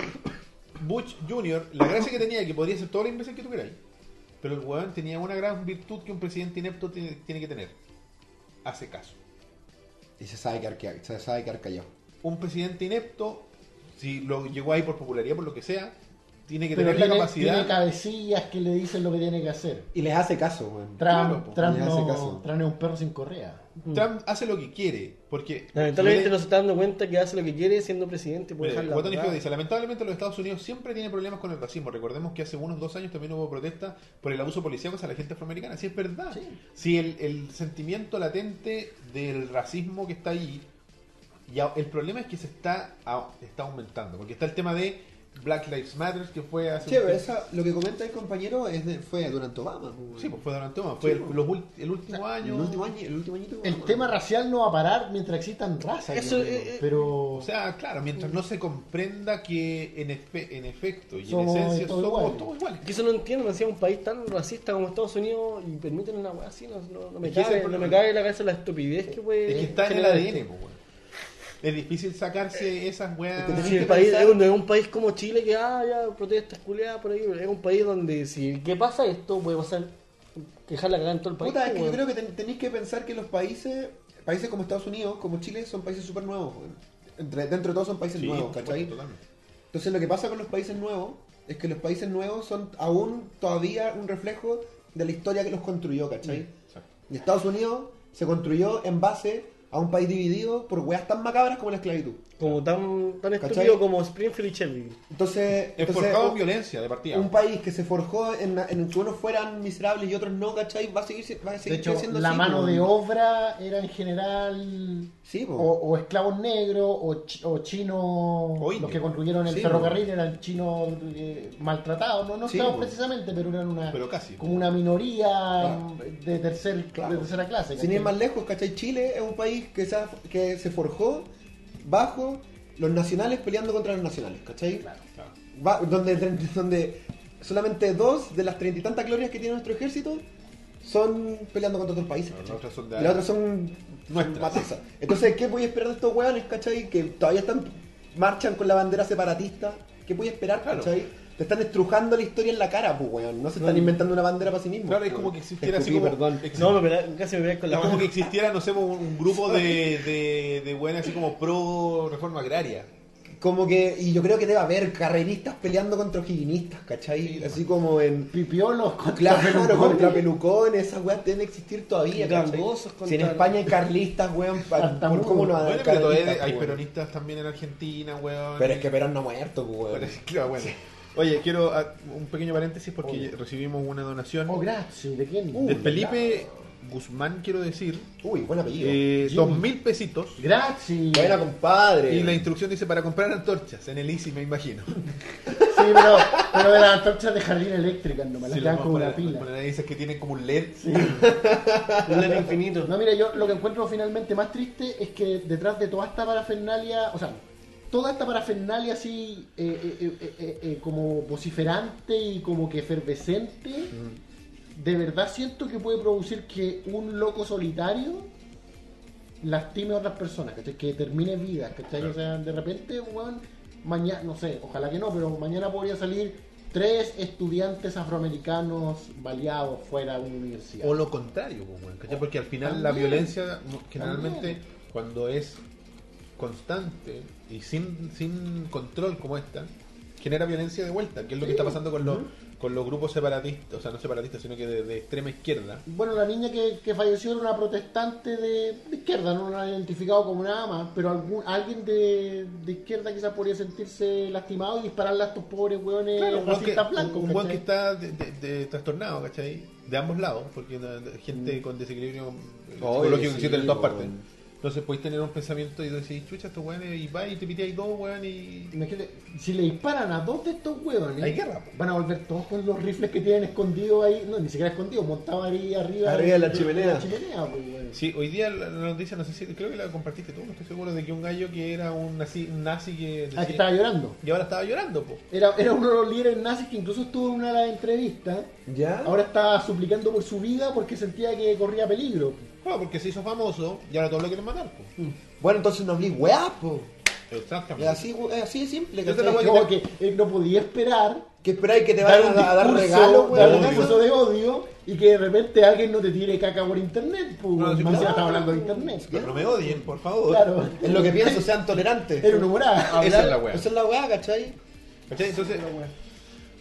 Bush Jr., la gracia que tenía es que podría ser toda la inversión que tú queráis. Pero el weón tenía una gran virtud que un presidente inepto tiene, tiene que tener. Hace caso.
Y se sabe que arquea, se sabe que arcayó.
Un presidente inepto, si lo llegó ahí por popularidad, por lo que sea, tiene que
pero
tener
tiene,
la capacidad.
tiene cabecillas que le dicen lo que tiene que hacer.
Y les hace caso, weón.
Claro,
Trump,
pues,
Trump
le hace
no-
caso.
Trump es un perro sin correa.
Trump hace lo que quiere. Porque.
Lamentablemente
lo
no se está dando cuenta que hace lo que quiere siendo presidente. y puede
Mira,
dejar la
Guatón eh, y
cagada.
Feo dice, lamentablemente los Estados Unidos siempre tienen problemas con el racismo. Recordemos que hace unos dos años también hubo protestas por el abuso policial hacia la gente afroamericana. Sí, es verdad. Si el, el sentimiento latente del racismo que está ahí, y a- el problema es que se está, a- está aumentando. Porque está el tema de Black Lives Matter, que fue hace...
Che,
un
pero
tiempo-
esa, lo que comenta el compañero es de- fue durante Obama. weón.
Sí, pues fue durante Obama. Fue
Sí,
el,
pues.
los ul- el último año...
El último año, el último añito.
El tema racial no va a parar mientras existan razas, yo
Eso,
creo,
eh, eh,
pero...
O sea, claro, mientras no se comprenda que en, efe- en efecto y
Somos
en esencia
todos
somos
iguales.
todos iguales.
Que eso no entiendo, decía un país tan racista como Estados Unidos y permiten una weá así, no, no- no me
Es que ese
cabe,
es el
no me
problema.
cabe en la cabeza la estupidez que puede.
Es que está en el
generar
ADN,
esto.
po, pues, weón. Es difícil sacarse esas weas.
Eh, es que
Si
que
el país
pensar-
es un, es un país como Chile que ah, ya protestas culeadas por ahí, pero es un país donde si ¿qué pasa esto? puede pasar quejar la cagada en todo el país.
Puta, es que yo
weón.
creo que ten- tenéis que pensar que los países, países como Estados Unidos, como Chile, son países súper nuevos. weón. Entre, dentro de todo son países
Sí,
nuevos,
por
¿cachai?
supuesto, totalmente.
Entonces lo que pasa con los países nuevos es que los países nuevos son aún todavía un reflejo de la historia que los construyó, ¿cachai?
Mm. Exacto.
Y Estados Unidos se construyó en base a un país dividido por weas tan macabras como la esclavitud.
Como tan, tan
¿Cachai?
estúpido como Springfield y Shelby.
Entonces,
Es
entonces,
forjado en
un-
violencia de partida.
un país que se forjó en, la- en que unos fueran miserables y otros no, ¿cachai? Va a seguir, si- va a
De
seguir
hecho,
siendo
la
así,
mano
po.
de obra era en general
Sí, po.
o, o esclavos negros o, chi- o chinos,
indios.
los que construyeron el
Sí,
ferrocarril eran chinos eh, maltratados, no, no
Sí,
esclavos
po.
precisamente, pero eran una,
Pero casi.
como una minoría de, tercer,
Claro.
de tercera clase.
Sin ir
¿cachai?
más lejos, ¿cachai? Chile es un país que se, ha- que se forjó bajo los nacionales peleando contra los nacionales, ¿cachai? Va- donde, donde solamente dos de las treinta y tantas glorias que tiene nuestro ejército son peleando contra otros países,
Pero
¿cachai?
las otras son de-
Las otras son
Nuestras.
matazas. Entonces, ¿qué voy a esperar de estos hueones, cachai? Que todavía están marchan con la bandera separatista. ¿Qué voy a esperar,
Claro.
cachai? Te están estrujando la historia en la cara, pues, weón. No se están inventando una bandera para sí mismos.
Claro, es
po.
como que existiera
Escupí,
así como.
perdón.
ex-
No, me pega- casi me pegas con
es
la
como
mano.
que existiera, no sé, un, un grupo de, de, de buenas así como pro reforma agraria.
Como que, y yo creo que debe haber carreristas peleando contra ojinistas, ¿cachai? Así como en.
Pipiolos contra
Claro,
pelucones.
contra pelucones, esas weas deben existir todavía, ¿cachai?
Gangosos
Si en
contra-
España hay carlistas, weón, pa-
Tartamudo.
¿por cómo no
Bueno,
hay
pero todavía
carlistas,
hay
pues, weón?
peronistas también en Argentina, weón.
Pero es que Perón no ha muerto, pues, weón.
Pero es- claro, bueno. Oye, quiero ah, un pequeño paréntesis porque recibimos una donación
Oh, gracias, ¿de quién?
de Felipe Guzmán, quiero decir.
Uy, buen apellido.
eh,
Jimmy.
Dos mil pesitos.
Gracias.
Buena, compadre.
Y la instrucción dice para comprar antorchas en el Easy, me imagino.
Sí, pero, pero de las antorchas de jardín eléctrica, no me las
Sí,
quedan
lo
como
vamos a
una
poner-
pila.
poner ahí, dice que tienen como un LED.
Un lado infinito.
No, mira, yo lo que encuentro finalmente más triste es que detrás de toda esta parafernalia, o sea, toda esta parafernalia así eh, eh, eh, eh, eh, como vociferante y como que efervescente, de verdad siento que puede producir que un loco solitario lastime a otras personas, ¿cachai? Que termine vidas, ¿cachai? O sea, de repente, weón, mañana, no sé, ojalá que no, pero mañana podría salir tres estudiantes afroamericanos baleados fuera de una universidad.
O lo contrario, pues, weón, ¿cachai? porque al final la
También.
violencia no- generalmente cuando es constante y sin, sin control como esta, genera violencia de vuelta, que es lo que está pasando con los, con los grupos separatistas, o sea, no separatistas, sino que de, de extrema izquierda.
Bueno, la niña que, que falleció era una protestante de, de izquierda, no la han identificado como nada más, pero algún, alguien de, de izquierda quizás podría sentirse lastimado y dispararle a estos pobres hueones
un weón que,
racistas
un-
blancos.
un weón que
¿cachai?
está de- de- de- trastornado, ¿cachai? De ambos lados, porque la- la
Mm.
gente con desequilibrio eh,
Oye,
psicológico
sí,
existe en todas
weón.
partes. Entonces podéis tener un pensamiento y decís, chucha, estos weones, y va y te piteáis dos, weón, y
Imagínate, si le disparan a dos de estos hueones,
Hay guerra, po.
van a volver todos con los rifles que tienen escondidos ahí, no, ni siquiera escondidos, montados ahí arriba,
Arriba de la chimenea.
la chimenea, pues, weón.
Sí, hoy día la la noticia, no sé si, creo que la compartiste tú, no estoy seguro de que un gallo que era un nazi, un nazi que
Ah,
decía-
que estaba llorando.
y ahora estaba llorando, po.
Era, era uno de los líderes nazis que incluso estuvo en una de las entrevistas.
¿Ya?
Ahora está suplicando por su vida porque sentía que corría peligro.
Claro, porque se hizo famoso y ahora todos lo quieren matar, po.
Mm.
Bueno, entonces no hablé weá, po. Es
Exactamente.
así, we- es así de simple,
Yo te
¿cachai?
la voy a
Como que él no podía esperar
¿Qué esperáis que te
dar
vayan
un
a, a dar
discurso,
regalos,
dar un
Obvio.
discurso de odio y que de repente alguien no te tire caca por internet. Pues,
No, sí,
no, más
claro.
encima estaba hablando de internet.
Pero no me odien, por favor.
Claro,
Es lo que pienso, sean tolerantes.
era un humorado.
Esa es la weá.
Esa es la weá, ¿cachai?
¿Cachai? Entonces,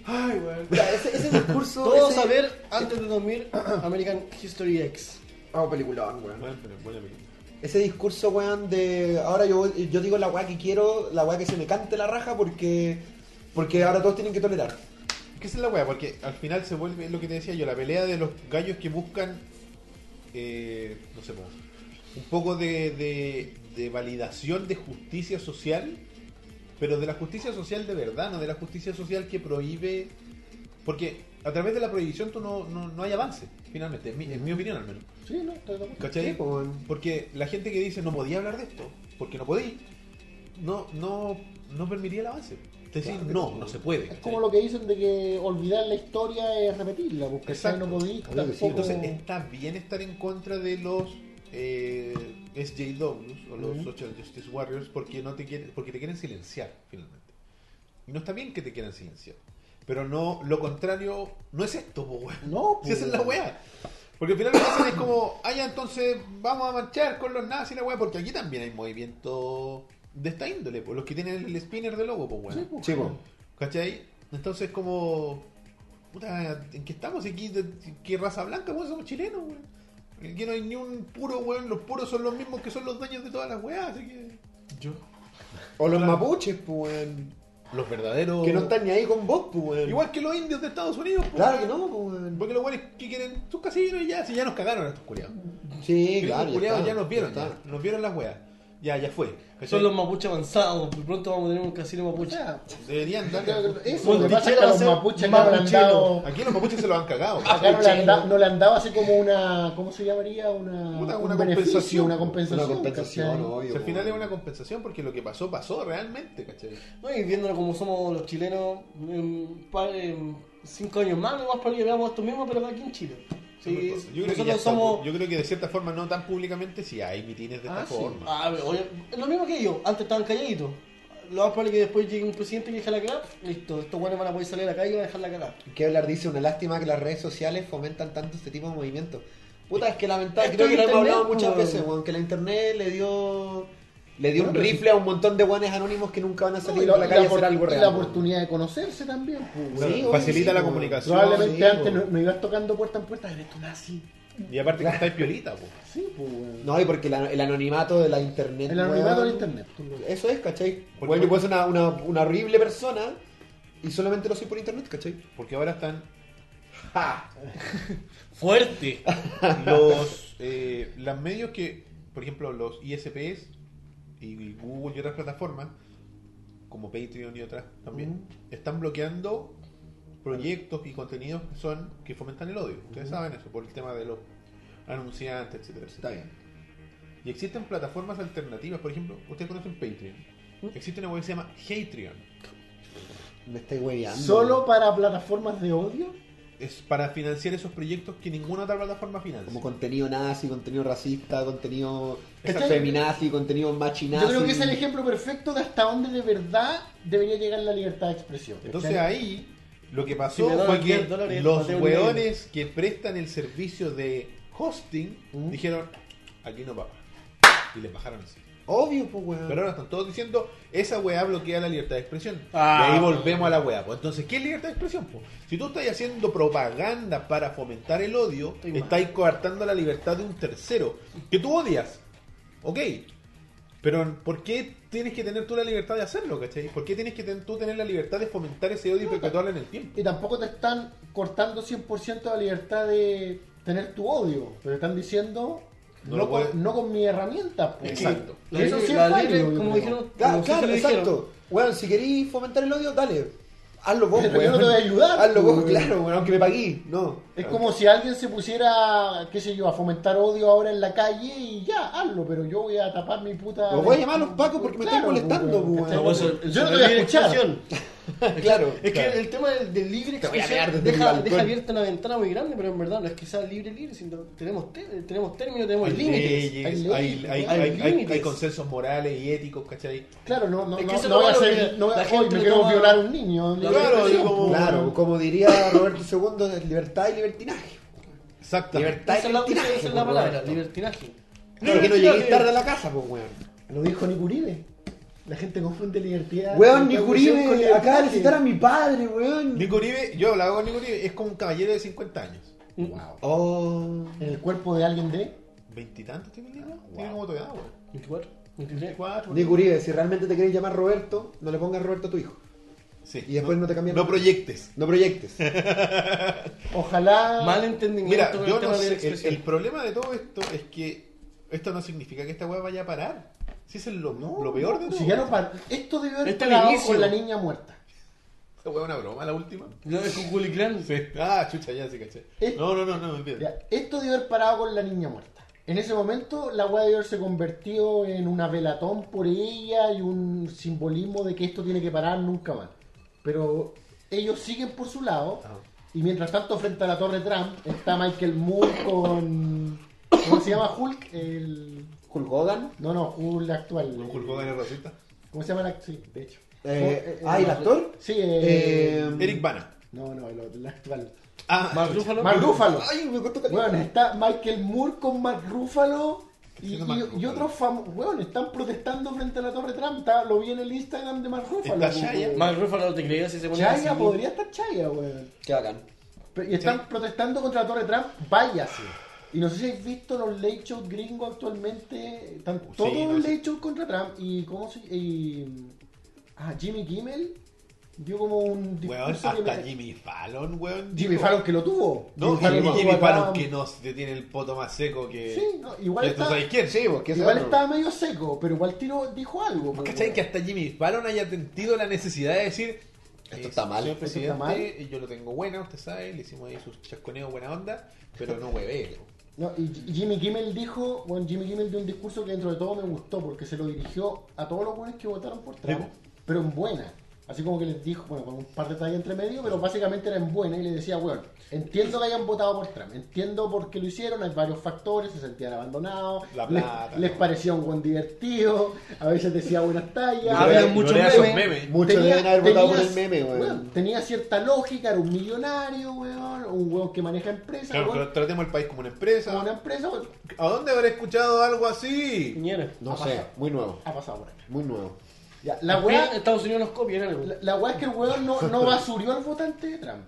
ay, weón.
O sea, ese, ese discurso.
Todos
ese-
a ver, antes de dormir, American History X.
Ah, peliculón, weón.
Bueno, pero buena película.
Ese discurso, weón, de ahora yo, voy- yo digo la weá que quiero, la weá que se me cante la raja porque porque ahora todos tienen que tolerar.
Es que esa es la weá, porque al final se vuelve, es lo que te decía yo, la pelea de los gallos que buscan, eh, no sé, po, un poco de, de- de validación de justicia social, pero de la justicia social de verdad, no de la justicia social que prohíbe, porque a través de la prohibición tú no, no, no hay avance, finalmente, en mi, en mi opinión al menos.
Sí, pues, no, estoy de acuerdo.
¿Cachai?
Sí, po, weón.
Porque la gente que dice no podía hablar de esto, porque no podía, no, no, no permitiría el avance. Es decir, no, no se puede.
Es
¿cachai?
como lo que dicen de que olvidar la historia es repetirla, porque si
Exacto.
no podís
Claro que sí,
tampoco-
Entonces está bien estar en contra de los eh, SJWs o los Social Justice Warriors porque no te quieren, porque te quieren silenciar finalmente. Y no está bien que te quieran silenciar. Pero no, lo contrario no es esto, po, weón.
No, pues,
Si esa es la
Uh.
po.
weá. Porque al final lo que hacen es como, ah, ya, entonces vamos a marchar con los nazis, la weá, porque aquí también hay movimientos de esta índole, pues los que tienen el spinner de logo, pues weón.
Sí, po.
¿Cachai? Entonces, como. Puta, ¿en qué estamos? ¿En qué, en qué raza blanca, weón? Somos chilenos, weón. Aquí no hay ni un puro, weón. Los puros son los mismos que son los dueños de todas las weas, así que.
Yo.
O los
Claro.
mapuches, pues, weón.
Los verdaderos.
Que no están ni ahí con vos, pues, weón.
Igual que los indios de Estados Unidos, pues.
Claro que no, pues, weón.
Porque los buenos que quieren sus casinos y ya, si ya nos cagaron a estos culiados.
Sí,
Los
claro. ya
culiados
está,
ya nos vieron,
ya
ya,
está.
nos vieron las weas. Ya, ya fue. ¿cachai?
Son los mapuches avanzados. por Pronto vamos a tener un casino mapuche.
Deberían dar.
Eso, lo que pasa es que a los mapuches no le han dado.
Aquí los mapuches se los han cagado.
Ah,
Acá no le, han dado, no le han dado así como una. ¿Cómo se llamaría? Una,
Puta,
un
una
beneficio,
compensación.
Una compensación.
Una compensación,
¿cachai?
Si
obvio.
al final es
weón.
una compensación porque lo que pasó, pasó realmente, ¿cachai?
No, y viéndolo como somos los chilenos, en pa- en cinco años más, nomás para que veamos esto mismo, pero aquí en Chile. Sí,
Yo creo, que ya
nosotros
está,
somos.
yo creo que de cierta forma, no tan públicamente, si hay mitines de esta
Ah, sí.
forma.
Ah, pero oye, es lo mismo que ellos, antes estaban calladitos. Lo más probable es que después llegue un presidente que deja la cagada, listo, estos buenos van a poder salir a la calle y van a dejar la cagada.
¿Qué hablar? Dice una lástima que las redes sociales fomentan tanto este tipo de movimientos. Puta, es que lamentablemente.
Esto
Creo que lo hemos
internet,
hablado muchas
weón.
veces, weón. Que la internet le dio. Le dio un rifle a un montón de guanes anónimos que nunca van a
No,
salir
y la,
a la calle a
opor-
hacer algo
y la
real. weón.
oportunidad de conocerse también. pues,
O
güey.
sea,
Sí, obvio,
facilita
sí,
la
po.
comunicación.
Probablemente
sí,
antes
po.
no, no ibas tocando puerta en puerta, eres tú nazi.
Y aparte que estáis piolita, po.
Sí, pues, güey.
No, y porque la- el anonimato de la internet.
El anonimato
weón,
del internet. tú lo-
Eso es, ¿cachai?
Porque-
bueno, yo puedo ser una, una, una horrible persona y solamente lo soy por internet, ¿cachai?
Porque ahora están
¡Fuerte!
los eh, las medios que, por ejemplo, los ISPs y Google y otras plataformas, como Patreon y otras también,
Mm.
están bloqueando proyectos y contenidos que son que fomentan el odio. Ustedes
Mm.
saben eso por el tema de los anunciantes, etcétera, etcétera.
Está bien.
Y existen plataformas alternativas, por ejemplo, ustedes conocen Patreon.
Mm.
Existe una web que se llama Hatreon.
Me estáis hueveando.
Solo para plataformas de odio.
Es para financiar esos proyectos que ninguna otra plataforma
Como
financia.
contenido nazi, contenido racista, contenido
¿Cachai?
feminazi, contenido machinazi.
Yo creo que es el ejemplo perfecto de hasta dónde de verdad debería llegar la libertad de expresión. ¿cachai?
Entonces ahí lo que
Si
pasó
me dan
fue
10
que
dólares,
los
pateo un
weones que prestan el servicio de hosting dijeron, aquí no va. Y les bajaron así.
Obvio, pues, weón.
Pero ahora están todos diciendo, esa weá bloquea la libertad de expresión.
Ah.
y ahí volvemos a la weá. Pues. Entonces, ¿qué es libertad de expresión? pues? Si tú estás haciendo propaganda para fomentar el odio,
Estoy mal.
estás coartando la libertad de un tercero que tú odias. Ok. Pero ¿por qué tienes que tener tú la libertad de hacerlo, cachai? ¿Por qué tienes que ten- tú tener la libertad de fomentar ese odio y perpetuarlo en el tiempo?
Y tampoco te están cortando 100% la libertad de tener tu odio, pero están diciendo
No
no,
lo
con,
puedes-
no con mi herramienta. pues.
Exacto.
Y Eso sí es
La
válido,
libre,
yo
como
creo.
dijeron,
Claro,
como
claro,
ustedes dijeron.
exacto. Weón, si queréis fomentar el odio, dale. Hazlo vos,
Pero
weón.
yo no te voy a ayudar,
Hazlo vos,
weón.
claro, weón, aunque me paguí. No.
Es como si alguien se pusiera, qué sé yo, a fomentar odio ahora en la calle y ya, hazlo, pero yo voy a tapar mi puta...
Los voy a llamar a los pacos porque me están molestando,
pues,
pues,
¿cachai?
weón.
eso- eso
Yo no
es
te voy a
libre
escuchar.
expresión.
claro.
Es que el tema del, del libre
Te voy a
expresión
pegar desde mi
deja,
balcón.
deja abierta una ventana muy grande, pero en verdad no es que sea libre libre, sino tenemos, te- tenemos términos, tenemos límites.
leyes,
hay
hay,
leyes,
hay, hay,
hay
hay-
límites.
hay consensos morales y éticos, ¿cachai?
Claro, no, no,
Es que
no,
eso
no
es
voy a
lo malo,
hacer,
que
no voy
la
a,
gente
hoy me
lo
quiero
toma-
violar a un niño.
Claro,
Libertad de
y
expresión,
como-
pues,
Claro,
weón.
como diría Roberto II, es libertad y libertinaje.
Exactamente.
Esa es la, esa es la
pues,
palabra,
Roberto.
libertinaje.
Claro que no
Libertinaje.
llegué tarde a la casa, pues, weón.
Lo dijo Nick Uribe. La gente confunde libertad. libertad
Weón,
de expresión con
Nicuribe,
libertad
acaba de
de-
visitar a mi padre, weón.
Nico Uribe, yo hablaba con Nico Uribe, es como un caballero de 50 años.
Oh.
En el cuerpo de alguien de.
¿Veintitantos tiene el Nico? Tiene como tu edad, weón.
24, 23.
Cuatro.
Nick Uribe, si realmente te querés llamar Roberto, no le pongas Roberto a tu hijo.
Sí.
Y después no te cambian.
No proyectes.
No proyectes.
Ojalá.
Mal entendimiento
Mira,
con
yo
el tema
no
de la
sé, el,
expresión.
el problema de todo esto es que esto no significa que esta weá vaya a parar. Si eso es lo, lo peor de todo.
Si ya no par- Esto debió haber
Este es el
parado
inicio.
con la niña muerta.
Esta weá es una broma, la última.
Yo de Cuculi Clan.
Ah, chucha, ya sí caché.
Es-
No, no, no, no, me pierdo.
¿Eh? Ya, esto debió haber parado con la niña muerta. En ese momento, la weá debió haberse convertido en una velatón por ella y un simbolismo de que esto tiene que parar nunca más. Pero ellos siguen por su lado.
Ah.
Y mientras tanto, frente a la Torre Trump, está Michael Moore con. ¿Cómo se llama Hulk? El.
Hulk Hogan.
No, no, Hulk actual.
Don Hulk Hogan es racista.
¿Cómo se llama el actor? Sí, de hecho.
Eh,
Fue-
ah, ¿y el actor?
Sí, eh,
Eh,
Eric Bana.
No, no, el, otro, el actual.
Ah,
Mark
chucha.
Ruffalo.
Mark Ruffalo.
Ay, me cortó caliente.
Bueno, está Michael Moore con Mark Ruffalo. Y,
Haciendo
y-
Mark
y
Ruffalo.
otros famosos. Weón, están protestando frente a la Torre Trump. Está- lo vi en el Instagram de Mark Ruffalo.
Está Shia.
weón.
Mark Ruffalo, ¿te creías si se ponía
Chaya,
así?
podría estar Chaya, weón.
Qué bacán.
Pero- Y están protestando contra la Torre Trump. Váyase. Y no sé si habéis visto los late shows gringos actualmente. Están
Uh, sí,
todos
no,
los
sí.
late shows contra Trump. Y cómo se. Y, ah, Jimmy Kimmel dio como un
Weón,
discurso. que
hasta
me-
Jimmy Fallon, weón.
Jimmy
dijo-
Fallon que lo tuvo.
No, y
lo
Jimmy,
tuvo acá.
Fallon que no se tiene el poto más seco que.
Sí, no, igual
que tú
está-
sabes quién. Sí,
porque
Igual estaba medio seco, pero igual tiro, dijo algo. pues,
¿Cachai?
weón.
Que hasta Jimmy Fallon haya sentido la necesidad de decir. "Eh,
Esto está mal,
Señor
esto está
presidente, eh,
mal.
yo lo tengo buena, usted sabe, le hicimos ahí sus chasconeos buena onda, pero no hueve.
No, y G- Jimmy Kimmel dijo, bueno, Jimmy Kimmel dio un discurso que dentro de todo me gustó porque se lo dirigió a todos los buenos que votaron por Trump,
Sí,
pero en buena. Así como que les dijo, bueno, con un par de detalles entre medio, pero básicamente era en buena y les decía, bueno, entiendo que hayan votado por Trump, entiendo por qué lo hicieron, hay varios factores, se sentían abandonados,
La
les,
plata,
les
¿no?
parecía un buen divertido, a veces decía buenas tallas.
Había
Tenía-
muchos
Yo leía esos
memes.
memes.
Muchos deben haber votado por
tenía-
el meme, weón.
Tenía cierta lógica, era un millonario, weón, un weón que maneja empresas,
Claro,
weón,
pero tratemos el país como una empresa.
como una empresa, weón,
¿A dónde habré escuchado algo así?
Piñera.
No sé, muy nuevo,
ha pasado por acá.
muy nuevo.
Ya, la
Pi-
weá,
Estados Unidos nos copia en algo.
la, la weá es que el weón no, no basurió al votante de Trump.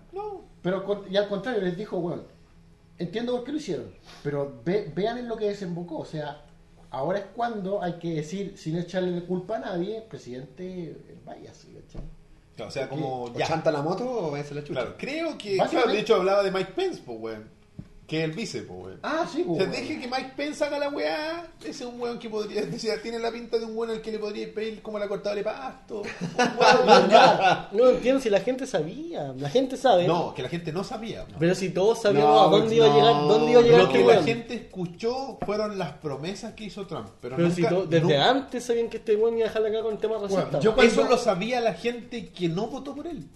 Pero con- y al contrario, les dijo, weón, entiendo por qué lo hicieron, pero ve- vean en lo que desembocó. O sea, ahora es cuando hay que decir, sin echarle la culpa a nadie, presidente, eh, vaya, sí, ¿cachai?
O sea, como
¿O
ya.
chanta la moto o va a ser la chucha?
Claro, creo que.
Básicamente-
claro, de hecho, hablaba de Mike Pence, pues, weón. Que es el vice, pues, weón.
Ah, sí,
O sea,
weón.
deje que Mike Pence haga la weá. Ese es un weón que podría. O sea, tiene la pinta de un weón al que le podría pedir como la cortadora de pasto. Un weón-
No entiendo si la gente sabía. La gente sabe.
no, que la gente no sabía.
Pero si todos sabíamos
No,
a dónde iba a
no.
llegar, dónde iba a llegar
Lo
este
que la
weón.
gente escuchó fueron las promesas que hizo Trump. Pero,
Pero
nunca-
si to- desde
nunca-
antes sabían que este weón iba a dejarla acá con temas racistas.
yo cuando-
Eso lo sabía la gente que no votó por él.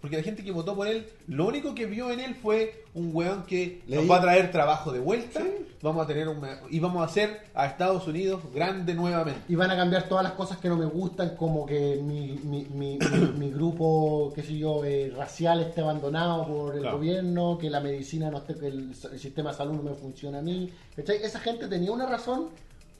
Porque la gente que votó por él, lo único que vio en él fue un weón que
Leí.
nos va a traer trabajo de vuelta. Vamos a tener un, y vamos a hacer a Estados Unidos grande nuevamente.
Y van a cambiar todas las cosas que no me gustan, como que mi, mi, mi, mi- mi grupo, qué sé yo, eh, racial esté abandonado por el
Claro.
gobierno, que la medicina no esté, que el, s- el sistema de salud no me funciona a mí. ¿Cachai? Esa gente tenía una razón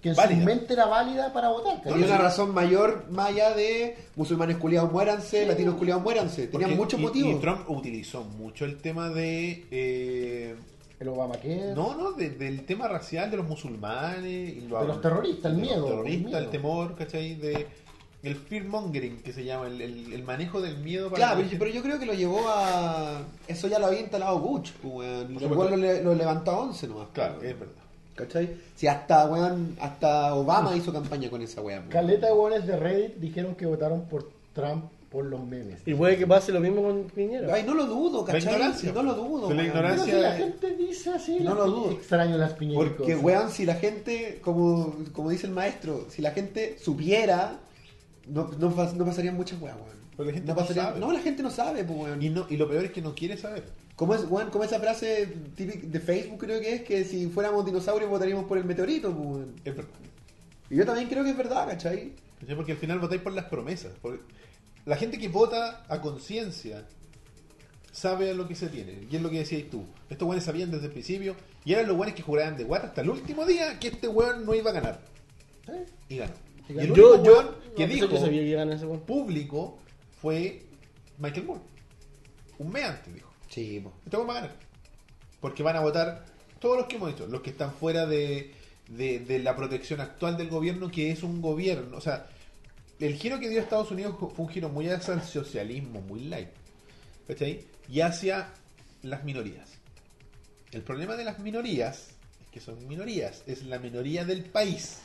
que en
Válida.
su mente era válida para votar. ¿cachai?
Tenía una razón mayor, más allá de musulmanes culiados muéranse, latinos culiados muéranse. Tenían
Porque-
muchos
y-
motivos.
Y Trump utilizó mucho el tema de. eh,
El Obamacare.
no, no, de- del tema racial de los musulmanes. Y
De los terroristas, el
de
miedo,
Los terroristas,
el miedo.
el temor, ¿cachai? De, el fear mongering que se llama, el, el- el manejo del miedo para
Claro,
que la gente-
pero, pero yo creo que lo llevó a. Eso ya lo había instalado Gucci, pues, weón.
Por
El
supuesto.
weón lo, le- lo levantó a 11 nomás.
Claro,
weón.
es verdad.
¿Cachai? Si hasta, weón, hasta Obama hizo campaña con esa weá. pues. weón.
Caleta de hueones de Reddit dijeron que votaron por Trump por los memes.
Y puede que pase lo mismo con Piñera.
Ay, no lo dudo,
La
¿cachai?
ignorancia.
No lo dudo.
La
weón.
ignorancia.
Pero si la gente dice así, la
No lo
gente-
dudo.
extraño las piñeras.
Porque, weón, si la gente, como, como dice el maestro, si la gente supiera, no, no, pas- no pasarían muchas weas, weón.
Pero la gente
no,
no
pasaría-
sabe.
no, la gente no sabe, pues, weón.
Y, no, y lo peor es que no quiere saber.
Como, es, weón, como esa frase típica de Facebook, creo que es que si fuéramos dinosaurios votaríamos por el meteorito, pues, weón.
Es verdad.
Y yo también creo que es verdad, ¿cachai?
¿Cachai? Porque al final votáis por las promesas. Por- La gente que vota a conciencia sabe a lo que se tiene. Y es lo que decías tú. Estos weones sabían desde el principio. Y eran los weones que juraban de guata hasta el último día que este weón no iba a ganar. ¿Eh? Y ganó. Y el único
Yo,
weón
yo,
que
no,
dijo
yo sabía que iba a ganar ese weón.
público fue Michael Moore. Un mes antes dijo.
Sí, pues.
Este weón va a ganar. Porque van a votar todos los que hemos dicho, los que están fuera de, de- de la protección actual del gobierno, que es un gobierno. O sea, el giro que dio Estados Unidos fue un giro muy hacia el socialismo, muy light. ¿Cachai? Y hacia las minorías. El problema de las minorías es que son minorías, es la minoría del país.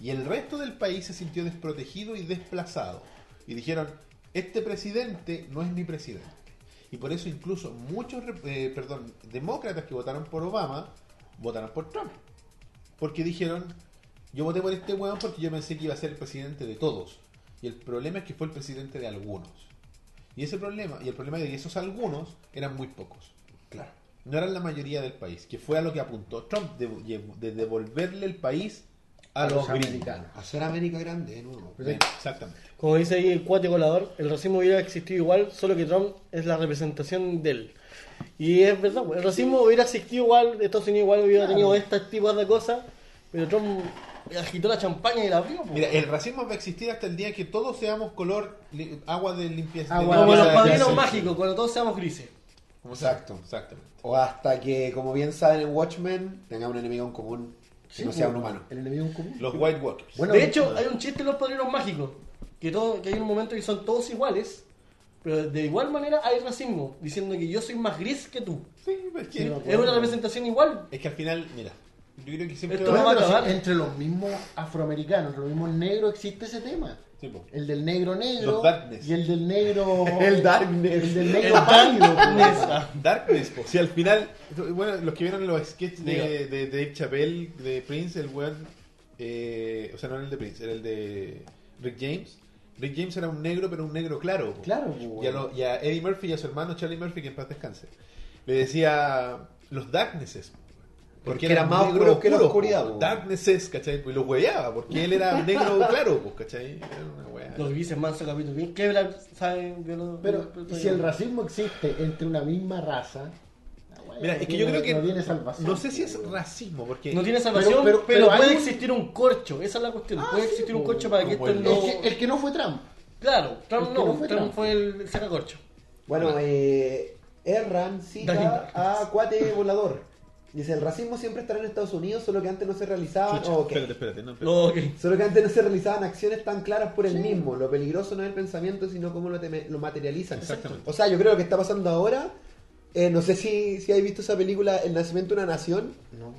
Y el resto del país se sintió desprotegido y desplazado. Y dijeron, este presidente no es mi presidente. Y por eso incluso muchos, rep- eh, perdón, demócratas que votaron por Obama, votaron por Trump. Porque dijeron, yo voté por este weón porque yo pensé que iba a ser el presidente de todos. Y el problema es que fue el presidente de algunos. Y ese problema, y el problema es que esos algunos eran muy pocos. Claro. No eran la mayoría del país, que fue a lo que apuntó Trump, de, de devolverle el país a, los,
los
gringos.
americanos.
Hacer América grande, de nuevo.
Sí, Exactamente.
Como dice ahí el cuate colador, el racismo hubiera existido igual, solo que Trump es la representación de él. Y es verdad, pues, el racismo hubiera existido igual, Estados Unidos igual hubiera tenido este tipo de cosas, pero Trump agitó la champaña y la abrió. pues.
Mira, el racismo va a existir hasta el día que todos seamos color li- agua de limpieza.
Agua
de
Como
bueno,
limpieza
los
de
padrinos
sexo.
mágicos, cuando todos seamos grises.
Como
Exacto.
sea, Exactamente.
O hasta que, como bien saben en Watchmen, tenga un enemigo en común que no sea un humano.
pues, El enemigo en común.
Los White Walkers.
Bueno,
de hecho, hay un chiste en los padrinos mágicos. Que, todo, que hay un momento que son todos iguales. Pero de igual manera hay racismo. Diciendo que yo soy más gris que tú.
sí, es que,
Es una representación igual.
es que al final, mira, yo creo que siempre
Esto no va a
Bueno, pero
acabar.
sí, entre los mismos afroamericanos, los mismos negros, existe ese tema.
Sí, po.
El del negro negro
Los darkness.
y el del negro.
El Darkness.
El del
El
negro pálido. pues.
darkness.
po.
ah.
Darkness, po. Si al final, bueno, los que vieron los sketches
Diga.
de, de Dave Chappelle, de Prince, el weón, eh, o sea, no era el de Prince, era el de Rick James. Rick James era un negro, pero un negro claro. po.
Claro, po,
Y a, lo- y a Eddie Murphy y a su hermano Charlie Murphy, que en paz descanse, le decía los Darknesses. Porque,
era
eran
más
negro
oscuro que la
oscuro,
oscuridad,
po.
po.
Darknesses, ¿cachai? Y los hueveaba, porque él era negro claro, pues, ¿cachai? Era una wea.
Los grises manso capítulo. Bien quebra, saben de los-
Pero
de los-
si el racismo existe entre una misma raza. ah, bueno,
Mira,
no
es que yo
tiene-
creo que.
No tiene salvación.
no sé si es
po, weón.
racismo, porque.
No tiene salvación, pero,
pero- pero
puede
hay un-
existir un corcho. Esa es la cuestión. puede
sí,
existir un
pues,
corcho para que
como
esto
el-
no.
El, que, el que no fue Trump.
Claro, Trump
el que
no.
no fue
Trump
Trump.
fue el sacacorcho.
Bueno, eh, Erran
Darkness,
cita
Darkness.
a Cuate Volador. Dice, el racismo siempre estará en Estados Unidos, solo que antes no se realizaban...
Chucha,
Ok.
Espérate, espérate. No, espérate.
No, ok.
Solo que antes no se realizaban acciones tan claras por el mismo. Lo peligroso no es el pensamiento, sino cómo lo, teme- lo materializan.
Exactamente.
O sea, yo creo que está pasando ahora. eh, no sé si, si habéis visto esa película El nacimiento de una nación.
No.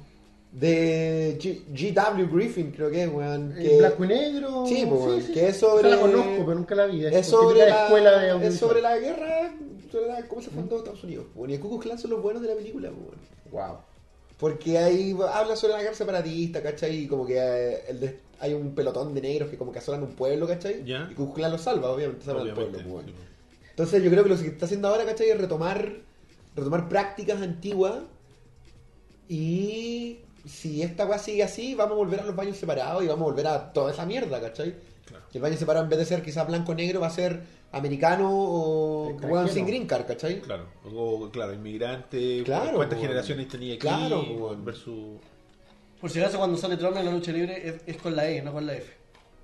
De G- G.W. Griffin, creo que es, weón.
El
que-
blanco y negro.
Sí, po, weón, que es sobre-
Esa la conozco, pero nunca la vi.
es
por típica
sobre la,
escuela de
es
audiovisual.
sobre la guerra, sobre la- cómo se fundó Estados Unidos. weón. Y el Ku Klux Klan son los buenos de la película, weón.
Wow.
Porque ahí habla sobre la guerra separatista, ¿cachai? Y como que eh, el des- hay un pelotón de negros que como que asolan un pueblo, ¿cachai?
Ya.
Y Ku Klux lo salva, obviamente, salva al
Obviamente.
pueblo, pues, bueno. Entonces yo creo que lo que está haciendo ahora, ¿cachai? Es retomar, retomar prácticas antiguas y si esta weá sigue así, vamos a volver a los baños separados y vamos a volver a toda esa mierda, ¿cachai?
Claro.
Que el baño separado en vez de ser quizás blanco-negro va a ser americano o
Extranjero.
weón sin green card, ¿cachai?
Claro, o, claro, inmigrante,
Claro,
cuántas
weón.
generaciones tenía aquí,
Claro, weón.
versus...
Por si acaso, cuando sale Trump en la lucha libre es, es con la E, no con la F.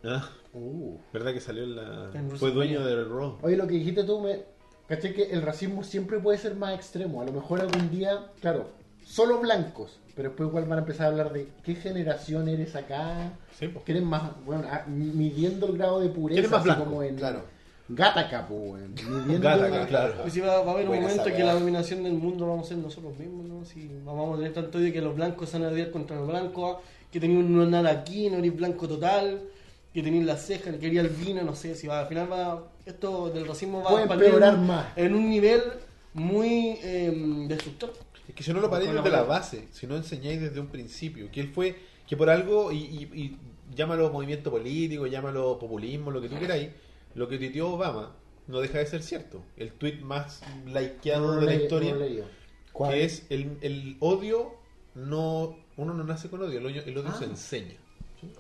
Ah,
Uh.
¿Verdad que salió en la...
En Rusia
Fue dueño
también.
del Raw.
Oye, lo que dijiste tú, me. Caché que el racismo siempre puede ser más extremo. A lo mejor algún día, claro, solo blancos. Pero después igual van a empezar a hablar de qué generación eres acá.
Sí, po.
Quieren más, bueno, a- midiendo el grado de pureza.
¿Quién es más
así
blanco?
como en
Claro.
Gataca, po, weón. Midiendo
Gattaca, claro.
Ah,
Pues sí, va, va a haber un
Buena
momento
esa
que la
weá.
dominación del mundo vamos a ser nosotros mismos, ¿no? Si vamos a tener tanto odio que los blancos se van a odiar contra los blancos, ah, que tenía un nada aquí, no eres blanco total, que tenía la ceja, que quería el vino, no sé, si va, al final va, esto del racismo va
Puede
a expandir
empeorar
en-
más.
en un nivel muy em, destructor.
Es que si no lo paráis
Bueno,
desde la
bueno.
base, si no enseñáis desde un principio, que él fue, que por algo, y, y- y llámalo movimiento político, llámalo populismo, lo que tú queráis, lo que tuiteó Obama no deja de ser cierto. El tweet más likeado de la historia, que es el, el odio, no uno no nace con odio, el odio, el odio
Ah.
se enseña.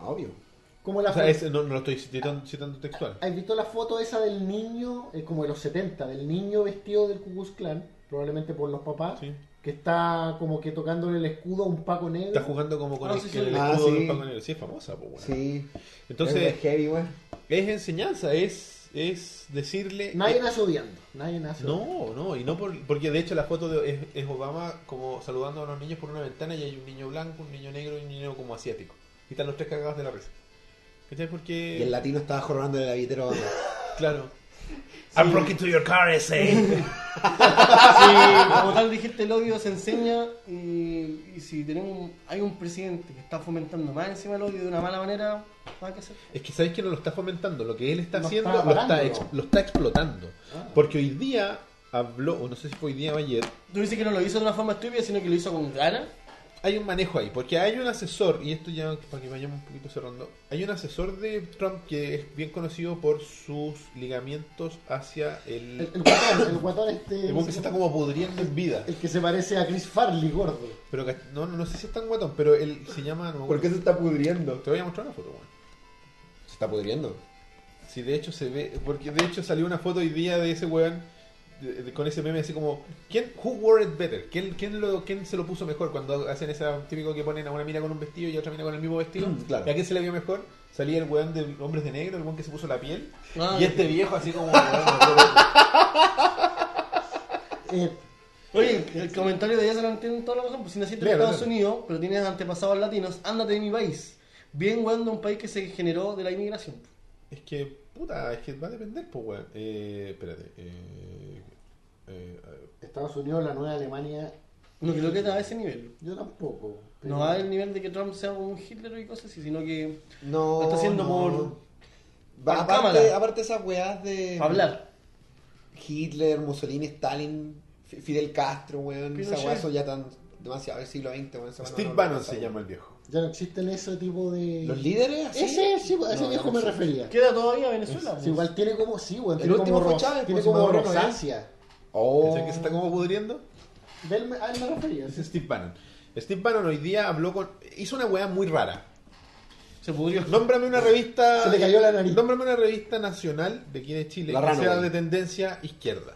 Obvio.
Como la
O sea,
foto-
es- no, no lo estoy citando, citando textual.
¿Has visto la foto esa del niño, eh, como de los 70, del niño vestido del Ku Klux Klan, probablemente por los papás,
Sí.
que está como que tocándole el escudo a un paco negro?
Está jugando como con
Ah,
el,
sí,
con
sí.
el
Ah,
escudo
sí.
del Paco Negro. Sí, es famosa, pues, bueno.
Sí.
Entonces,
es heavy, weón.
es enseñanza, es, es decirle.
Nadie
eh,
nace odiando, nadie nace odiando.
no, no, y no por, porque de hecho la foto de, es, es Obama como saludando a los niños por una ventana y hay un niño blanco, un niño negro y un niño como asiático. Y están los tres cagados de la risa. ¿Cachai? Porque.
Y el latino estaba jorrando de la billetera. weón.
Claro. I'm broken to your car, ese.
Sí, como tal dijiste, el odio se enseña y, y si tenemos hay un presidente que está fomentando más encima el odio de una mala manera, nada que hacer.
Es que sabéis que no lo está fomentando, lo que él está
Lo
haciendo
está
lo, está
avalando.
ex- lo está explotando. Porque hoy día habló, o no sé si fue hoy día o ayer,
Tú dices que no lo hizo de una forma estúpida, sino que lo hizo con ganas.
hay un manejo ahí, porque hay un asesor, y esto ya para que vayamos un poquito cerrando, hay un asesor de Trump que es bien conocido por sus ligamientos hacia el...
El, el guatón, el guatón este.
el buen que se está como pudriendo en vida.
el que se parece a Chris Farley, gordo.
Pero que- no, no, no sé si es tan guatón, pero él se llama... no me
¿Por qué se
acuerdo.
está pudriendo?
Te voy a mostrar una foto, weón.
Se está pudriendo.
Si de hecho se ve, porque de hecho salió una foto hoy día de ese weón de- de- con ese meme así como ¿quién, who wore it better? ¿Quién, quién, lo, ¿Quién se lo puso mejor? Cuando hacen ese típico que ponen a una mina con un vestido y a otra mina con el mismo vestido.
claro.
¿Y a quién se le vio mejor? Salía el weón de Hombres de Negro, el weón que se puso la piel.
Ah,
y este viejo así como... weón, no puedo-
Eh,
Oye, el comentario de ella se lo entiendo toda la razón, pues si naciste en
Claro,
Estados
claro.
Unidos, pero tienes antepasados latinos, ándate de mi país. Bien, weón, de un país que se generó de la inmigración.
Es que, puta, es que va a depender, pues, weón. Eh, espérate. Eh, eh,
Estados Unidos, la nueva Alemania,
No creo que está a ese nivel.
yo tampoco. pero-
No va al nivel de que Trump sea un Hitler y cosas así, sino que
No.
lo
Oh,
está haciendo
no.
por por
aparte,
cámara.
aparte esas weas de.
hablar.
Hitler, Mussolini, Stalin, Fi- Fidel Castro, weón. Esas
Pinochet.
weas son ya tan demasiado del siglo XX, weón. esa
eh,
weá
Steve
no- no-
Bannon
no-
se llama el viejo.
Ya no existen ese tipo de.
¿Los líderes? así?
Ese, sí, a ese
No,
viejo
no
me
sé.
refería.
Queda todavía Venezuela.
Sí,
pues.
igual tiene como, sí, weón.
El
tiene
último
como
fue
ro-
Chávez,
Tiene
pues,
como
Maduro, ¿eh?
rosancia.
¿Cachai
Oh.
que se está como pudriendo?
De él me- a él me refería.
Es
sí.
Steve Bannon. Steve Bannon hoy día habló con. hizo una weá muy rara.
Se pudrió.
Nómbrame una revista.
Ah,
Se le cayó la nariz.
Nómbrame una revista nacional de aquí de Chile
La
que
Rano,
sea
weón.
de tendencia izquierda.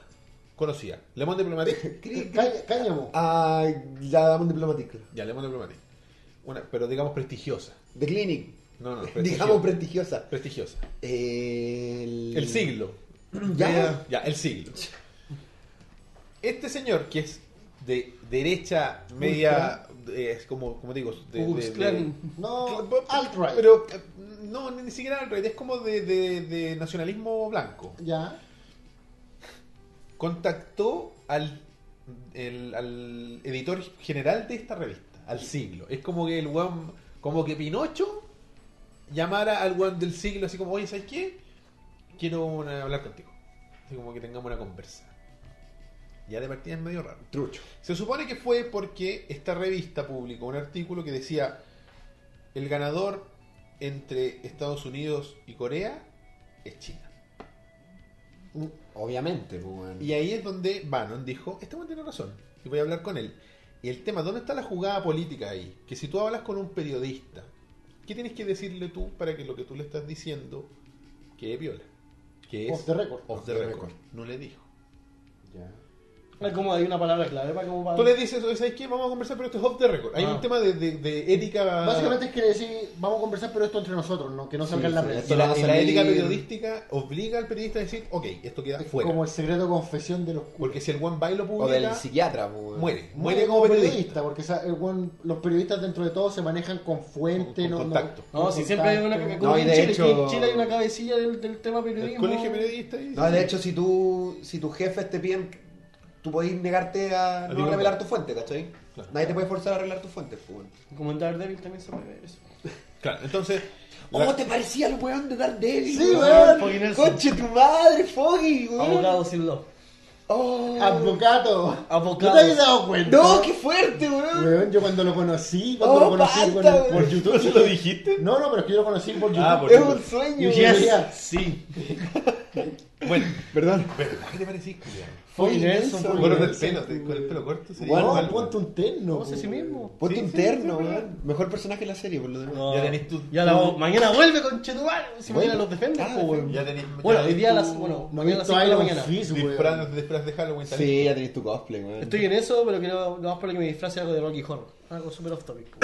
Conocida. Le Monde Diplomatique.
Cá- Cáñamo.
Ah, ya damos diplomático.
ya, Le Monde Diplomatique. Una, pero digamos prestigiosa.
The Clinic.
No, no,
Digamos
prestigiosa.
prestigiosa.
prestigiosa.
El...
El siglo.
Ya.
Ya, el siglo. Este señor que es de derecha media, eh, es como, como digo, de,
Ku Klux
de- de-
Klan.
No,
Cl-
alt-right.
Pero eh, no, ni siquiera alt-right, es como de, de- de nacionalismo blanco.
Ya.
Contactó al, el- al editor general de esta revista, al siglo. Es como que el weón, como que Pinocho llamara al weón del siglo así como, oye, ¿sabes qué? Quiero una- hablar contigo. Así como que tengamos una conversa. Ya de partida es medio raro.
Trucho.
Se supone que fue porque esta revista publicó un artículo que decía el ganador entre Estados Unidos y Corea es China.
Obviamente, pues, weón.
Y ahí es donde Bannon dijo, este hombre tiene razón, y voy a hablar con él. Y el tema, ¿dónde está la jugada política ahí? Que si tú hablas con un periodista, ¿qué tienes que decirle tú para que lo que tú le estás diciendo quede viola? Que es
Off the record.
off the record. No le dijo.
Ya.
Es como hay una palabra clave para como para-
Tú le dices, oye, ¿sabes qué? Vamos a conversar, pero esto es off the record. Hay
Ah.
un tema de, de- de ética...
Básicamente es que decir, vamos a conversar, pero esto entre nosotros, no que no salga en la
sí,
prensa.
Y la,
va a
y la
salir-
ética periodística obliga al periodista a decir, ok, esto queda
Es
fuera.
Como el secreto confesión de los
Porque si el One By lo
O del
publica,
psiquiatra, pues, weón.
muere. Muere como periodista.
porque sa- el buen- los periodistas dentro de todo se manejan con fuente,
Con-
no,
con contacto.
No, si siempre hay una
No,
como
y
en
de
Chile,
hecho-
que en Chile hay una cabecilla del, del tema
El
periodismo.
colegio periodista... y-
No, de hecho, si tú, si tus jefes te piden, tú podés negarte a no
Digo,
revelar tu fuente, ¿cachai?
Claro.
Nadie te puede forzar a revelar tu fuente, pues, weón.
Como en Daredevil también se puede ver eso.
Claro, entonces...
¿Cómo
la-
te parecía el weón de Daredevil?
Sí,
weón, Foggy
weón.
Nelson.
Conche tu madre, Foggy, weón.
Abogado sin love.
Oh.
Advocato.
Advocado.
¿No te habías dado cuenta?
No, qué fuerte, weón.
Weón, yo cuando lo conocí, cuando
Oh,
lo conocí
basta,
con el-
weón.
por YouTube.
¿Se lo dijiste?
No, no, pero es que yo lo conocí por YouTube.
Ah, por
Es
YouTube.
un sueño,
Yes.
weón.
Sí.
Bueno, perdón. ¿Qué te parecís, Julián?
Foggy
Foggy
Nelson.
Nelson,
Foggy
Bueno, del
Nelson.
pelo, te- con el pelo corto sería
Weón,
igual,
ponte
weón.
un terno.
No sé si
weón.
mismo.
Ponte
Sí,
un
sí,
terno,
sí,
weón. Mejor personaje de la serie, por lo demás.
No.
Ya tenés tu-
Ya la Mañana vuelve con Chetumal. Si
Vuelve.
mañana los defiendes,
Ah,
po, weón.
Ya tenés...
Bueno,
ya
hoy día a
tenés
las.
tu
Bueno,
No he
mañana a las
visto
5 de la
Iron
mañana.
Fist, weón.
Disfraz disfraz de Halloween. tal
Sí, ya tenés tu cosplay, weón.
Estoy en eso, pero quiero lo más para que me disfrace algo de Rocky Horror. Algo súper off topic.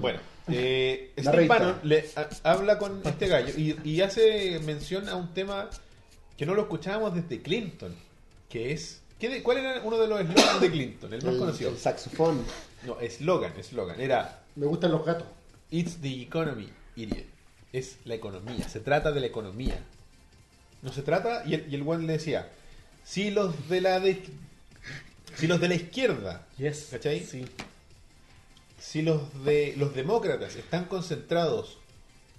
Bueno, eh,
La
Steve
revista.
Bannon le ha- habla con este gallo y, y hace mención a un tema que no lo escuchábamos desde Clinton, que es... ¿qué de- ¿Cuál era uno de los eslogans de Clinton? El más
El-
conocido.
El saxofón.
No, eslogan, eslogan. Era
Me gustan los gatos.
It's the economy, idiot. Es la economía, se trata de la economía. No se trata, y el, y el weón le decía, si los de la de- si los de la izquierda,
Yes.
¿Cachai?
Sí.
si los de los demócratas están concentrados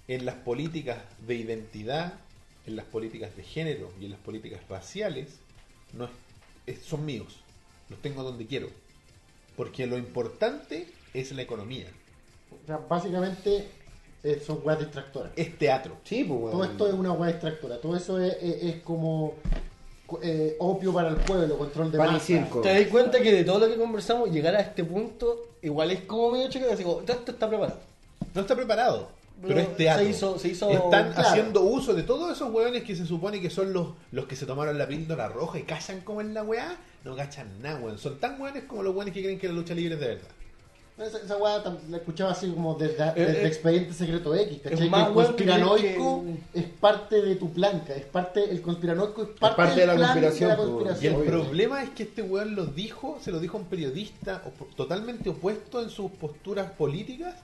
en las políticas de identidad, en las políticas de género y en las políticas raciales, no es- es- son míos, los tengo donde quiero. Porque lo importante es la economía,
O sea, básicamente eh, son weas distractoras.
es teatro.
Sí, pues, weón.
Todo esto es una wea distractora. Todo eso es, es- es como eh, opio para el pueblo, control de
Pan y
masa.
circo.
Te das cuenta que de todo lo que conversamos, llegar a este punto, igual es como medio chocante. Así como, esto está preparado.
No está preparado, pero,
Pero
es teatro.
se hizo- se hizo-
Están
claro.
haciendo uso de todos esos hueones que se supone que son los, los que se tomaron la píldora roja y cachan como en la weá. No cachan nada, weón. Son tan hueones como los hueones que creen que la lucha libre es de verdad.
Esa, esa weá tam- la escuchaba así como desde,
Eh,
desde
eh.
Expediente Secreto X, ¿cachai?
Es
Que
más
el
weón
conspiranoico
que-
es parte de tu planca, es parte, el conspiranoico es parte,
parte
del
de la
plan
conspiración,
de la
pues,
Y el
conspiración.
Obvio.
problema es que este weón lo dijo, se lo dijo a un periodista op- totalmente opuesto en sus posturas políticas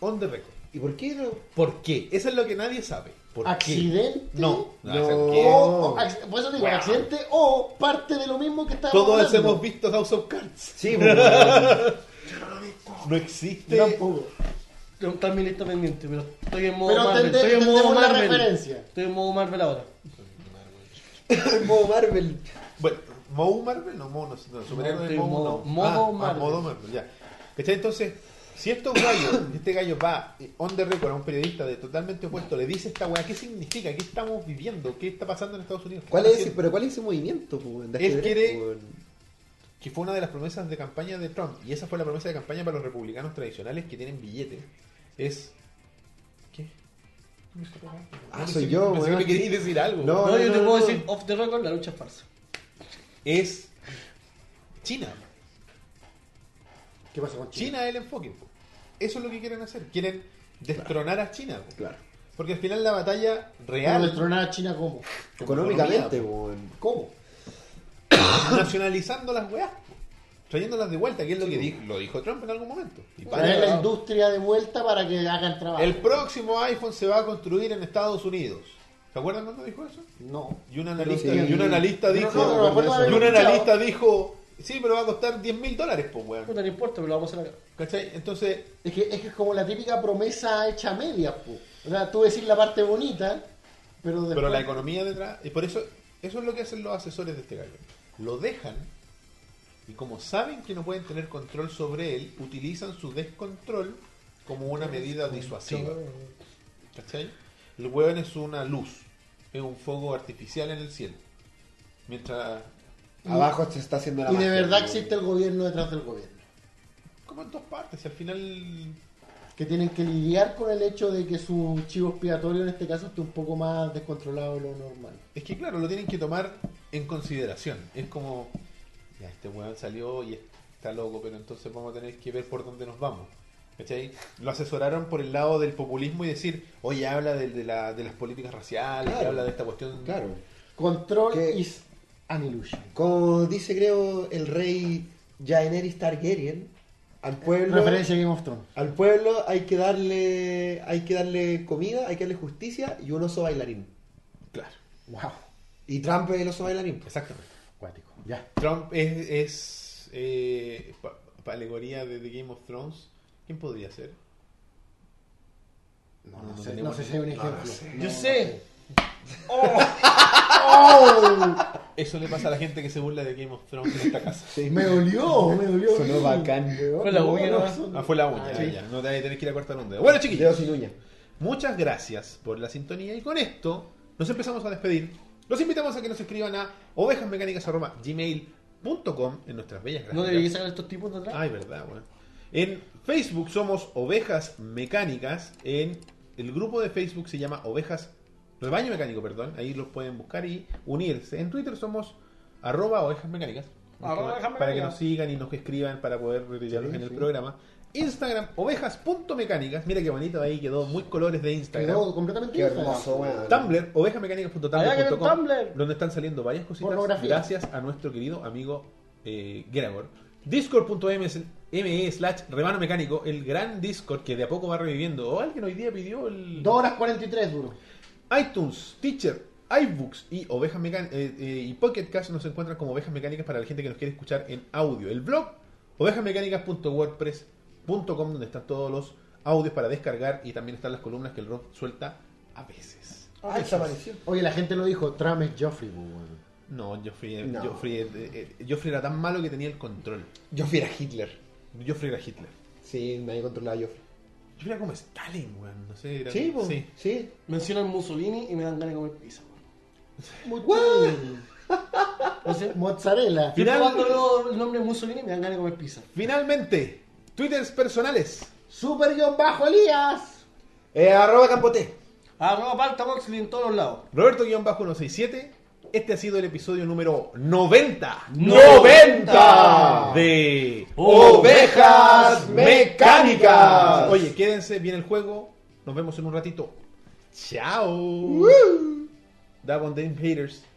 on the record.
¿Y por qué no?
¿Por qué? Eso es lo que nadie sabe. ¿Por
¿Accidente?
qué? No, no,
No.
¿saben qué?
O, ac- por eso digo, accidente o parte de lo mismo que estábamos
Todos
hablando.
hemos visto House of Cards.
Sí, pues,
No existe.
Yo tampoco.
Yo también está pendiente, pero estoy en modo
Pero
Marvel.
entende-
Estoy en modo
entendemos la
Marvel.
referencia.
Estoy en modo Marvel ahora.
modo Marvel.
Bueno, Moe Marvel, no Moe, no, no, superhéroe
estoy
Moe,
modo-
no.
modo
Ah, ah,
Marvel.
modo Marvel, ya. ¿Cachai? Entonces, si estos gallos, este gallo va eh, on the record a un periodista de totalmente opuesto, le dice esta weá, ¿qué significa? ¿Qué estamos viviendo? ¿Qué está pasando en Estados Unidos? ¿Qué
¿Cuál
está
es ese,
haciendo?
pero cuál es ese movimiento, pues, weón? De
Él
ajedrez,
quiere-
pues,
Que fue una de las promesas de campaña de Trump, y esa fue la promesa de campaña para los republicanos tradicionales que tienen billete. Es. ¿Qué?
Ah, soy yo,
Pensé que
weón.
me querías decir algo.
No,
weón.
No, yo te
no,
puedo
no.
decir off the record, la lucha es falsa.
Es. China.
¿Qué pasa con China?
China es el enfoque. po. Eso es lo que quieren hacer. Quieren destronar a China. po.
Claro.
Porque al final la batalla
Pero de
real,
tronar a China cómo?
Económicamente,
economía,
pues, weón.
¿Cómo?
nacionalizando las weas, po. trayéndolas de vuelta, que es lo que di- lo dijo Trump en algún momento. Y para-
Traer la industria de vuelta para que hagan trabajo.
el próximo iPhone se va a construir en Estados Unidos. ¿Se acuerdan cuando dijo eso?
No.
Y un analista,
sí.
y un analista
No,
dijo,
no, no, me acuerdo de haber
y un
escuchado.
analista dijo, sí, pero va a costar 10 mil dólares, pues weón.
No te importa, pero lo vamos a hacer acá.
¿Cachai? Entonces,
Es que, es que es como la típica promesa hecha a medias, po. O sea, tú decís la parte bonita, pero después...
Pero la economía detrás, y por eso, eso es lo que hacen los asesores de este gallo. Lo dejan, y como saben que no pueden tener control sobre él, utilizan su descontrol como una medida disuasiva. ¿Cachai? El hueón es una luz, es un fuego artificial en el cielo. Mientras,
Abajo se está haciendo la
Y de
magia,
verdad
pues,
existe el gobierno detrás del gobierno.
como en dos partes, y al final
Que tienen que lidiar con el hecho de que su chivo expiatorio en este caso esté un poco más descontrolado de lo normal.
Es que claro, lo tienen que tomar en consideración. Es como, ya este weón salió y está loco, pero entonces vamos a tener que ver por dónde nos vamos. ¿Cachai? Lo asesoraron por el lado del populismo y decir, oye, habla de, de la- de las políticas raciales, y
Claro.
habla de esta cuestión.
Claro.
Control
¿Qué?
is an illusion.
Como dice, creo, el rey Jaenerys Targaryen, al pueblo.
Referencia a Game of Thrones.
Al pueblo hay que darle hay que darle comida, hay que darle justicia y un oso bailarín.
Claro,
Wow.
Y Trump es el oso bailarín. pues.
exactamente.
Cuático. Ya.
Trump es, es eh, pa- pa- alegoría de The Game of Thrones. ¿Quién podría ser?
No, no, sé,
tenemos-
no sé si hay un ejemplo.
Yo sé.
Oh. Eso le pasa a la gente que se burla de Game of Thrones en esta casa.
Me dolió, me dolió.
Sonó
Sí,
bacán.
weón.
Fue la
No,
uña
no,
nomás.
son-
Ah, fue la uña.
Ah,
ya,
sí.
ya. No te tenés que ir a cortar un dedo. Bueno, chiquillos.
Dedo sin uña.
Muchas gracias por la sintonía y con esto nos empezamos a despedir. Los invitamos a que nos escriban a ovejasmecánicas.gmail.com en nuestras bellas
No debería
gracias.
sacar estos tipos de atrás.
Ay, verdad, bueno. En Facebook somos Ovejas Mecánicas. En el grupo de Facebook se llama Ovejas Rebaño Mecánico, perdón. Ahí los pueden buscar y unirse. En Twitter somos arroba ovejas mecánicas.
Arroba
para
ovejas
que
mecánicas.
nos sigan y nos escriban para poder retirarlos en el programa. Instagram, ovejas.mecánicas. Mira qué bonito ahí quedó, muy colores de Instagram.
Quedó completamente
Qué
diferente.
hermoso, weón.
Tumblr,
Allá que en
ovejamecánicas.tumblr.com,
Tumblr.
donde están saliendo varias cositas
Pornografía.
gracias a nuestro querido amigo eh, Gregor. Discord.me es el- ME E slash rebano mecánico, el gran Discord que de a poco va reviviendo. O alguien hoy día pidió el
2 horas 43 duro.
iTunes, Teacher, iBooks y Ovejas Mecan- eh, eh, y Pocket Cash nos encuentran como Ovejas Mecánicas para la gente que nos quiere escuchar en audio. El blog ovejasmecánicas.wordpress.com donde están todos los audios para descargar y también están las columnas que el Rob suelta a veces.
Ah, desapareció.
Oye, la gente lo dijo, Trump es Joffrey, weón.
No, Joffrey,
No.
Joffrey, eh, eh, Joffrey era tan malo que tenía el control.
Yo fui a Hitler.
Joffrey era Hitler.
Sí, nadie controlaba a Joffrey.
Joffrey era como Stalin, weón. No sé, era-
Sí, po. sí.
Mencionan Mussolini y me dan ganas de comer pizza. weón. Entonces,
Mozzarella.
Final-
Final... cuando veo el nombre Mussolini me dan ganas de comer pizza.
Finalmente, twitters personales.
Super guión bajo Elías.
Eh, arroba Campote.
Arroba palta Moxley en todos lados.
Roberto-167, Este ha sido el episodio número 90.
¡Noventa!
De
¡Ovejas mecánicas!
Oye, quédense, viene el juego. Nos vemos en un ratito. Chao. Davon Dame Haters.